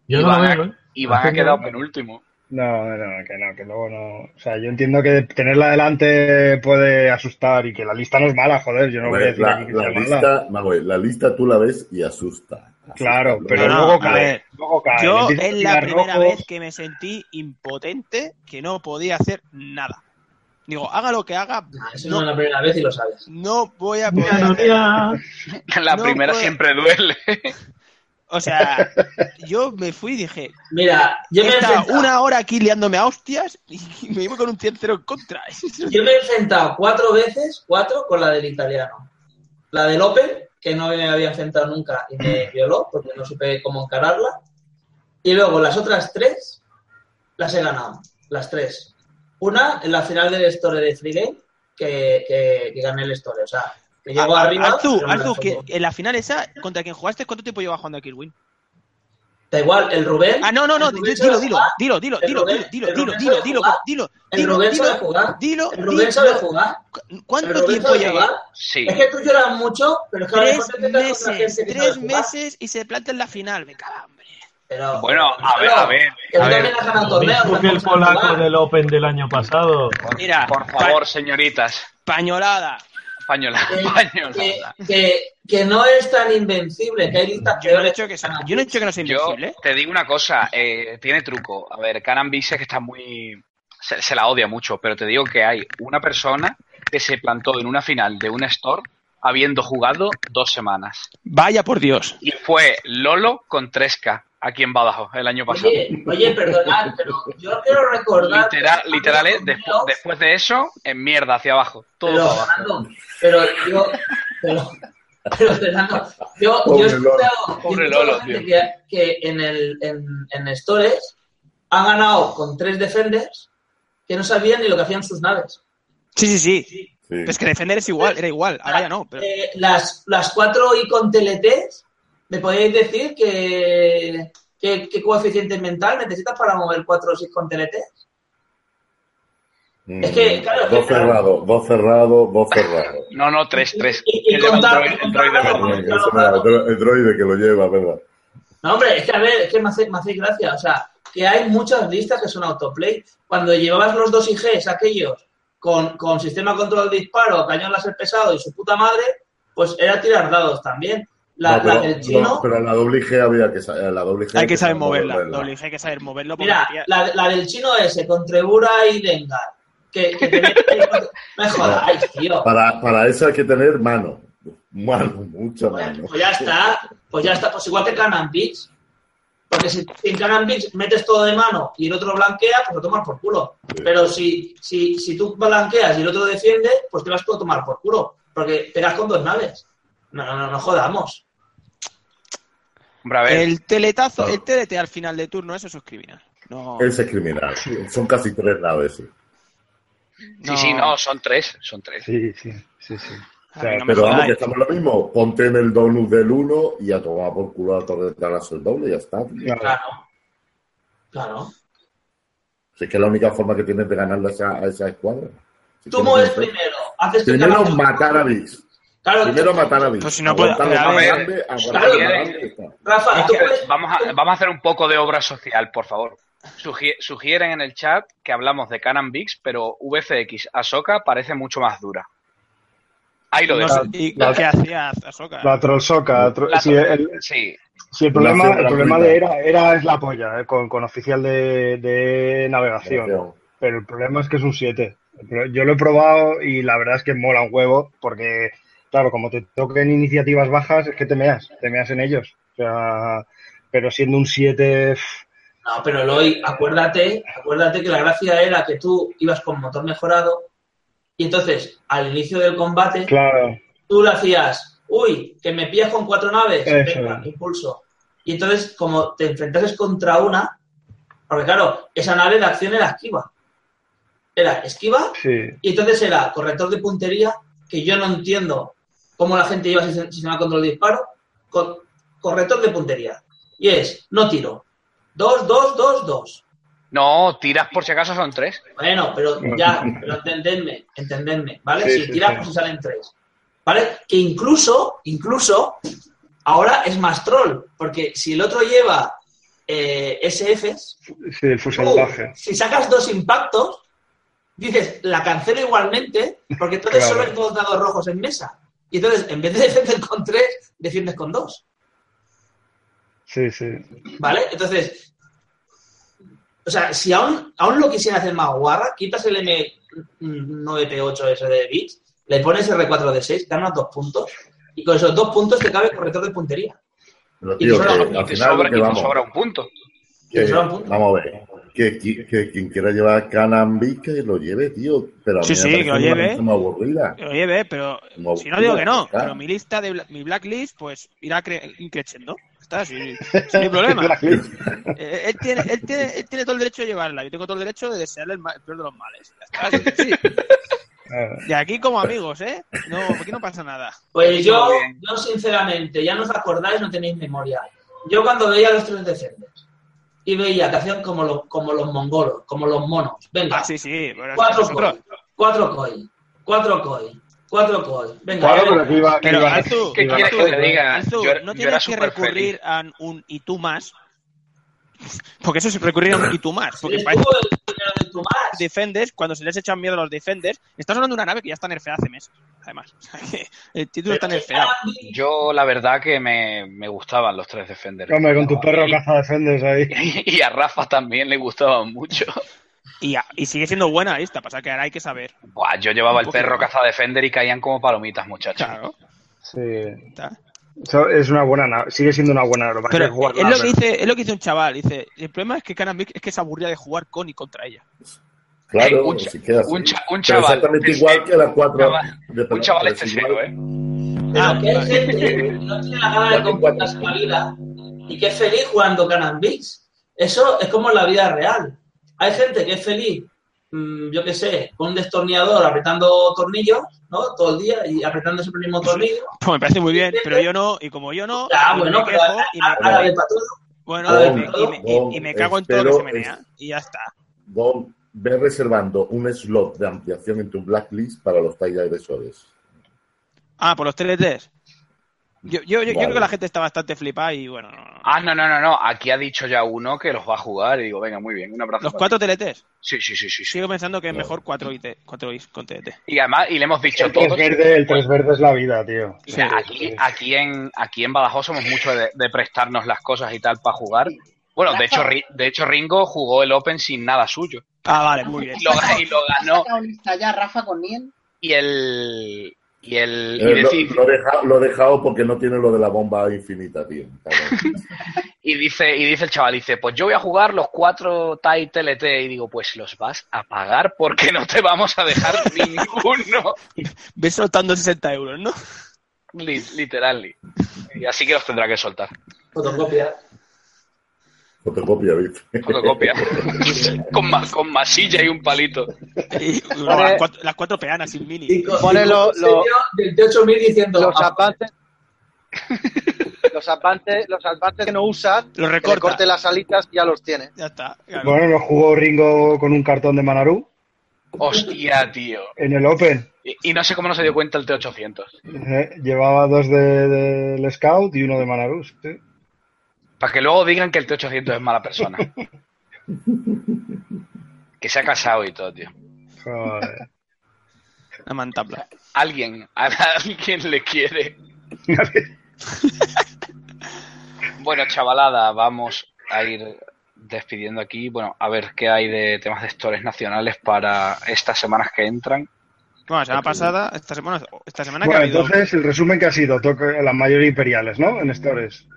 Speaker 8: Yo
Speaker 2: Iván,
Speaker 8: no lo
Speaker 2: ha-
Speaker 1: *laughs*
Speaker 8: veo, ¿eh?
Speaker 2: Iván ha
Speaker 8: Haciendo-
Speaker 2: quedado penúltimo. *laughs*
Speaker 5: No, no, que no, que luego no. O sea, yo entiendo que tenerla delante puede asustar y que la lista no es mala, joder. Yo no voy a
Speaker 3: Hombre,
Speaker 5: decir
Speaker 3: La,
Speaker 5: aquí que
Speaker 3: la
Speaker 5: sea mala.
Speaker 3: lista, vamos a ver, la lista tú la ves y asusta. Asusta.
Speaker 5: Claro, pero
Speaker 1: No, no,
Speaker 5: luego
Speaker 1: a
Speaker 5: cae.
Speaker 1: ver.
Speaker 5: Luego cae.
Speaker 1: Yo
Speaker 5: empieza a
Speaker 1: es la
Speaker 5: tirar
Speaker 1: primera
Speaker 5: rojos.
Speaker 1: vez que me sentí impotente, que no podía hacer nada. Digo, haga lo que haga,
Speaker 6: Ah, Eso no.
Speaker 1: no,
Speaker 6: es la primera vez y lo sabes.
Speaker 1: no voy a poder.
Speaker 8: Mira, no,
Speaker 1: hacer
Speaker 8: mira.
Speaker 2: La
Speaker 1: No
Speaker 2: primera
Speaker 1: puede-
Speaker 2: siempre duele.
Speaker 1: O sea, yo me fui y dije,
Speaker 6: Mira, yo
Speaker 1: he
Speaker 6: me, he
Speaker 1: estado
Speaker 6: enfrentado-
Speaker 1: una hora aquí liándome a hostias y *laughs* me iba con un 100-0 en contra.
Speaker 6: yo me he enfrentado cuatro veces, cuatro, con la del italiano. La del Open, que no me había enfrentado nunca y
Speaker 1: *clears throat*
Speaker 6: me violó porque no supe cómo encararla. Y luego las otras tres las he ganado, las tres. Una en la final del Store de Free Game, que, que- que gané el Store. O sea, que llego arriba.
Speaker 1: Arzu,
Speaker 6: pero me la
Speaker 1: Arzu, que
Speaker 6: supo.
Speaker 1: en la final esa, contra quien jugaste, ¿cuánto tiempo llevas jugando a Kirwin?
Speaker 6: Da igual, el Rubén.
Speaker 1: Ah, no, no, no,
Speaker 6: ¿Eh? el Rubén
Speaker 1: dilo,
Speaker 6: sabe
Speaker 1: dilo,
Speaker 6: jugar.
Speaker 1: dilo, dilo,
Speaker 6: El
Speaker 1: dilo,
Speaker 6: Rubén-
Speaker 1: dilo,
Speaker 6: el
Speaker 1: dilo,
Speaker 6: Rubén
Speaker 1: dilo,
Speaker 6: sabe
Speaker 1: dilo,
Speaker 6: jugar.
Speaker 1: dilo,
Speaker 6: El
Speaker 1: dilo,
Speaker 6: Rubén sabe
Speaker 1: dilo,
Speaker 6: jugar.
Speaker 1: dilo,
Speaker 6: El Rubén sabe jugar.
Speaker 1: dilo.
Speaker 6: El
Speaker 1: ¿Cuánto
Speaker 6: Rubén
Speaker 1: tiempo
Speaker 6: sabe
Speaker 1: lleva?
Speaker 6: jugar.
Speaker 2: Sí.
Speaker 6: Es que tú lloras mucho, pero es que a lo
Speaker 1: Tres
Speaker 6: mejor te metes con la
Speaker 1: meses,
Speaker 6: gente que sabe
Speaker 1: tres
Speaker 6: jugar.
Speaker 1: meses y se planta en la final. Venga, hombre.
Speaker 6: Pero,
Speaker 2: Bueno,
Speaker 6: pero,
Speaker 2: a ver, a ver.
Speaker 6: Que tú
Speaker 2: a ver.
Speaker 6: también has ganado
Speaker 8: Lo
Speaker 6: torneos.
Speaker 8: mismo que el
Speaker 6: tampoco sabes
Speaker 8: polaco
Speaker 6: jugar.
Speaker 8: del Open del año pasado.
Speaker 1: Mira,
Speaker 2: Por favor, señoritas.
Speaker 1: pañolada.
Speaker 2: Pañola, *laughs*
Speaker 6: Que- que,
Speaker 2: pañola.
Speaker 6: que, que no es tan invencible, que hay listas
Speaker 1: Yo no he
Speaker 6: peores.
Speaker 1: dicho que, sea- yo no, he dicho que no sea
Speaker 2: Yo
Speaker 1: invencible. ¿eh?
Speaker 2: te digo una cosa, eh, tiene truco. A ver, Canan Bise que está muy... Se, se la odia mucho, pero te digo que hay una persona que se plantó en una final de un store habiendo jugado dos semanas.
Speaker 1: Vaya por Dios.
Speaker 2: Y fue Lolo con 3K aquí en Badajoz el año pasado.
Speaker 6: Oye, oye, perdonad, pero yo quiero recordar. que-
Speaker 2: Literal, literal ¿eh? es, después,
Speaker 6: torneos-
Speaker 2: después de eso, en mierda, hacia abajo. Todo
Speaker 6: pero,
Speaker 2: para abajo.
Speaker 6: Fernando, pero yo, pero, pero, Fernando, yo, yo
Speaker 3: Pobre
Speaker 6: he escuchado, yo
Speaker 2: Pobre
Speaker 6: he escuchado
Speaker 2: Lolo,
Speaker 6: gente
Speaker 2: tío.
Speaker 6: que, que en el en, en Stores ha ganado con tres defenders que no sabían ni lo que hacían sus naves.
Speaker 1: Sí, sí, sí.
Speaker 3: Sí.
Speaker 1: Es que defender es igual, era igual. Ahora ya no. Pero...
Speaker 6: Eh, las, las cuatro y con TLTs, ¿me podéis decir que, que- qué coeficiente mental necesitas para mover cuatro y con TLTs?
Speaker 3: Mm.
Speaker 6: es que, claro,
Speaker 3: Dos
Speaker 6: es que-
Speaker 3: cerrados, dos cerrados, dos
Speaker 6: *laughs*
Speaker 3: cerrados.
Speaker 2: No, no, 3-3.
Speaker 6: Y- y contar-
Speaker 2: El droide
Speaker 6: contar-
Speaker 2: verde.
Speaker 3: Bien, eso era el dro- el droide que lo lleva, ¿verdad?
Speaker 6: No, hombre, es que a ver, es que me hace, me hace gracia. O sea, que hay muchas listas que son autoplay. Cuando llevabas los dos IGs, aquellos, con, con sistema control de disparo, cañón láser pesado y su puta madre, pues era tirar dados también. La,
Speaker 3: No, pero,
Speaker 6: la del chino,
Speaker 3: no, pero la doble G había que sa- eh, la doble G
Speaker 1: Hay que saber moverla. Doble G, hay que saber moverlo. porque
Speaker 6: mira,
Speaker 1: tía-
Speaker 6: la, la del chino ese, con Trebura y Dengar. Que, que te meten-
Speaker 3: *laughs*
Speaker 6: me jodáis, tío.
Speaker 3: Para, para eso hay que tener mano. Mano, mucha
Speaker 6: Bueno,
Speaker 3: mano.
Speaker 6: pues ya está, pues ya está, pues igual que Canan Beach. Porque si en Canan Beach metes todo de mano y el otro blanquea, pues lo tomas por culo.
Speaker 3: Sí.
Speaker 6: Pero si, si, si tú blanqueas y el otro defiende, pues te vas tú a tomar por culo. Porque pegas con dos naves. No, no, no, no jodamos.
Speaker 2: Hombre, a ver.
Speaker 1: El teletazo, el TDT al final de turno, eso es criminal. No.
Speaker 3: Ese es criminal. Son casi tres naves, sí.
Speaker 2: Sí, sí, no, son tres, son tres.
Speaker 5: Sí, sí, sí, sí.
Speaker 1: A mí no me
Speaker 3: Pero vamos,
Speaker 1: jodáis.
Speaker 3: que estamos lo mismo. Ponte en el donut del 1 y a tomar por culo la torre de Thanos el doble y ya está. tío.
Speaker 5: Claro.
Speaker 1: Ah.
Speaker 6: Claro. Claro.
Speaker 3: Si es que es la única forma que tienes de ganarle a esa, a esa escuadra. Si
Speaker 6: Tú
Speaker 3: quieres
Speaker 6: mueves
Speaker 3: vencer-
Speaker 6: primero. Haces que
Speaker 3: Primero
Speaker 6: cada-
Speaker 3: matar a Vix.
Speaker 6: este Claro,
Speaker 3: Primero matar a Vix.
Speaker 1: Pues si no puede-
Speaker 3: Aguantarle
Speaker 1: a
Speaker 3: más
Speaker 1: ver,
Speaker 3: grande, aguantarle
Speaker 6: claro,
Speaker 3: más
Speaker 2: eh.
Speaker 3: grande y ya está.
Speaker 6: Rafa, Ah, tú
Speaker 2: Es que
Speaker 6: puedes-
Speaker 2: vamos, a, vamos a hacer un poco de obra social, por favor. Sugi- sugieren en el chat que hablamos de Canon Vix, pero VFX Ahsoka parece mucho más dura. Ahí lo
Speaker 1: No
Speaker 2: dejo.
Speaker 1: sé, ¿Y
Speaker 5: la-
Speaker 1: qué hacía Ahsoka?
Speaker 5: La trollsoca. la tro-
Speaker 2: La-
Speaker 5: sí, el,
Speaker 2: Sí,
Speaker 5: sí, el problema,
Speaker 3: La
Speaker 5: el problema
Speaker 3: gratuita.
Speaker 5: de era, era es la polla, eh, con, con oficial de, de navegación.
Speaker 3: Atención.
Speaker 5: Pero el problema es que es un 7. Pero Yo lo he probado y la verdad es que mola un huevo, porque, claro, como te toquen iniciativas bajas, es que te meas, te meas en ellos. O sea, pero siendo un 7, pff,
Speaker 6: No, pero Eloy, acuérdate, acuérdate que la gracia era que tú ibas con motor mejorado y entonces al inicio del combate
Speaker 5: claro.
Speaker 6: tú le hacías, uy, que me pillas con cuatro naves,
Speaker 5: Eso
Speaker 6: venga,
Speaker 5: es.
Speaker 6: impulso. Y entonces como te enfrentases contra una, porque claro, esa nave de acción era esquiva. Era esquiva
Speaker 5: Sí,
Speaker 6: y entonces era corrector de puntería, que yo no entiendo cómo la gente lleva sin sistema de control de disparo, con corrector de puntería. Y es, no tiro. Dos, dos, dos, dos.
Speaker 2: no, tiras por si acaso son tres.
Speaker 6: Bueno, pero ya, pero entendedme, entendedme, ¿vale?
Speaker 5: Sí,
Speaker 6: si
Speaker 5: sí,
Speaker 6: tiras,
Speaker 5: sí.
Speaker 6: pues se salen tres. ¿Vale? Que incluso, incluso, ahora es más troll, porque si el otro lleva eh, SFs,
Speaker 5: sí, el fuselaje.
Speaker 6: Uh, si sacas dos impactos, dices, la cancelo igualmente, porque entonces
Speaker 5: Claro.
Speaker 6: solo hay dos dados rojos en mesa. Y entonces, en vez de defender con tres, defiendes con dos.
Speaker 5: Sí, sí.
Speaker 6: ¿Vale? Entonces, o sea, si aún, aún lo quisiera hacer más guarra, quitas el M9P8 ese de Beach, le pones R4 de 6, ganas dos puntos, y con esos dos puntos te cabe corrector de puntería.
Speaker 3: Pero,
Speaker 6: Y
Speaker 3: tío,
Speaker 6: te
Speaker 3: que
Speaker 6: sobra-
Speaker 2: Y
Speaker 3: al final
Speaker 2: te sobra,
Speaker 3: que
Speaker 2: y te
Speaker 3: vamos,
Speaker 2: sobra un punto.
Speaker 3: que-
Speaker 6: te sobra un punto.
Speaker 3: vamos a ver. Que, que- que quien quiera llevar Canan Vix que lo lleve, tío. Pero a mí
Speaker 1: Sí,
Speaker 3: me
Speaker 1: sí,
Speaker 3: parece
Speaker 1: que lo
Speaker 3: una
Speaker 1: lleve.
Speaker 3: cosa muy aburrida.
Speaker 1: Oye, ve, pero
Speaker 3: Oh, No,
Speaker 1: si no digo que no,
Speaker 3: claro.
Speaker 1: pero mi lista de bla- mi blacklist pues irá cre- creciendo. Está, sin, sin
Speaker 5: *laughs*
Speaker 1: problema. Eh, él, tiene, él, tiene, él tiene todo el derecho de llevarla. Yo tengo todo el derecho de desearle el, ma- el peor de los males. Ya está, sí, sí.
Speaker 5: Ah,
Speaker 1: Y aquí como amigos, ¿eh? No, aquí no pasa nada.
Speaker 6: Pues yo,
Speaker 2: Muy bien.
Speaker 6: yo sinceramente, ya no os acordáis, no tenéis memoria. Yo cuando veía los tres de Cerdes y veía que hacían como los, como los mongolos, como los monos. Venga,
Speaker 1: Ah, sí, sí. bueno,
Speaker 6: cuatro
Speaker 1: nosotros-
Speaker 6: koi, cuatro koi, cuatro koi, cuatro koi. Venga,
Speaker 5: Claro,
Speaker 6: ya
Speaker 5: pero
Speaker 6: ven.
Speaker 5: que iba, que
Speaker 1: Pero,
Speaker 5: iba-
Speaker 1: Alzu,
Speaker 5: que
Speaker 2: ¿Qué
Speaker 5: iba-
Speaker 2: quieres que te diga?
Speaker 1: Alzu,
Speaker 2: Yo era-
Speaker 1: no
Speaker 2: yo era
Speaker 1: tienes que
Speaker 2: superfeliz.
Speaker 1: recurrir a un y tú más. Porque eso es recurrir a un y tú más. Porque
Speaker 6: Estuvo
Speaker 1: para eso
Speaker 6: el primero de tu más.
Speaker 1: defenders, cuando se les echan miedo a los defenders, estás hablando de una nave que ya está nerfeada hace meses. Además, *laughs* el título está nerfeado.
Speaker 6: Ah,
Speaker 2: Yo, la verdad, que me, me gustaban los tres Defenders.
Speaker 5: Hombre, con tu perro
Speaker 2: Y-
Speaker 5: caza defendes ahí.
Speaker 2: *laughs* Y a Rafa también le gustaban mucho.
Speaker 1: Y, a- y sigue siendo buena esta, pasa que ahora hay que saber.
Speaker 2: Buah, yo llevaba
Speaker 1: Un
Speaker 2: el perro
Speaker 1: poquito.
Speaker 2: caza defender y caían como palomitas, muchachos.
Speaker 1: Claro.
Speaker 5: Sí.
Speaker 1: está.
Speaker 5: Eso es una buena nave. Sigue siendo una buena nave.
Speaker 1: Pero
Speaker 5: Es guarda,
Speaker 1: es lo, que
Speaker 5: pero-
Speaker 1: dice, es lo que dice un chaval. Dice, el problema es que Kanamik es que se aburría de jugar con y contra ella.
Speaker 3: Claro,
Speaker 2: un cha-
Speaker 3: si queda así.
Speaker 2: un cha- un
Speaker 3: Pero
Speaker 2: chaval-
Speaker 3: Exactamente
Speaker 2: este-
Speaker 3: igual que las cuatro.
Speaker 2: chaval-
Speaker 3: de-
Speaker 2: Un chaval
Speaker 3: pero
Speaker 2: este
Speaker 3: es
Speaker 2: cero,
Speaker 3: igual-
Speaker 2: ¿eh?
Speaker 6: Pero
Speaker 1: Ah,
Speaker 6: que hay
Speaker 1: vale.
Speaker 6: gente que *laughs* no tiene la gana de complicar su vida y que es feliz jugando Canan Beats. Eso es como en la vida real. Hay gente que es feliz, mm, yo qué sé, con un destornillador apretando tornillos, ¿no? Todo el día y apretando siempre el mismo tornillo.
Speaker 1: Pues me parece muy bien, pero yo no, y como yo no,
Speaker 6: Ya,
Speaker 1: y
Speaker 6: Ah, bueno,
Speaker 1: me
Speaker 6: pero
Speaker 1: quejo
Speaker 6: a,
Speaker 1: y me,
Speaker 6: a- a la vez para todo.
Speaker 1: bueno, y me,
Speaker 3: Don,
Speaker 1: y me- y- y me
Speaker 3: don,
Speaker 1: cago en todo lo que se
Speaker 3: espero
Speaker 1: menea.
Speaker 3: es-
Speaker 1: Y ya está.
Speaker 3: Don, ve reservando un slot de ampliación en tu blacklist para los talla agresores.
Speaker 1: Ah, por los 3Ds. Yo, yo, yo- yo
Speaker 3: Vale.
Speaker 1: creo que la gente está bastante flipada y bueno. no, no.
Speaker 2: Ah, no, no, no, no. Aquí ha dicho ya uno que los va a jugar y digo, venga, muy bien, un abrazo.
Speaker 1: Los
Speaker 2: para
Speaker 1: cuatro TLTs.
Speaker 2: ti. Sí, sí, sí, sí. sí.
Speaker 1: Sigo pensando que es
Speaker 3: Vale.
Speaker 1: mejor cuatro, IT, cuatro Is con TLT.
Speaker 2: Y además, y le hemos dicho
Speaker 5: El 3
Speaker 2: todos.
Speaker 5: verde, el tres verde es la vida, tío.
Speaker 2: o sea, aquí, aquí, en, aquí en Badajoz somos mucho de, de prestarnos las cosas y tal para jugar. Bueno, de hecho, Ri- de hecho, Ringo jugó el Open sin
Speaker 1: *laughs*
Speaker 2: nada suyo.
Speaker 1: Ah, vale, muy bien.
Speaker 2: Y lo, y lo
Speaker 5: Ah,
Speaker 2: ganó.
Speaker 7: Saca un lista ya, Rafa con Nien.
Speaker 2: Y el. Y el.
Speaker 3: Eh,
Speaker 2: Y decir-
Speaker 3: lo, lo he deja- lo he dejado porque no tiene lo de la bomba infinita, tío.
Speaker 2: *laughs*
Speaker 3: Cabrón.
Speaker 2: Y dice, y dice el chaval, dice, pues yo voy a jugar los cuatro TAI TLT. Y digo, pues los vas a pagar porque no te vamos a
Speaker 3: *laughs*
Speaker 2: dejar ninguno.
Speaker 1: Ves soltando 60 euros, ¿no? *laughs*
Speaker 2: Li- Literal. Y así que los tendrá que soltar.
Speaker 6: Fotocopia.
Speaker 3: Fotocopia, ¿viste? *laughs*
Speaker 2: Fotocopia. con, ma- con masilla y un palito.
Speaker 1: Y- no,
Speaker 4: Vale.
Speaker 1: las, cuatro, las cuatro peanas sin mini.
Speaker 6: Cinco-
Speaker 4: Pone
Speaker 6: cinco-
Speaker 4: lo- lo-
Speaker 6: señor, 28.000 diciendo.
Speaker 4: Los
Speaker 6: "Ah,
Speaker 1: *laughs*
Speaker 4: avances. los avances, los avances que no usas,
Speaker 1: Lo
Speaker 4: que le
Speaker 1: recorta.
Speaker 4: corte las alitas y ya los tiene.
Speaker 1: Ya está. claro.
Speaker 5: Bueno, nos jugó Ringo con un cartón de Manarú
Speaker 2: Hostia, tío.
Speaker 5: en el Open.
Speaker 2: Y, y no sé cómo no se dio cuenta el T800.
Speaker 5: Eh, Llevaba dos de- del Scout y uno de Manarú. sí.
Speaker 2: Para que luego digan que el T800 es mala
Speaker 3: *laughs*
Speaker 2: persona. que se ha casado y todo, tío.
Speaker 5: Joder.
Speaker 1: Una mantabla.
Speaker 2: Alguien, a *laughs* alguien le
Speaker 3: *laughs*
Speaker 2: quiere. Bueno, chavalada, vamos a ir despidiendo aquí. Bueno, a ver qué hay de temas de stores nacionales para estas semanas que entran.
Speaker 1: Bueno, la semana pasada, esta semana, esta semana que
Speaker 5: Bueno,
Speaker 1: ha habido.
Speaker 5: entonces el resumen que ha sido, toca las mayores imperiales, ¿no? En Stores.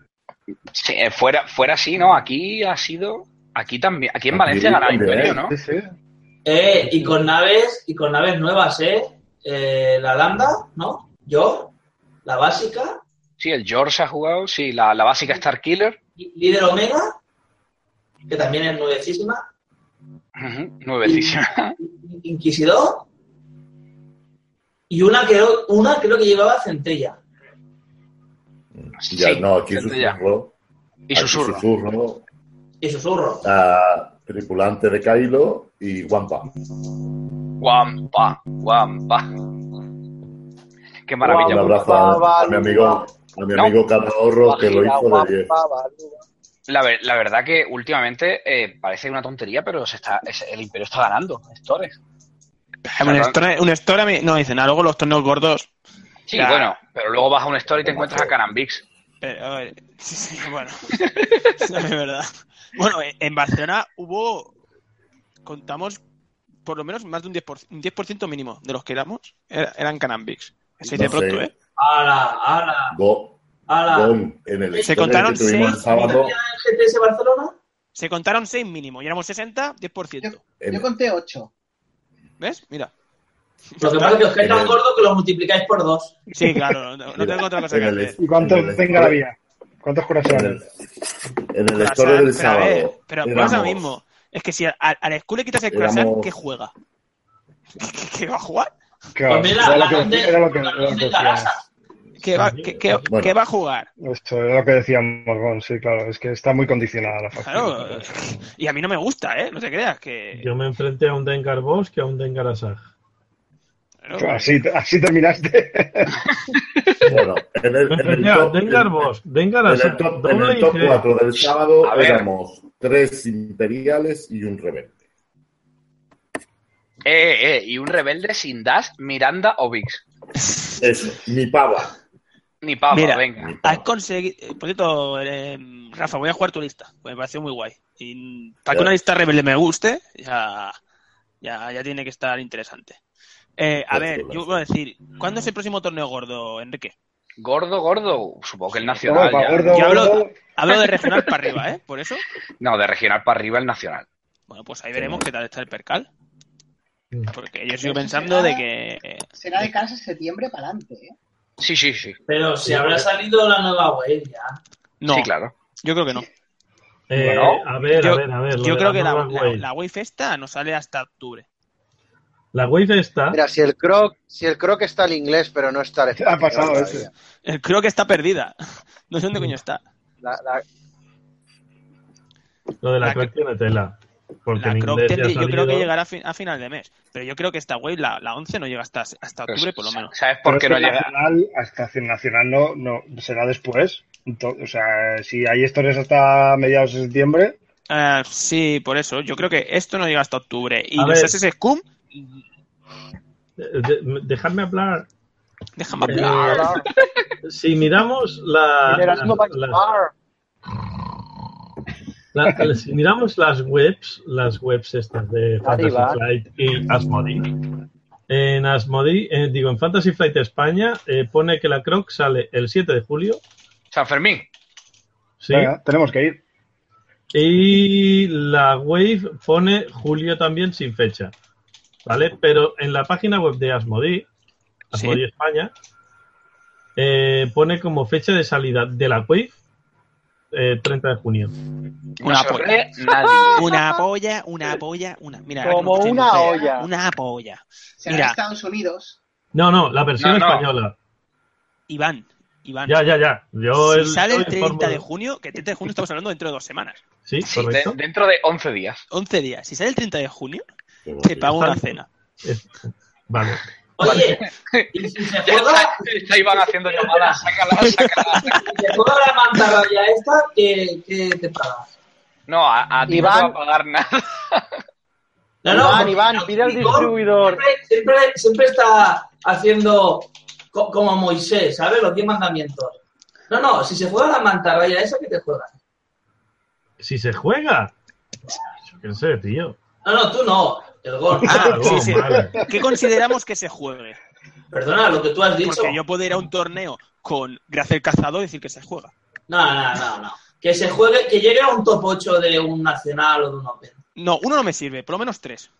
Speaker 2: Sí, eh, fuera, fuera sí, ¿no? Aquí ha sido. Aquí también. Aquí en
Speaker 3: Aquí
Speaker 2: Valencia gana
Speaker 3: también,
Speaker 2: Imperio,
Speaker 3: ¿eh?
Speaker 2: ¿no?
Speaker 5: Sí, sí.
Speaker 6: Eh, y con naves, y con naves nuevas, ¿eh? Eh, la lambda, ¿no? Yo, la básica,
Speaker 2: Sí, el George ha jugado. Sí, la, la básica Star Killer.
Speaker 6: y- líder omega, que también es nuevecísima,
Speaker 2: Ujú, Nuevecísima.
Speaker 6: in- inquisidor, y una que una creo que llevaba centella.
Speaker 3: Ya,
Speaker 2: Sí,
Speaker 3: no, aquí
Speaker 2: gente ya.
Speaker 3: susurro.
Speaker 2: Y
Speaker 3: aquí
Speaker 2: susurro.
Speaker 3: susurro
Speaker 6: Y susurro.
Speaker 3: a tripulante de Kylo y Wampa.
Speaker 2: Guampa, guampa. Qué
Speaker 3: Un
Speaker 2: maravilla.
Speaker 4: Guau.
Speaker 3: abrazo a, a mi amigo, a mi
Speaker 2: No.
Speaker 3: amigo Calahorro, que lo hizo de 10.
Speaker 2: La, ver- la verdad que últimamente eh, parece una tontería, pero se está, es- el Imperio está ganando. Stores.
Speaker 1: Un store, un store a mí- no dicen, ah, luego los torneos gordos.
Speaker 2: Sí,
Speaker 1: Ya.
Speaker 2: bueno, pero luego vas a un store y te encuentras a Carambix.
Speaker 1: Pero, a ver, *laughs* sí, sí, bueno. No, es verdad. Bueno, en- en Barcelona hubo. Contamos por lo menos más de un 10%, un 10% mínimo de los que éramos era- eran Canambix. Se dice
Speaker 3: No sé.
Speaker 1: pronto, ¿eh?
Speaker 6: ¡Hala, hala,
Speaker 3: Go,
Speaker 6: hala!
Speaker 3: Gon, en el
Speaker 6: Se
Speaker 3: estreno
Speaker 1: contaron
Speaker 3: que tuvimos el
Speaker 1: seis
Speaker 3: sábado,
Speaker 6: ¿Tenía el GTS Barcelona?
Speaker 1: Se contaron 6 mínimo y éramos 60, 10%.
Speaker 3: en-
Speaker 7: Yo conté 8.
Speaker 1: ¿Ves? Mira.
Speaker 6: Lo que pasa es que os cae tan
Speaker 3: Eh.
Speaker 6: gordo que lo multiplicáis por dos.
Speaker 1: Sí, claro, no, no tengo otra cosa que
Speaker 3: en el,
Speaker 1: hacer.
Speaker 5: ¿Y cuántos
Speaker 3: en el-
Speaker 5: tenga la vida? ¿Cuántos
Speaker 3: en el,
Speaker 5: corazones?
Speaker 3: en el
Speaker 1: Croissant,
Speaker 3: estreno del
Speaker 1: pero a
Speaker 3: sábado.
Speaker 1: ver, pero pasa lo
Speaker 3: éramos-
Speaker 1: mismo. Es que si al, al school le quitas el croissant,
Speaker 3: éramos-
Speaker 1: ¿qué juega? *laughs* ¿Qué, qué va a jugar?
Speaker 5: Claro,
Speaker 6: Pues mira,
Speaker 5: era lo
Speaker 6: la
Speaker 5: que-
Speaker 6: grande-
Speaker 5: era lo que-
Speaker 6: la
Speaker 5: era lo que
Speaker 6: grande Garasa.
Speaker 1: ¿Qué va, qué- qué-
Speaker 3: Bueno.
Speaker 1: qué va a jugar?
Speaker 5: decíamos. Esto es lo que decíamos, Gon, sí, claro. Es que está muy condicionada la facción.
Speaker 1: Claro, eh, *laughs* y a mí no me gusta, ¿eh? No te creas que...
Speaker 8: Yo me enfrenté a un Dengar Boss que a un Dengar Asaj.
Speaker 1: Claro. *laughs*
Speaker 5: Así, así terminaste.
Speaker 3: Bueno, en el,
Speaker 8: Me
Speaker 3: en el
Speaker 8: enfrenté a
Speaker 3: top,
Speaker 8: Dengar
Speaker 3: en-
Speaker 8: Boss, Dengar
Speaker 3: en
Speaker 8: Asaj,
Speaker 3: el top, en
Speaker 8: doble
Speaker 3: el
Speaker 8: y
Speaker 3: top
Speaker 8: G.
Speaker 3: 4 del sábado
Speaker 2: A ver.
Speaker 3: éramos tres imperiales y un rebelde.
Speaker 2: Eh, eh, y un rebelde sin Dash, Miranda o Vix.
Speaker 3: Eso, mi pava.
Speaker 2: Ni pava,
Speaker 1: Mira.
Speaker 2: venga.
Speaker 1: Has conseguido... eh, Por cierto, eh, Rafa, voy a jugar tu lista. pues me pareció muy guay. Y para que
Speaker 3: Ya.
Speaker 1: una lista rebelde me guste, ya, ya, ya tiene que estar interesante. Eh, a
Speaker 3: Pues
Speaker 1: ver,
Speaker 3: tú la
Speaker 1: yo voy a decir, ¿cuándo es el próximo torneo gordo, Enrique?
Speaker 2: Gordo, gordo. Supongo que el nacional.
Speaker 5: Gordo,
Speaker 2: ya.
Speaker 5: gordo,
Speaker 1: Ya hablo-
Speaker 5: gordo.
Speaker 1: Hablo
Speaker 3: *laughs*
Speaker 1: de regional para arriba, ¿eh? Por eso.
Speaker 2: No, de regional para arriba el nacional.
Speaker 1: Bueno, pues ahí veremos qué tal está el percal.
Speaker 8: Mm.
Speaker 1: Porque yo sigo pensando de que... eh,
Speaker 7: Será de casa septiembre para adelante. ¿eh?
Speaker 2: Sí, sí, sí.
Speaker 6: Pero si habrá salido la nueva web ya.
Speaker 1: No,
Speaker 2: Sí, claro.
Speaker 1: yo creo que no.
Speaker 8: Eh,
Speaker 2: Bueno,
Speaker 8: a ver,
Speaker 1: yo-
Speaker 8: a ver, a ver. lo
Speaker 1: Yo
Speaker 8: de
Speaker 1: creo que la,
Speaker 8: Nova
Speaker 1: la,
Speaker 8: Wave.
Speaker 1: la Wave esta no sale hasta octubre.
Speaker 8: La wave está.
Speaker 4: Mira, si el croc, si el croc está al inglés, pero no está al español.
Speaker 5: Ha pasado
Speaker 4: todavía.
Speaker 5: ese.
Speaker 1: Eh, Creo que está perdida. *laughs* No sé dónde coño está.
Speaker 4: La- la-
Speaker 8: Lo de la,
Speaker 1: La
Speaker 8: croc tiene tela. Porque
Speaker 1: la
Speaker 8: en
Speaker 1: Croc
Speaker 8: inglés ya
Speaker 1: Tender
Speaker 8: ha
Speaker 1: yo creo que
Speaker 8: salido.
Speaker 1: llegará a, fin- a final de mes. Pero yo creo que esta wave, la, la 11, no llega hasta, hasta octubre por lo
Speaker 2: Pero,
Speaker 1: menos.
Speaker 2: ¿Sabes por qué
Speaker 5: Pero
Speaker 2: no
Speaker 5: es que
Speaker 2: llega?
Speaker 5: Nacional, hasta el Nacional no, no será después. Ento- o sea, si hay historias hasta mediados de septiembre,
Speaker 1: Ah, sí, por eso. Yo creo que esto no llega hasta octubre. Y
Speaker 8: A
Speaker 1: los
Speaker 8: ver.
Speaker 1: SS Scum,
Speaker 8: Eh, de- dejadme hablar.
Speaker 1: déjame
Speaker 8: Eh,
Speaker 1: hablar.
Speaker 8: si miramos la,
Speaker 4: Erasmo
Speaker 8: las-
Speaker 4: Bañar.
Speaker 8: las- la- si miramos las webs, las webs estas de Fantasy
Speaker 4: va.
Speaker 8: Flight y Asmodee. En Asmodee, eh, digo, en Fantasy Flight España eh, pone que la Croc sale el 7 de julio.
Speaker 2: San Fermín.
Speaker 8: Sí.
Speaker 5: venga, tenemos que ir.
Speaker 8: Y la Wave pone julio también sin fecha. ¿Vale? Pero en la página web de Asmodi,
Speaker 1: Sí.
Speaker 8: Asmodi España, eh, pone como fecha de salida de la Wave eh, 30 de junio.
Speaker 1: Una
Speaker 2: se lo
Speaker 1: polla.
Speaker 2: cree nadie.
Speaker 1: *laughs* Una polla, una polla, una. Mira,
Speaker 4: Como
Speaker 1: no,
Speaker 4: una
Speaker 1: no sé,
Speaker 4: olla.
Speaker 1: Una polla.
Speaker 7: Será
Speaker 1: Mira.
Speaker 7: Estados Unidos.
Speaker 8: No, no, la versión
Speaker 2: No, no.
Speaker 8: española.
Speaker 1: Iván, Iván.
Speaker 8: Ya, ya, ya. Yo
Speaker 1: si
Speaker 8: el-
Speaker 1: sale
Speaker 8: yo
Speaker 1: el 30
Speaker 8: informo-
Speaker 1: de junio, que 30 de junio estamos hablando dentro de dos semanas,
Speaker 8: Sí,
Speaker 2: Sí, de-
Speaker 8: correcto.
Speaker 2: dentro de 11 días.
Speaker 1: 11 días. Si sale el 30 de junio,
Speaker 3: Pero
Speaker 1: te
Speaker 3: Pues sí,
Speaker 1: pago una
Speaker 8: Vale.
Speaker 1: cena.
Speaker 8: Es- Vale.
Speaker 6: Oye, ¿y si se
Speaker 2: Ya
Speaker 6: juega,
Speaker 2: está, ya iban haciendo llamadas. Sácala, sácala. sácala.
Speaker 6: si se juega la mantarraya esta, ¿qué, qué te pagas?
Speaker 2: No, a, a ti no
Speaker 4: Iván.
Speaker 2: te va a pagar nada.
Speaker 4: Iván,
Speaker 6: No, porque
Speaker 4: Iván, pide al
Speaker 6: Nicole
Speaker 4: distribuidor.
Speaker 6: Siempre, siempre, siempre está haciendo co- como Moisés, ¿sabes? Los 10 mandamientos. No, no, si se juega la mantarraya esa, ¿qué te juegas?
Speaker 8: Si se juega. Yo qué sé, tío.
Speaker 6: No, no, tú no, el gol.
Speaker 1: Ah,
Speaker 8: Algo,
Speaker 1: sí, sí.
Speaker 8: vale.
Speaker 1: ¿Qué consideramos que se juegue?
Speaker 6: Perdona, lo que tú has dicho.
Speaker 1: Porque yo puedo ir a un torneo con Graciel Cazador y decir que se juega.
Speaker 6: No, no, no, no. Que se juegue, que llegue a un top 8 de un nacional o de un Open.
Speaker 1: No, uno no me sirve, por lo menos tres.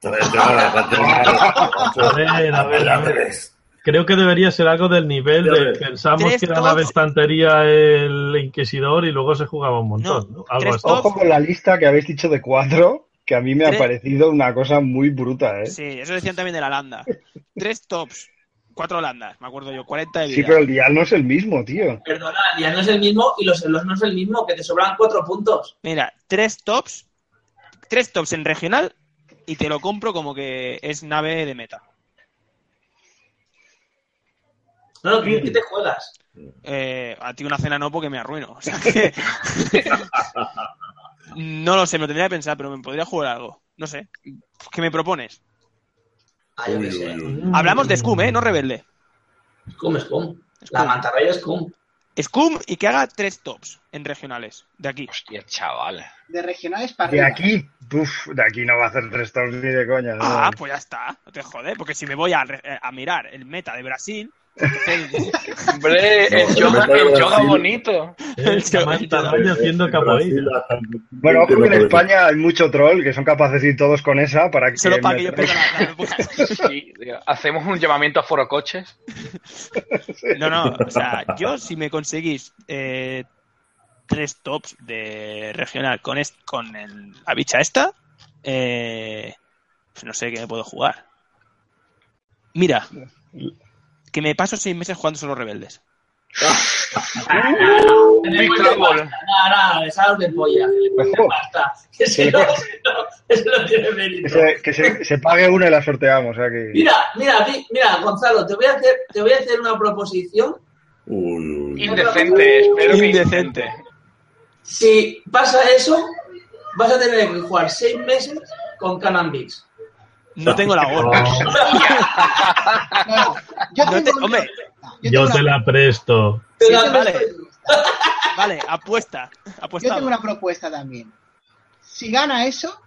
Speaker 3: tres horas, cuatro
Speaker 8: A
Speaker 3: horas,
Speaker 8: ver, a ver, a
Speaker 3: ya
Speaker 8: ver.
Speaker 3: tres.
Speaker 8: Creo que debería ser algo del nivel
Speaker 3: Ya
Speaker 8: de
Speaker 3: ves.
Speaker 8: pensamos
Speaker 1: Tres
Speaker 8: que era la
Speaker 1: tops.
Speaker 8: bestantería el inquisidor y luego se jugaba un montón,
Speaker 1: No,
Speaker 8: ¿no? Algo
Speaker 1: tres
Speaker 8: así.
Speaker 1: tops.
Speaker 5: Ojo con la lista que habéis dicho de cuatro, que a mí me ha
Speaker 1: Tres.
Speaker 5: parecido una cosa muy bruta, ¿eh?
Speaker 1: Sí, eso decían también de la Holanda. Tres tops, cuatro Holandas, me acuerdo yo, 40 de vida.
Speaker 5: Sí, pero el día no es el mismo, tío.
Speaker 6: Perdona, ya no es el mismo y los Elos no es el mismo, que te sobran 4 puntos.
Speaker 1: Mira, tres tops, tres tops en regional y te lo compro como que es nave de meta.
Speaker 6: No, no, ¿tú qué te juegas?
Speaker 1: Eh, a ti una cena no porque me arruino. O sea que... *laughs* no lo sé, me lo tendría que pensar, pero me podría jugar algo. No sé. ¿Qué me propones?
Speaker 6: Ah, yo
Speaker 3: Uy,
Speaker 6: qué
Speaker 3: uy,
Speaker 6: sé.
Speaker 3: uy.
Speaker 1: Hablamos de Scum, ¿eh? No rebelde.
Speaker 6: Scum, Scum. La mantarraya es Scum.
Speaker 1: Scum y que haga tres tops en regionales de aquí.
Speaker 2: Hostia, chaval.
Speaker 7: De regionales para
Speaker 5: De
Speaker 7: arriba.
Speaker 5: aquí, uf, de aquí no va a hacer tres tops ni de coña. ¿no?
Speaker 1: Ah, pues ya está. No te jodes, porque si me voy a, re- a mirar el meta de Brasil.
Speaker 5: *laughs*
Speaker 1: entonces-
Speaker 2: Hombre,
Speaker 3: No,
Speaker 2: el
Speaker 3: el
Speaker 2: yoga,
Speaker 3: mercado
Speaker 2: el
Speaker 3: de
Speaker 2: yoga
Speaker 3: Brasil.
Speaker 2: bonito.
Speaker 8: Eh,
Speaker 1: *laughs* Sí,
Speaker 8: Samantha
Speaker 1: sí,
Speaker 8: Raya haciendo
Speaker 3: En Brasil,
Speaker 8: capoeira.
Speaker 3: hasta el-
Speaker 5: Bueno, ojo
Speaker 3: no
Speaker 5: que en
Speaker 3: parece.
Speaker 5: España hay mucho troll que son capaces de ir todos con esa para que.
Speaker 1: Solo para
Speaker 5: me
Speaker 1: que yo
Speaker 5: traiga-
Speaker 1: pueda la- la- pueda-
Speaker 2: Sí, tío. Hacemos un llamamiento a Foro Coches.
Speaker 1: No, no, o sea, yo si me conseguís eh, tres tops de regional con, est- con el- la bicha esta, eh, pues no sé qué me puedo jugar. Mira, que me paso seis meses jugando solo rebeldes.
Speaker 2: Big
Speaker 6: Tenemos
Speaker 2: Trouble.
Speaker 6: pasta. Nada, nada, es algo de polla. *laughs*
Speaker 5: Ojo.
Speaker 6: Basta. Que se lo, no, eso no tiene
Speaker 5: Que,
Speaker 6: mérito.
Speaker 5: se, que se- se pague una y la sorteamos. O sea que...
Speaker 6: Mira, mira, di- mira, Gonzalo, te voy a hacer, te voy a hacer una proposición.
Speaker 3: Uy, uy. *laughs*
Speaker 2: Indecente, espero que
Speaker 1: Indecente.
Speaker 6: Si pasa eso, vas a tener que jugar seis meses con Canambix.
Speaker 1: No tengo
Speaker 7: *laughs*
Speaker 1: la gorra.
Speaker 8: Oh,
Speaker 7: No, no, yo
Speaker 1: No
Speaker 7: tengo
Speaker 1: te-
Speaker 7: una
Speaker 1: hombre,
Speaker 7: propuesta. Yo
Speaker 8: Yo
Speaker 7: tengo
Speaker 8: te
Speaker 7: una-
Speaker 8: la presto.
Speaker 6: Te
Speaker 1: Sí,
Speaker 6: la-
Speaker 1: vale. Vale, apuesta.
Speaker 7: Yo
Speaker 1: Apuesta.
Speaker 7: tengo una propuesta también. Si gana eso,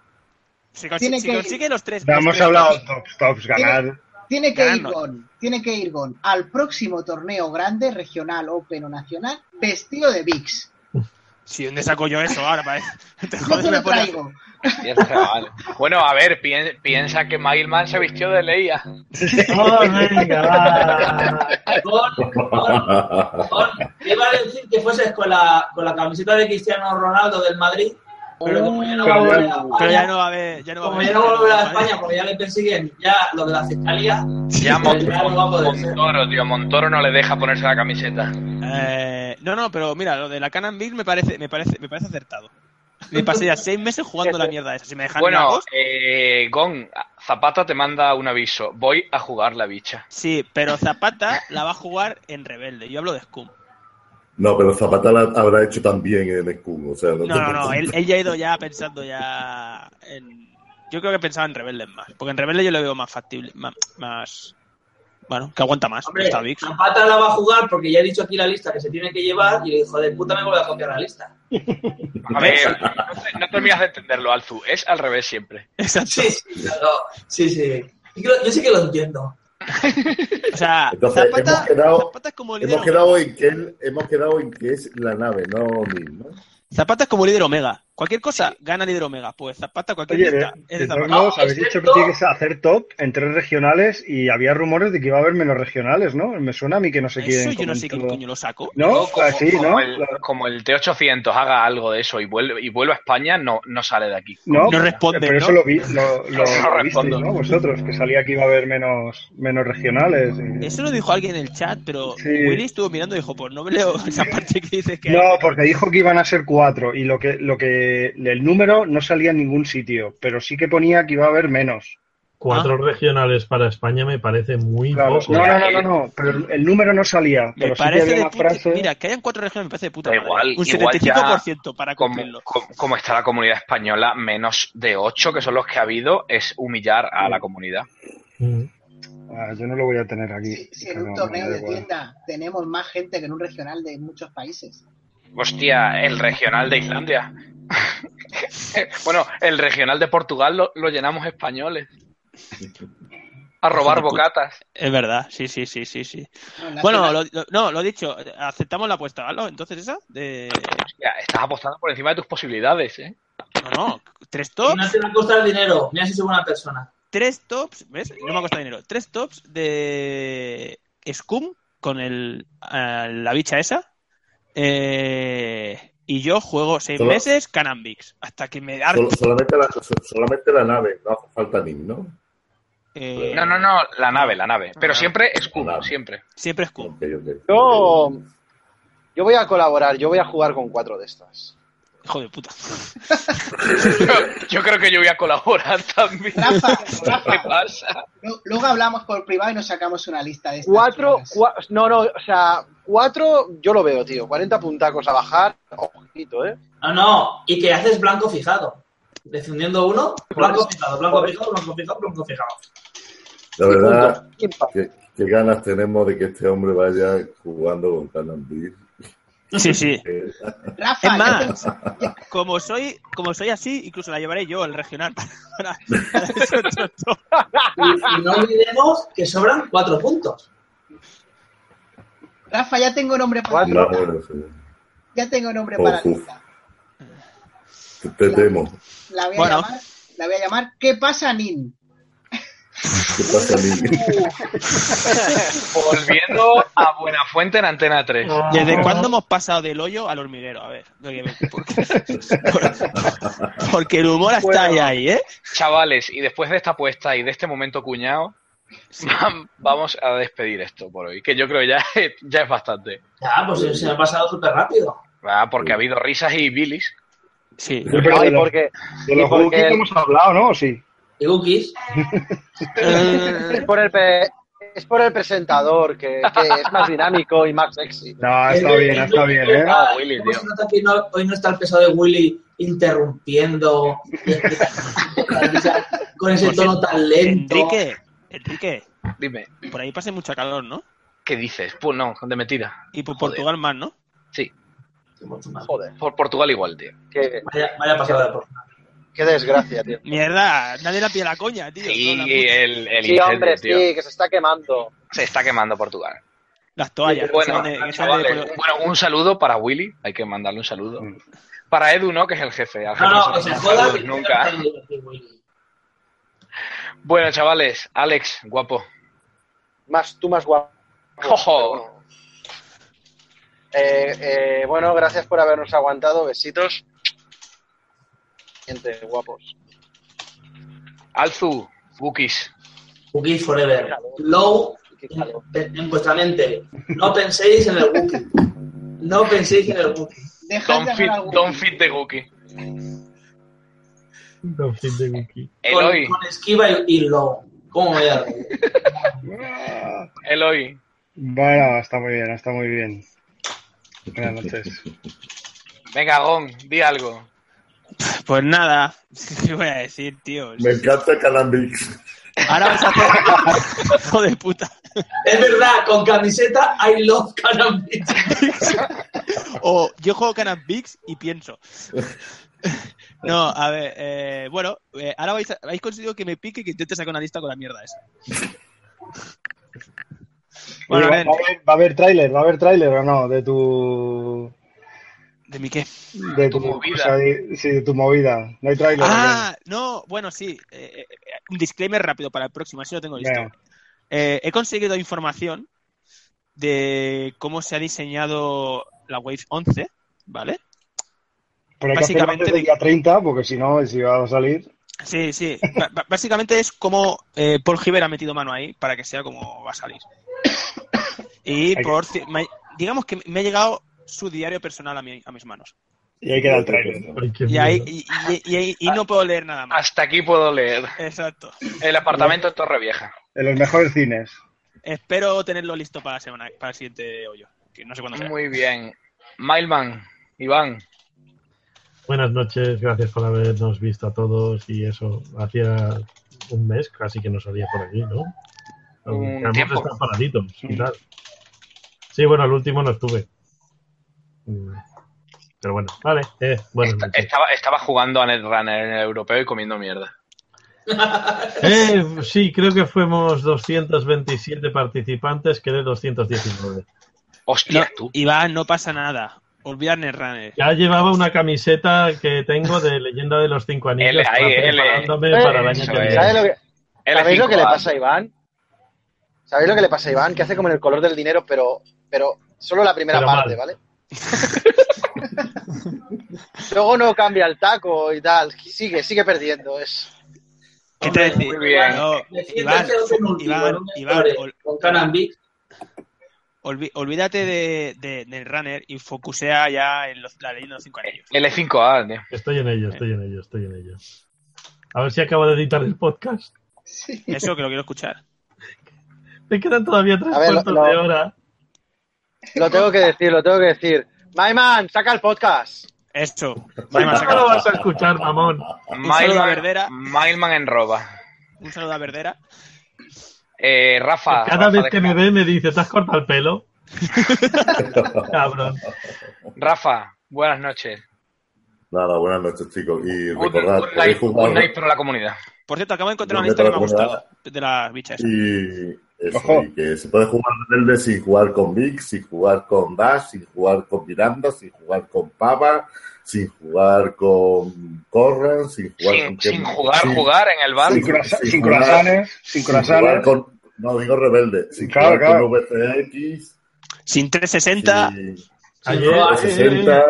Speaker 1: Si, consi-
Speaker 7: tiene
Speaker 1: si
Speaker 7: que-
Speaker 1: consigue los tres.
Speaker 5: Ya
Speaker 1: los
Speaker 5: hemos
Speaker 1: tres
Speaker 5: hablado
Speaker 1: tops,
Speaker 5: tops, tops, ganar.
Speaker 7: tiene que ir
Speaker 1: Gano.
Speaker 7: con, tiene que ir con al próximo torneo grande, regional, open o nacional, vestido de VIX.
Speaker 1: Sí, ¿dónde saco yo eso ahora? *laughs* Para... Te
Speaker 7: Yo
Speaker 1: jodes,
Speaker 7: te
Speaker 1: me
Speaker 7: lo
Speaker 1: pone-
Speaker 7: traigo.
Speaker 2: Hostia, chaval. Bueno, a ver, pien- piensa que Mailman se vistió de Leia.
Speaker 8: Oh, venga, va.
Speaker 6: Con, con- con- te iba a decir que fueses con la, con la camiseta de Cristiano Ronaldo del Madrid, pero como ya no va a volver a
Speaker 1: Pero ya no
Speaker 6: España,
Speaker 1: va a haber. Ya no va a
Speaker 6: como
Speaker 1: haber-
Speaker 6: ya no va a volver a España, porque ya le persiguen ya lo de la fiscalía,
Speaker 2: Ya Mon-
Speaker 6: ya no va a poder ser.
Speaker 2: Montoro, tío. Montoro no le deja ponerse la camiseta.
Speaker 1: Eh, no, no, pero mira, lo de la Canon Bill me parece, me parece, me parece acertado. Me pasé ya seis meses jugando la mierda esa. Si me dejan una
Speaker 2: Bueno,
Speaker 1: voz,
Speaker 2: eh, Gon, Zapata te manda un aviso. Voy a jugar la bicha.
Speaker 1: sí, pero Zapata la va a jugar en Rebelde. Yo hablo de Scum.
Speaker 3: No, pero Zapata la habrá hecho también en el cubo, o sea, no,
Speaker 1: No, no,
Speaker 3: te
Speaker 1: no. Él,
Speaker 3: preocupes.
Speaker 1: él ya ha ido ya pensando ya en. Yo creo que pensaba en Rebelde más. Porque en Rebelde yo lo veo más factible. Más. más- bueno, que aguanta más.
Speaker 6: Hombre,
Speaker 1: está Vix.
Speaker 6: Zapata la va a jugar porque ya he dicho aquí la lista que se tiene que llevar y le dijo, de puta me voy a copiar la lista.
Speaker 2: A ver, no, te- no terminas de entenderlo, Alzu. Es al revés siempre.
Speaker 1: *laughs* Exacto.
Speaker 6: Sí, sí, *laughs* claro. sí, sí. Yo creo- yo sí que lo entiendo.
Speaker 1: O sea,
Speaker 3: Entonces,
Speaker 1: Zapata,
Speaker 3: hemos quedado-
Speaker 1: Zapata es como líder.
Speaker 3: Hemos quedado en que él- hemos quedado en que es la nave, no Nin, ¿no?
Speaker 1: Zapata es como líder Omega. Cualquier cosa, gana líder omega. Pues Zapata, cualquier
Speaker 5: Oye, de,
Speaker 3: eh,
Speaker 1: lista, es
Speaker 5: de
Speaker 1: de
Speaker 5: todos
Speaker 1: Zapata.
Speaker 5: modos,
Speaker 6: No,
Speaker 5: habéis
Speaker 6: excepto-
Speaker 5: dicho que tienes que hacer top en tres regionales y había rumores de que iba a haber menos regionales, ¿no? Me suena a mí que no sé quién.
Speaker 1: Eso yo no sé quién
Speaker 5: comentó.
Speaker 1: coño lo saco.
Speaker 5: ¿No?
Speaker 2: Yo, como,
Speaker 5: Así,
Speaker 2: como
Speaker 5: ¿no?
Speaker 2: El, como el T800 haga algo de eso y vuelve, y vuelve a España, no, no sale de aquí.
Speaker 5: No,
Speaker 1: No responde,
Speaker 5: pero
Speaker 1: ¿no?
Speaker 5: eso lo vi, lo,
Speaker 2: *laughs*
Speaker 5: lo-
Speaker 2: Eso no
Speaker 5: lo
Speaker 2: respondo.
Speaker 5: visteis, ¿no? Vosotros, que salía que iba a haber menos, menos regionales. y-
Speaker 1: Eso lo dijo alguien en el chat, pero
Speaker 5: Sí.
Speaker 1: Willy estuvo mirando y dijo, pues no leo *laughs* esa parte que dices que...
Speaker 5: No, porque dijo que iban a ser cuatro y lo que, lo que el número no salía en ningún sitio, pero sí que ponía que iba a haber menos.
Speaker 8: Cuatro
Speaker 1: Ah.
Speaker 8: regionales para España me parece muy
Speaker 5: Claro.
Speaker 8: poco.
Speaker 5: No, no, no, no, no, pero el número no salía.
Speaker 1: eh, me
Speaker 5: Pero sí que
Speaker 1: parece
Speaker 5: había
Speaker 1: de
Speaker 5: una
Speaker 1: puta...
Speaker 5: frase.
Speaker 1: Mira, que hayan cuatro regiones me parece de puta
Speaker 2: Da
Speaker 1: madre.
Speaker 2: igual,
Speaker 1: Un
Speaker 2: igual
Speaker 1: 75% para cumplirlo.
Speaker 2: Como, como- como está la comunidad española, menos de 8, que son los que ha habido, es humillar a la comunidad.
Speaker 8: Mm.
Speaker 5: Ah, yo no lo voy a tener aquí.
Speaker 7: Si, si en
Speaker 5: Pero
Speaker 7: un
Speaker 5: me
Speaker 7: torneo
Speaker 5: da
Speaker 7: de
Speaker 5: igual.
Speaker 7: tienda tenemos más gente que en un regional de muchos países.
Speaker 2: Hostia, el regional de Islandia. *laughs* bueno, el regional de Portugal lo, lo llenamos españoles. A robar bocatas.
Speaker 1: Es verdad, sí, sí, sí, sí, sí.
Speaker 7: No, lástima-
Speaker 1: Bueno, lo, lo- no, lo dicho, eh, aceptamos la apuesta, ¿vale? Entonces esa, de...
Speaker 2: Hostia, estás apostando por encima de tus posibilidades, ¿eh?
Speaker 1: No, no, tres
Speaker 6: Y
Speaker 1: tops,
Speaker 6: no te va a costar dinero. Mira si soy buena persona.
Speaker 1: tres tops, ¿ves? No me ha costado dinero. Tres tops de Scum con el, ah, la bicha esa. Eh, y yo juego seis
Speaker 3: Solo-
Speaker 1: meses Canambix. Hasta que me da...
Speaker 3: Sol- solamente, la, sol- solamente la nave, no hace falta ni, ¿no?
Speaker 1: eh,
Speaker 2: No, no, no, la nave, la nave. Pero siempre es
Speaker 3: La
Speaker 2: cubo,
Speaker 3: nave.
Speaker 2: siempre.
Speaker 1: Siempre Scum.
Speaker 3: Ok, ok.
Speaker 4: Yo, yo voy a colaborar, yo voy a jugar con cuatro de estas.
Speaker 1: Hijo de puta.
Speaker 2: Yo, *laughs* yo creo que yo voy a colaborar también.
Speaker 1: *laughs*
Speaker 7: Rafa,
Speaker 2: ¿Qué
Speaker 7: Rafa,
Speaker 2: pasa?
Speaker 7: lo- luego hablamos por privado y nos sacamos una lista de estas.
Speaker 4: Cuatro,
Speaker 7: chulas.
Speaker 4: cua- no, no, o sea, cuatro yo lo veo, tío. 40 puntacos a bajar, ojito, ¿eh?
Speaker 6: No, no. Y que haces blanco fijado. Descendiendo uno, blanco
Speaker 4: Joder.
Speaker 6: fijado, blanco
Speaker 4: Joder.
Speaker 6: fijado, blanco fijado, blanco fijado.
Speaker 3: La verdad,
Speaker 4: Punto. Pim, pam.
Speaker 3: que, que ganas tenemos de que este hombre vaya jugando con Canambir.
Speaker 1: Sí, sí.
Speaker 7: Rafa,
Speaker 1: Es más.
Speaker 7: yo pensaba-
Speaker 1: Como soy, como soy así, incluso la llevaré yo al regional para, para- para esos otros tops.
Speaker 6: Y, y no olvidemos que sobran cuatro puntos.
Speaker 7: Rafa, ya tengo nombre para
Speaker 4: Cuatro.
Speaker 7: la
Speaker 3: No,
Speaker 7: lista.
Speaker 3: bueno, sí.
Speaker 7: Ya tengo nombre
Speaker 3: Oh,
Speaker 7: para la
Speaker 3: uf.
Speaker 7: lista.
Speaker 3: Te- Te temo.
Speaker 7: La voy a
Speaker 1: Bueno.
Speaker 7: llamar, la voy a llamar ¿Qué pasa, Nin?
Speaker 3: ¿Qué pasa, Nin? *laughs*
Speaker 2: Volviendo a Buenafuente en Antena 3.
Speaker 1: ¿Desde cuándo hemos pasado del hoyo al hormiguero? A ver. Porque, *laughs* porque el humor está ahí, ahí, ¿eh?
Speaker 2: Chavales, y después de esta apuesta y de este momento cuñado, vamos a despedir esto por hoy, que yo creo ya, *laughs* ya es bastante.
Speaker 6: Ya, pues se- se me ha pasado súper rápido.
Speaker 2: Ah, Porque ha habido risas y bilis.
Speaker 1: Sí.
Speaker 5: Yo, pero
Speaker 4: Ay,
Speaker 5: de los-
Speaker 4: porque,
Speaker 5: de
Speaker 4: y
Speaker 5: los
Speaker 4: porque
Speaker 5: Wookiees
Speaker 4: el-
Speaker 5: hemos hablado, ¿no? Sí.
Speaker 6: Y Cookies,
Speaker 1: Eh,
Speaker 4: es, por el pe- es por el presentador, que, que es más dinámico y más sexy.
Speaker 5: No, Ah, está
Speaker 6: Es-
Speaker 5: bien,
Speaker 6: es-
Speaker 5: está bien, ¿eh?
Speaker 2: Ah, Willy,
Speaker 6: ¿Cómo
Speaker 2: tío.
Speaker 6: se nota que no- hoy no está el pesado de Willy interrumpiendo
Speaker 2: *laughs*
Speaker 6: con ese
Speaker 1: Por
Speaker 6: tono
Speaker 1: cierto,
Speaker 6: tan lento?
Speaker 1: Enrique, Enrique,
Speaker 2: Dime,
Speaker 1: por ahí pasa mucha calor, ¿no?
Speaker 2: ¿qué dices? Pues no, de mentira.
Speaker 1: Y por
Speaker 2: Joder.
Speaker 1: Portugal más, ¿no?
Speaker 2: Sí,
Speaker 4: Joder,
Speaker 2: por Portugal igual, tío.
Speaker 4: qué,
Speaker 6: Vaya, vaya pasada de por.
Speaker 4: qué desgracia, tío.
Speaker 1: Mierda, nadie la pide la coña, tío.
Speaker 2: Sí,
Speaker 1: No, la-
Speaker 2: el, el
Speaker 4: Sí,
Speaker 2: incendio,
Speaker 4: hombre,
Speaker 2: tío.
Speaker 4: sí, que se está quemando.
Speaker 2: Se está quemando Portugal.
Speaker 1: Las toallas. que
Speaker 2: Eh, Bueno,
Speaker 1: son de- que son de-
Speaker 2: chavales, bueno, un saludo para Willy, hay que mandarle un saludo.
Speaker 5: Mm.
Speaker 2: Para Edu, ¿no? Que es el jefe. al
Speaker 6: No,
Speaker 2: jefe
Speaker 6: no,
Speaker 2: no
Speaker 6: que
Speaker 2: se
Speaker 6: se
Speaker 2: le
Speaker 6: joda.
Speaker 2: saludos
Speaker 6: que-
Speaker 2: pues Nunca. Bueno, chavales, Alex, guapo.
Speaker 4: Más, tú más guapo.
Speaker 2: Ojo.
Speaker 4: Eh, eh, bueno, gracias por habernos aguantado. Besitos. Gente, guapos.
Speaker 2: Alzu, Bookies.
Speaker 6: Cookies forever. Low
Speaker 4: Qué
Speaker 6: en,
Speaker 4: calor.
Speaker 6: en vuestra mente. No penséis en el Wookiee. No penséis en el Wookiee.
Speaker 7: Dejad
Speaker 2: Don't
Speaker 7: de
Speaker 2: fit,
Speaker 7: hablar algo.
Speaker 2: don't fit the Gookie.
Speaker 8: No, fin de wiki.
Speaker 2: Eloy,
Speaker 6: Con, con esquiva y, y low. ¿Cómo me voy a reír?
Speaker 2: Eloy.
Speaker 5: Bueno, está muy bien, está muy bien. Buenas noches.
Speaker 2: Venga, Gon, di algo.
Speaker 1: Pues nada, *laughs* ¿qué voy a decir, tío?
Speaker 3: Me encanta Canambir.
Speaker 1: Ahora vas a hacer. *laughs* Hijo de puta.
Speaker 6: Es verdad, con camiseta I love cannabis.
Speaker 1: O yo juego Canas Bigs y pienso. *laughs* No, a ver, eh, bueno, eh, ahora vais a- habéis conseguido que me pique y que intente sacar una lista con la mierda esa. Bueno,
Speaker 5: Oye,
Speaker 1: ven.
Speaker 5: va, va a haber, va a haber tráiler, va a haber tráiler o no de tu
Speaker 1: ¿De mi qué?
Speaker 5: De tu,
Speaker 2: Tu movida.
Speaker 5: o sea, de- sí, de tu movida. No hay trailer.
Speaker 1: Ah, no, bueno, sí. eh, eh, un disclaimer rápido para el próximo, así lo tengo listo.
Speaker 5: Venga.
Speaker 1: Eh, he conseguido información de cómo se ha diseñado la Wave 11, ¿vale?
Speaker 5: Pero hay que hacerlo
Speaker 1: básicamente
Speaker 5: antes del
Speaker 1: de-
Speaker 5: día 30, porque si no, si va a salir.
Speaker 1: Sí, sí. Ba- ba- básicamente es como eh, Paul Giver ha metido mano ahí para que sea como va a salir. Y
Speaker 5: que-
Speaker 1: por ci- me ha- digamos que me ha llegado su diario personal a, mi- a mis manos.
Speaker 5: Y hay que dar el trailer.
Speaker 8: Ay, qué
Speaker 1: Y, ahí,
Speaker 8: miedo.
Speaker 1: y, y- y- y
Speaker 5: Ah,
Speaker 1: no puedo leer nada más.
Speaker 2: Hasta aquí puedo leer.
Speaker 1: Exacto.
Speaker 2: El apartamento en Torrevieja.
Speaker 5: En los mejores cines.
Speaker 1: Espero tenerlo listo para la semana, para el siguiente hoyo. Que no sé
Speaker 5: Mm.
Speaker 1: cuándo será.
Speaker 2: Muy bien. Mailman, Iván,
Speaker 8: Buenas noches, gracias por habernos visto a todos y eso. Hacía un mes casi que nos salía por aquí, ¿no?
Speaker 2: Un
Speaker 8: Aunque hemos
Speaker 2: tiempo. Mm.
Speaker 8: estado paraditos y tal. Sí, bueno, el último no estuve. Mm. Pero bueno, vale. Eh, buenas
Speaker 2: Esta-
Speaker 8: noches.
Speaker 2: estaba, estaba jugando a Netrunner en el europeo y comiendo mierda.
Speaker 8: Eh, sí, creo que fuimos 227 participantes, quedé 219.
Speaker 1: No,
Speaker 2: Hostia, tú.
Speaker 1: Iván, no pasa nada. Olvidar Netrunner.
Speaker 8: Ya llevaba una camiseta que tengo de Leyenda de los Cinco Anillos
Speaker 2: L, ahí,
Speaker 8: para
Speaker 2: L.
Speaker 8: preparándome
Speaker 4: Eh,
Speaker 8: para el año
Speaker 2: eso
Speaker 8: que
Speaker 2: es.
Speaker 8: viene.
Speaker 4: ¿Sabéis lo que, ¿Sabéis lo que le
Speaker 2: L5A.
Speaker 4: pasa a Iván? ¿Sabéis lo que le pasa a Iván? Que hace como en el color del dinero, pero, pero solo la primera
Speaker 8: Pero
Speaker 4: parte,
Speaker 8: mal.
Speaker 4: ¿vale? *laughs* Luego no cambia el taco y tal. Sigue, sigue perdiendo. Es...
Speaker 1: ¿Qué te decís?
Speaker 2: Muy bien.
Speaker 1: No, Iván,
Speaker 6: Defiéndete de un último,
Speaker 1: Iván,
Speaker 6: no me
Speaker 1: Iván,
Speaker 6: llores,
Speaker 1: ol-
Speaker 6: con Canambic.
Speaker 1: olvi- olvídate de, de- del runner y focusea ya en los, la leyenda de los cinco anillos.
Speaker 2: L5A, tío.
Speaker 8: Estoy en ello, estoy en ello, estoy en ello. A ver si acabo de editar el podcast.
Speaker 7: Sí.
Speaker 1: Eso que lo quiero escuchar.
Speaker 8: Me quedan todavía tres
Speaker 4: A ver,
Speaker 8: cuartos
Speaker 4: lo-
Speaker 8: de hora.
Speaker 4: Lo tengo que decir, lo tengo que decir. Myman, saca el podcast.
Speaker 1: Eso.
Speaker 8: Si
Speaker 1: Maima,
Speaker 8: no, no
Speaker 1: saca-
Speaker 8: lo vas a escuchar, mamón.
Speaker 1: saludo a
Speaker 2: Mailman,
Speaker 1: Verdera.
Speaker 2: Mailman en roba.
Speaker 1: Un saludo a Verdera.
Speaker 2: Eh, Rafa.
Speaker 8: Cada
Speaker 2: Rafa
Speaker 8: vez
Speaker 2: de
Speaker 8: que me ve me dice, ¿te has cortado el
Speaker 4: *laughs*
Speaker 8: pelo? Cabrón.
Speaker 2: Rafa, buenas noches.
Speaker 3: Nada, buenas noches, chicos. Y
Speaker 2: Un,
Speaker 3: recordad,
Speaker 2: un
Speaker 3: podéis
Speaker 2: like,
Speaker 3: jugar.
Speaker 2: un like para la comunidad.
Speaker 1: Por cierto, acabo de encontrar
Speaker 3: Yo
Speaker 1: una
Speaker 3: me
Speaker 1: lista que me ha
Speaker 3: traigo una-
Speaker 1: gustado de las bichas.
Speaker 3: Y, eso,
Speaker 5: Ojo.
Speaker 3: y que se puede jugar con Elde sin jugar con Vic, sin jugar con Dash, sin jugar con Miranda, sin jugar con Pava, sin jugar con Corran, sin jugar
Speaker 2: Sin,
Speaker 3: con.
Speaker 2: sin jugar,
Speaker 3: sin-
Speaker 2: jugar en el bar.
Speaker 3: Sí,
Speaker 5: Sin, croissant-
Speaker 3: sin
Speaker 5: sin
Speaker 3: jugar-
Speaker 5: croissants, sin
Speaker 3: sin jugar
Speaker 5: croissants.
Speaker 3: con. No, digo rebelde. Sin
Speaker 5: ¿eh? Claro,
Speaker 3: jugar
Speaker 5: claro.
Speaker 3: con VCX,
Speaker 1: Sin 360,
Speaker 3: sin
Speaker 8: Ayer,
Speaker 6: Ah,
Speaker 3: 60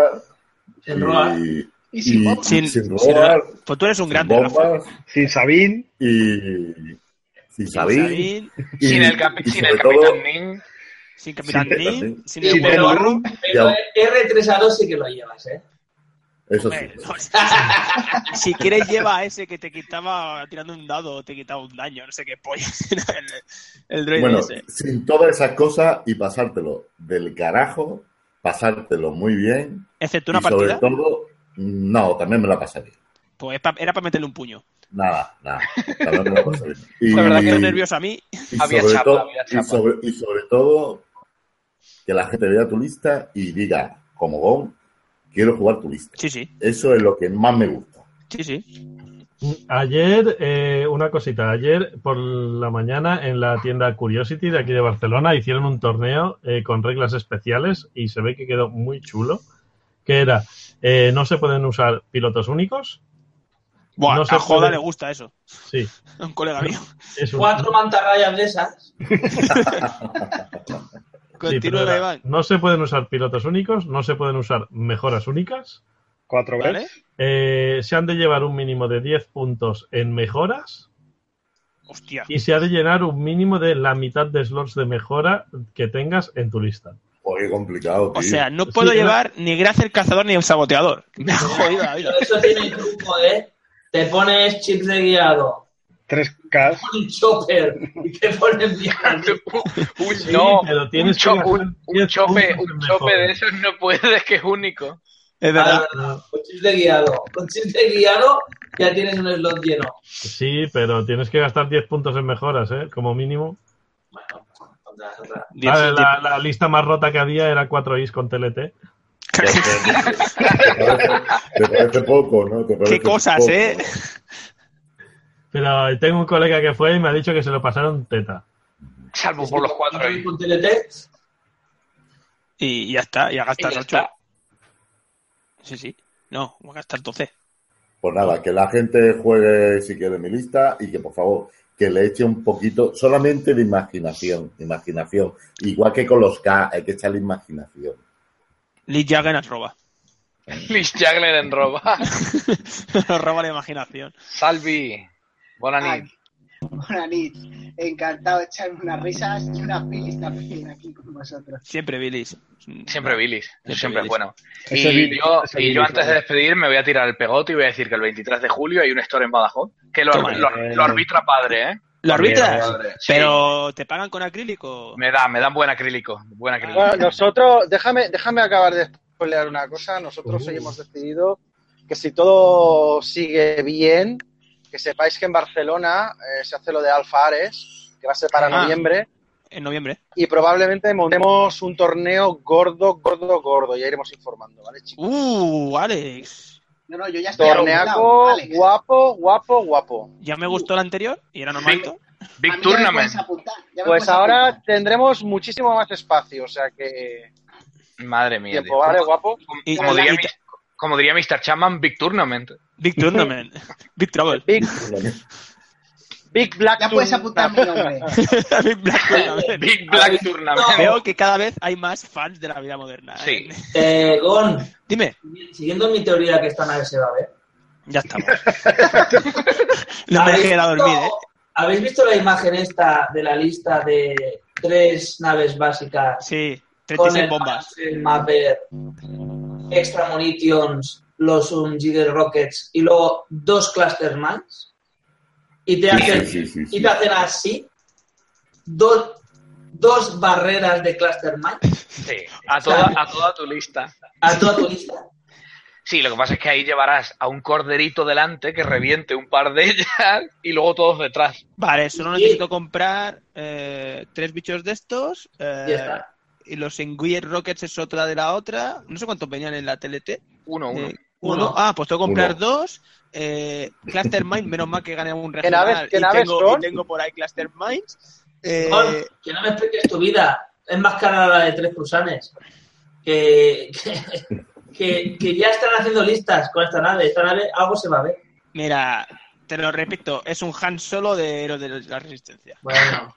Speaker 6: En Roa.
Speaker 3: y,
Speaker 7: *laughs* Y
Speaker 3: y-
Speaker 7: sin bomba.
Speaker 1: sin,
Speaker 3: sin
Speaker 1: sin
Speaker 3: robar,
Speaker 1: ra- Pues tú eres un
Speaker 3: sin
Speaker 1: grande, Rafa.
Speaker 3: bombas
Speaker 5: Sin Sabín.
Speaker 3: y sin
Speaker 1: Sin
Speaker 3: Sabín.
Speaker 1: Sabin,
Speaker 3: y-
Speaker 2: sin el,
Speaker 3: y
Speaker 2: capi- sin el
Speaker 3: sobre
Speaker 2: capitán
Speaker 3: todo- *laughs*
Speaker 2: Nin.
Speaker 1: sin Capitán
Speaker 3: Sin-
Speaker 1: Nin, sin
Speaker 5: sin
Speaker 1: el
Speaker 5: el-
Speaker 1: Guerrero.
Speaker 6: Pero R3A2 sí que lo llevas, ¿eh?
Speaker 3: Eso
Speaker 1: Hombre,
Speaker 3: sí.
Speaker 1: no, si, pues, *laughs* si quieres lleva a ese que te quitaba tirando un dado o te quitaba un daño, no sé qué pollas era *laughs* el, el droide
Speaker 3: Bueno,
Speaker 1: ese.
Speaker 3: sin todas esas cosas y pasártelo del carajo, pasártelo muy bien.
Speaker 1: Excepto una
Speaker 3: y sobre
Speaker 1: partida,
Speaker 3: todo, no, también me la pasaré.
Speaker 1: pues pa- era para meterle un puño.
Speaker 3: Nada, nada. También me la
Speaker 1: *laughs*
Speaker 3: pasaré. Y,
Speaker 1: La verdad que era nervioso a mí.
Speaker 3: y
Speaker 2: Había
Speaker 3: sobre
Speaker 2: chapa,
Speaker 3: todo-
Speaker 2: había
Speaker 3: y
Speaker 2: chapa.
Speaker 3: sobre- y sobre todo, que la gente vea tu lista y diga, como Gon, quiero jugar tu lista.
Speaker 1: Sí, sí,
Speaker 3: Eso es lo que más me gusta.
Speaker 1: sí, sí.
Speaker 8: Ayer, eh, una cosita, ayer por la mañana en la tienda Curiosity de aquí de Barcelona hicieron un torneo eh, con reglas especiales y se ve que quedó muy chulo, que era, eh, no se pueden usar pilotos únicos,
Speaker 1: Buah,
Speaker 8: No se
Speaker 1: a Joda
Speaker 8: puede.
Speaker 1: le gusta eso, *laughs*
Speaker 8: sí,
Speaker 1: a un colega mío.
Speaker 8: es un,
Speaker 6: Cuatro mantarrayas de esas.
Speaker 8: sí, pero
Speaker 1: Continúa,
Speaker 8: era,
Speaker 1: Iván.
Speaker 8: no se pueden usar pilotos únicos, no se pueden usar mejoras únicas,
Speaker 5: Cuatro veces.
Speaker 1: ¿Vale?
Speaker 8: eh, se han de llevar un mínimo de 10 puntos en mejoras
Speaker 1: Hostia,
Speaker 8: y se ha de llenar un mínimo de la mitad de slots de mejora que tengas en tu lista.
Speaker 3: Oh, qué complicado, tío.
Speaker 1: o sea, no puedo
Speaker 8: Sí, era-
Speaker 1: llevar ni gracia el cazador ni el
Speaker 8: *laughs*
Speaker 1: saboteador. *laughs* Me ha jodido la vida.
Speaker 6: Pero Eso tiene el truco, ¿eh? Te pones chips de guiado,
Speaker 5: Tres K.
Speaker 6: un chopper y te pones
Speaker 1: *laughs*
Speaker 6: mierda.
Speaker 2: Un-
Speaker 8: Sí,
Speaker 2: no,
Speaker 8: pero
Speaker 2: un,
Speaker 8: tienes que
Speaker 2: cho-
Speaker 8: gastar
Speaker 2: un- un
Speaker 8: 10
Speaker 2: chope,
Speaker 8: puntos
Speaker 2: un
Speaker 8: en
Speaker 2: chope
Speaker 8: mejor.
Speaker 2: de esos no puedes, *laughs* que es único.
Speaker 1: Es verdad.
Speaker 8: Ah,
Speaker 6: Con chips de guiado. Con chips de guiado ya tienes un slot lleno.
Speaker 8: Sí, pero tienes que gastar 10 puntos en mejoras, ¿eh? Como mínimo.
Speaker 6: Bueno, otra, otra.
Speaker 1: Diez-
Speaker 8: Ah,
Speaker 1: *laughs*
Speaker 8: la, la lista más rota que había era 4 is con TLT.
Speaker 3: *laughs* Te parece, te parece poco, ¿no? Te parece
Speaker 1: Qué cosas,
Speaker 3: poco.
Speaker 1: ¿eh?
Speaker 8: Pero tengo un colega que fue y me ha dicho que se lo pasaron teta.
Speaker 2: Salvo
Speaker 1: Pues
Speaker 2: por los cuatro.
Speaker 3: *laughs*
Speaker 2: ahí.
Speaker 6: Con TLT,
Speaker 1: Y ya está, ya
Speaker 2: Y ya
Speaker 1: gastas ocho.
Speaker 2: está.
Speaker 1: Sí, sí. No, voy a gastar 12.
Speaker 3: Pues nada, que la gente juegue si quiere mi lista y que por favor que le eche un poquito solamente de imaginación, imaginación. Igual que con los K, hay que echarle imaginación.
Speaker 1: Lee Jagger nos roba. *laughs*
Speaker 2: Liz Jagler en roba.
Speaker 1: nos roba la imaginación.
Speaker 2: Salvi. Buena
Speaker 7: Ay,
Speaker 2: nit.
Speaker 7: Buena nit. Encantado de echarme unas risas y unas pilis también aquí con vosotros.
Speaker 1: Siempre Billis.
Speaker 2: Siempre Billis.
Speaker 1: Siempre
Speaker 2: Eso siempre es
Speaker 1: Billis.
Speaker 2: bueno.
Speaker 5: Ese
Speaker 2: Y
Speaker 5: Billis,
Speaker 2: yo,
Speaker 5: ese
Speaker 2: y yo
Speaker 5: Billis,
Speaker 2: antes de
Speaker 5: vale.
Speaker 2: despedirme voy a tirar el pegote y voy a decir que el 23 de julio hay un store en Badajoz que lo,
Speaker 1: Toma.
Speaker 2: lo- lo arbitra padre, ¿eh?
Speaker 1: ¿Lo arbitras?
Speaker 2: Padre. Sí.
Speaker 1: Pero te pagan con acrílico.
Speaker 2: Me da, me dan buen acrílico. Buen acrílico.
Speaker 7: Ah.
Speaker 4: Bueno, nosotros, déjame, déjame acabar de spoilear una cosa.
Speaker 7: Uh.
Speaker 4: Nosotros hoy hemos decidido que si todo sigue bien, que sepáis que en Barcelona eh, se hace lo de Alfa Ares, que va a ser para
Speaker 1: Ah.
Speaker 4: noviembre,
Speaker 1: En noviembre.
Speaker 4: y probablemente montemos un torneo gordo, gordo, gordo. Ya iremos informando, ¿vale, chicos?
Speaker 1: Uh, Alex.
Speaker 7: No, no, yo ya estoy
Speaker 4: Torneaco,
Speaker 7: apuntado, Alex.
Speaker 4: guapo, guapo, guapo.
Speaker 1: Ya
Speaker 2: Uh.
Speaker 1: me gustó el anterior y era normalito.
Speaker 7: A
Speaker 2: Big
Speaker 7: mí ya me
Speaker 2: Tournament.
Speaker 7: puedes apuntar, ya me
Speaker 4: Pues
Speaker 7: puedes
Speaker 4: ahora
Speaker 7: apuntar.
Speaker 4: tendremos muchísimo más espacio, o sea que
Speaker 2: Madre mía.
Speaker 4: tiempo,
Speaker 2: tío.
Speaker 4: ¿vale, guapo?
Speaker 2: Como,
Speaker 1: Y-
Speaker 2: como
Speaker 1: y-
Speaker 2: diría
Speaker 1: y-
Speaker 2: mis- como diría Mr. Chapman, Big Tournament.
Speaker 1: Big
Speaker 2: *laughs*
Speaker 1: Tournament. Big Trouble. *laughs*
Speaker 4: Big, Big Black
Speaker 7: Ya puedes
Speaker 4: Tour-
Speaker 7: apuntar mi nombre.
Speaker 1: Big Black Tournament.
Speaker 2: Big Black Tournament.
Speaker 1: Veo que cada vez hay más fans de la vida moderna.
Speaker 2: Sí.
Speaker 1: ¿eh?
Speaker 6: Eh, Gon,
Speaker 1: Dime,
Speaker 6: siguiendo mi teoría que esta nave se va a ver.
Speaker 1: ya
Speaker 2: *laughs*
Speaker 1: estamos. no me
Speaker 6: ¿habéis
Speaker 1: dejes ir a
Speaker 6: visto-
Speaker 1: dormir, ¿eh?
Speaker 6: ¿Habéis visto la imagen esta de la lista de tres naves básicas
Speaker 1: Sí,
Speaker 6: con
Speaker 1: 36
Speaker 6: el,
Speaker 1: bombas.
Speaker 6: el Mapper, Extra Munitions, los Unjigger Rockets y luego dos clusters más. Y te
Speaker 3: Sí,
Speaker 6: hacen,
Speaker 3: sí, sí, sí,
Speaker 6: y
Speaker 3: sí.
Speaker 6: te hacen así dos, dos barreras de cluster más
Speaker 2: Sí, a toda, a toda tu lista.
Speaker 6: a toda tu lista.
Speaker 2: Sí, lo que pasa es que ahí llevarás a un corderito delante que reviente un par de ellas y luego todos detrás.
Speaker 1: Vale, solo
Speaker 6: Sí.
Speaker 1: necesito comprar eh, tres bichos de estos. eh,
Speaker 6: Ya está.
Speaker 1: y los Enguier Rockets es otra de la otra. No sé cuántos venían en la TLT.
Speaker 2: Uno, uno.
Speaker 1: Eh, uno.
Speaker 6: Uno.
Speaker 1: Ah, pues tengo que comprar
Speaker 3: Uno.
Speaker 1: dos. Eh, Cluster Mind, menos mal que gané un
Speaker 4: ¿Qué naves-
Speaker 1: regional.
Speaker 4: qué
Speaker 1: y
Speaker 4: naves
Speaker 1: tengo,
Speaker 4: son?
Speaker 1: y tengo por ahí Cluster Minds. Eh,
Speaker 6: Gon, que no me expliques tu vida. Es más cara la de tres cruzanes. Que, que, que- que ya están haciendo listas con esta nave. Esta nave algo se va a ver.
Speaker 1: mira, te lo repito, es un Han Solo de Héroes de la Resistencia.
Speaker 6: Bueno,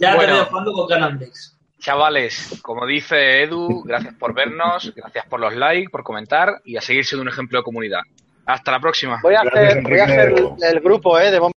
Speaker 6: ya
Speaker 2: Bueno.
Speaker 6: te veo jugando con Canandex.
Speaker 2: Chavales, como dice Edu, gracias por vernos, gracias por los likes, por comentar y a seguir siendo un ejemplo de comunidad. Hasta la próxima.
Speaker 4: Voy a
Speaker 5: Gracias,
Speaker 4: hacer, voy a hacer
Speaker 5: Enrique.
Speaker 4: el grupo eh, de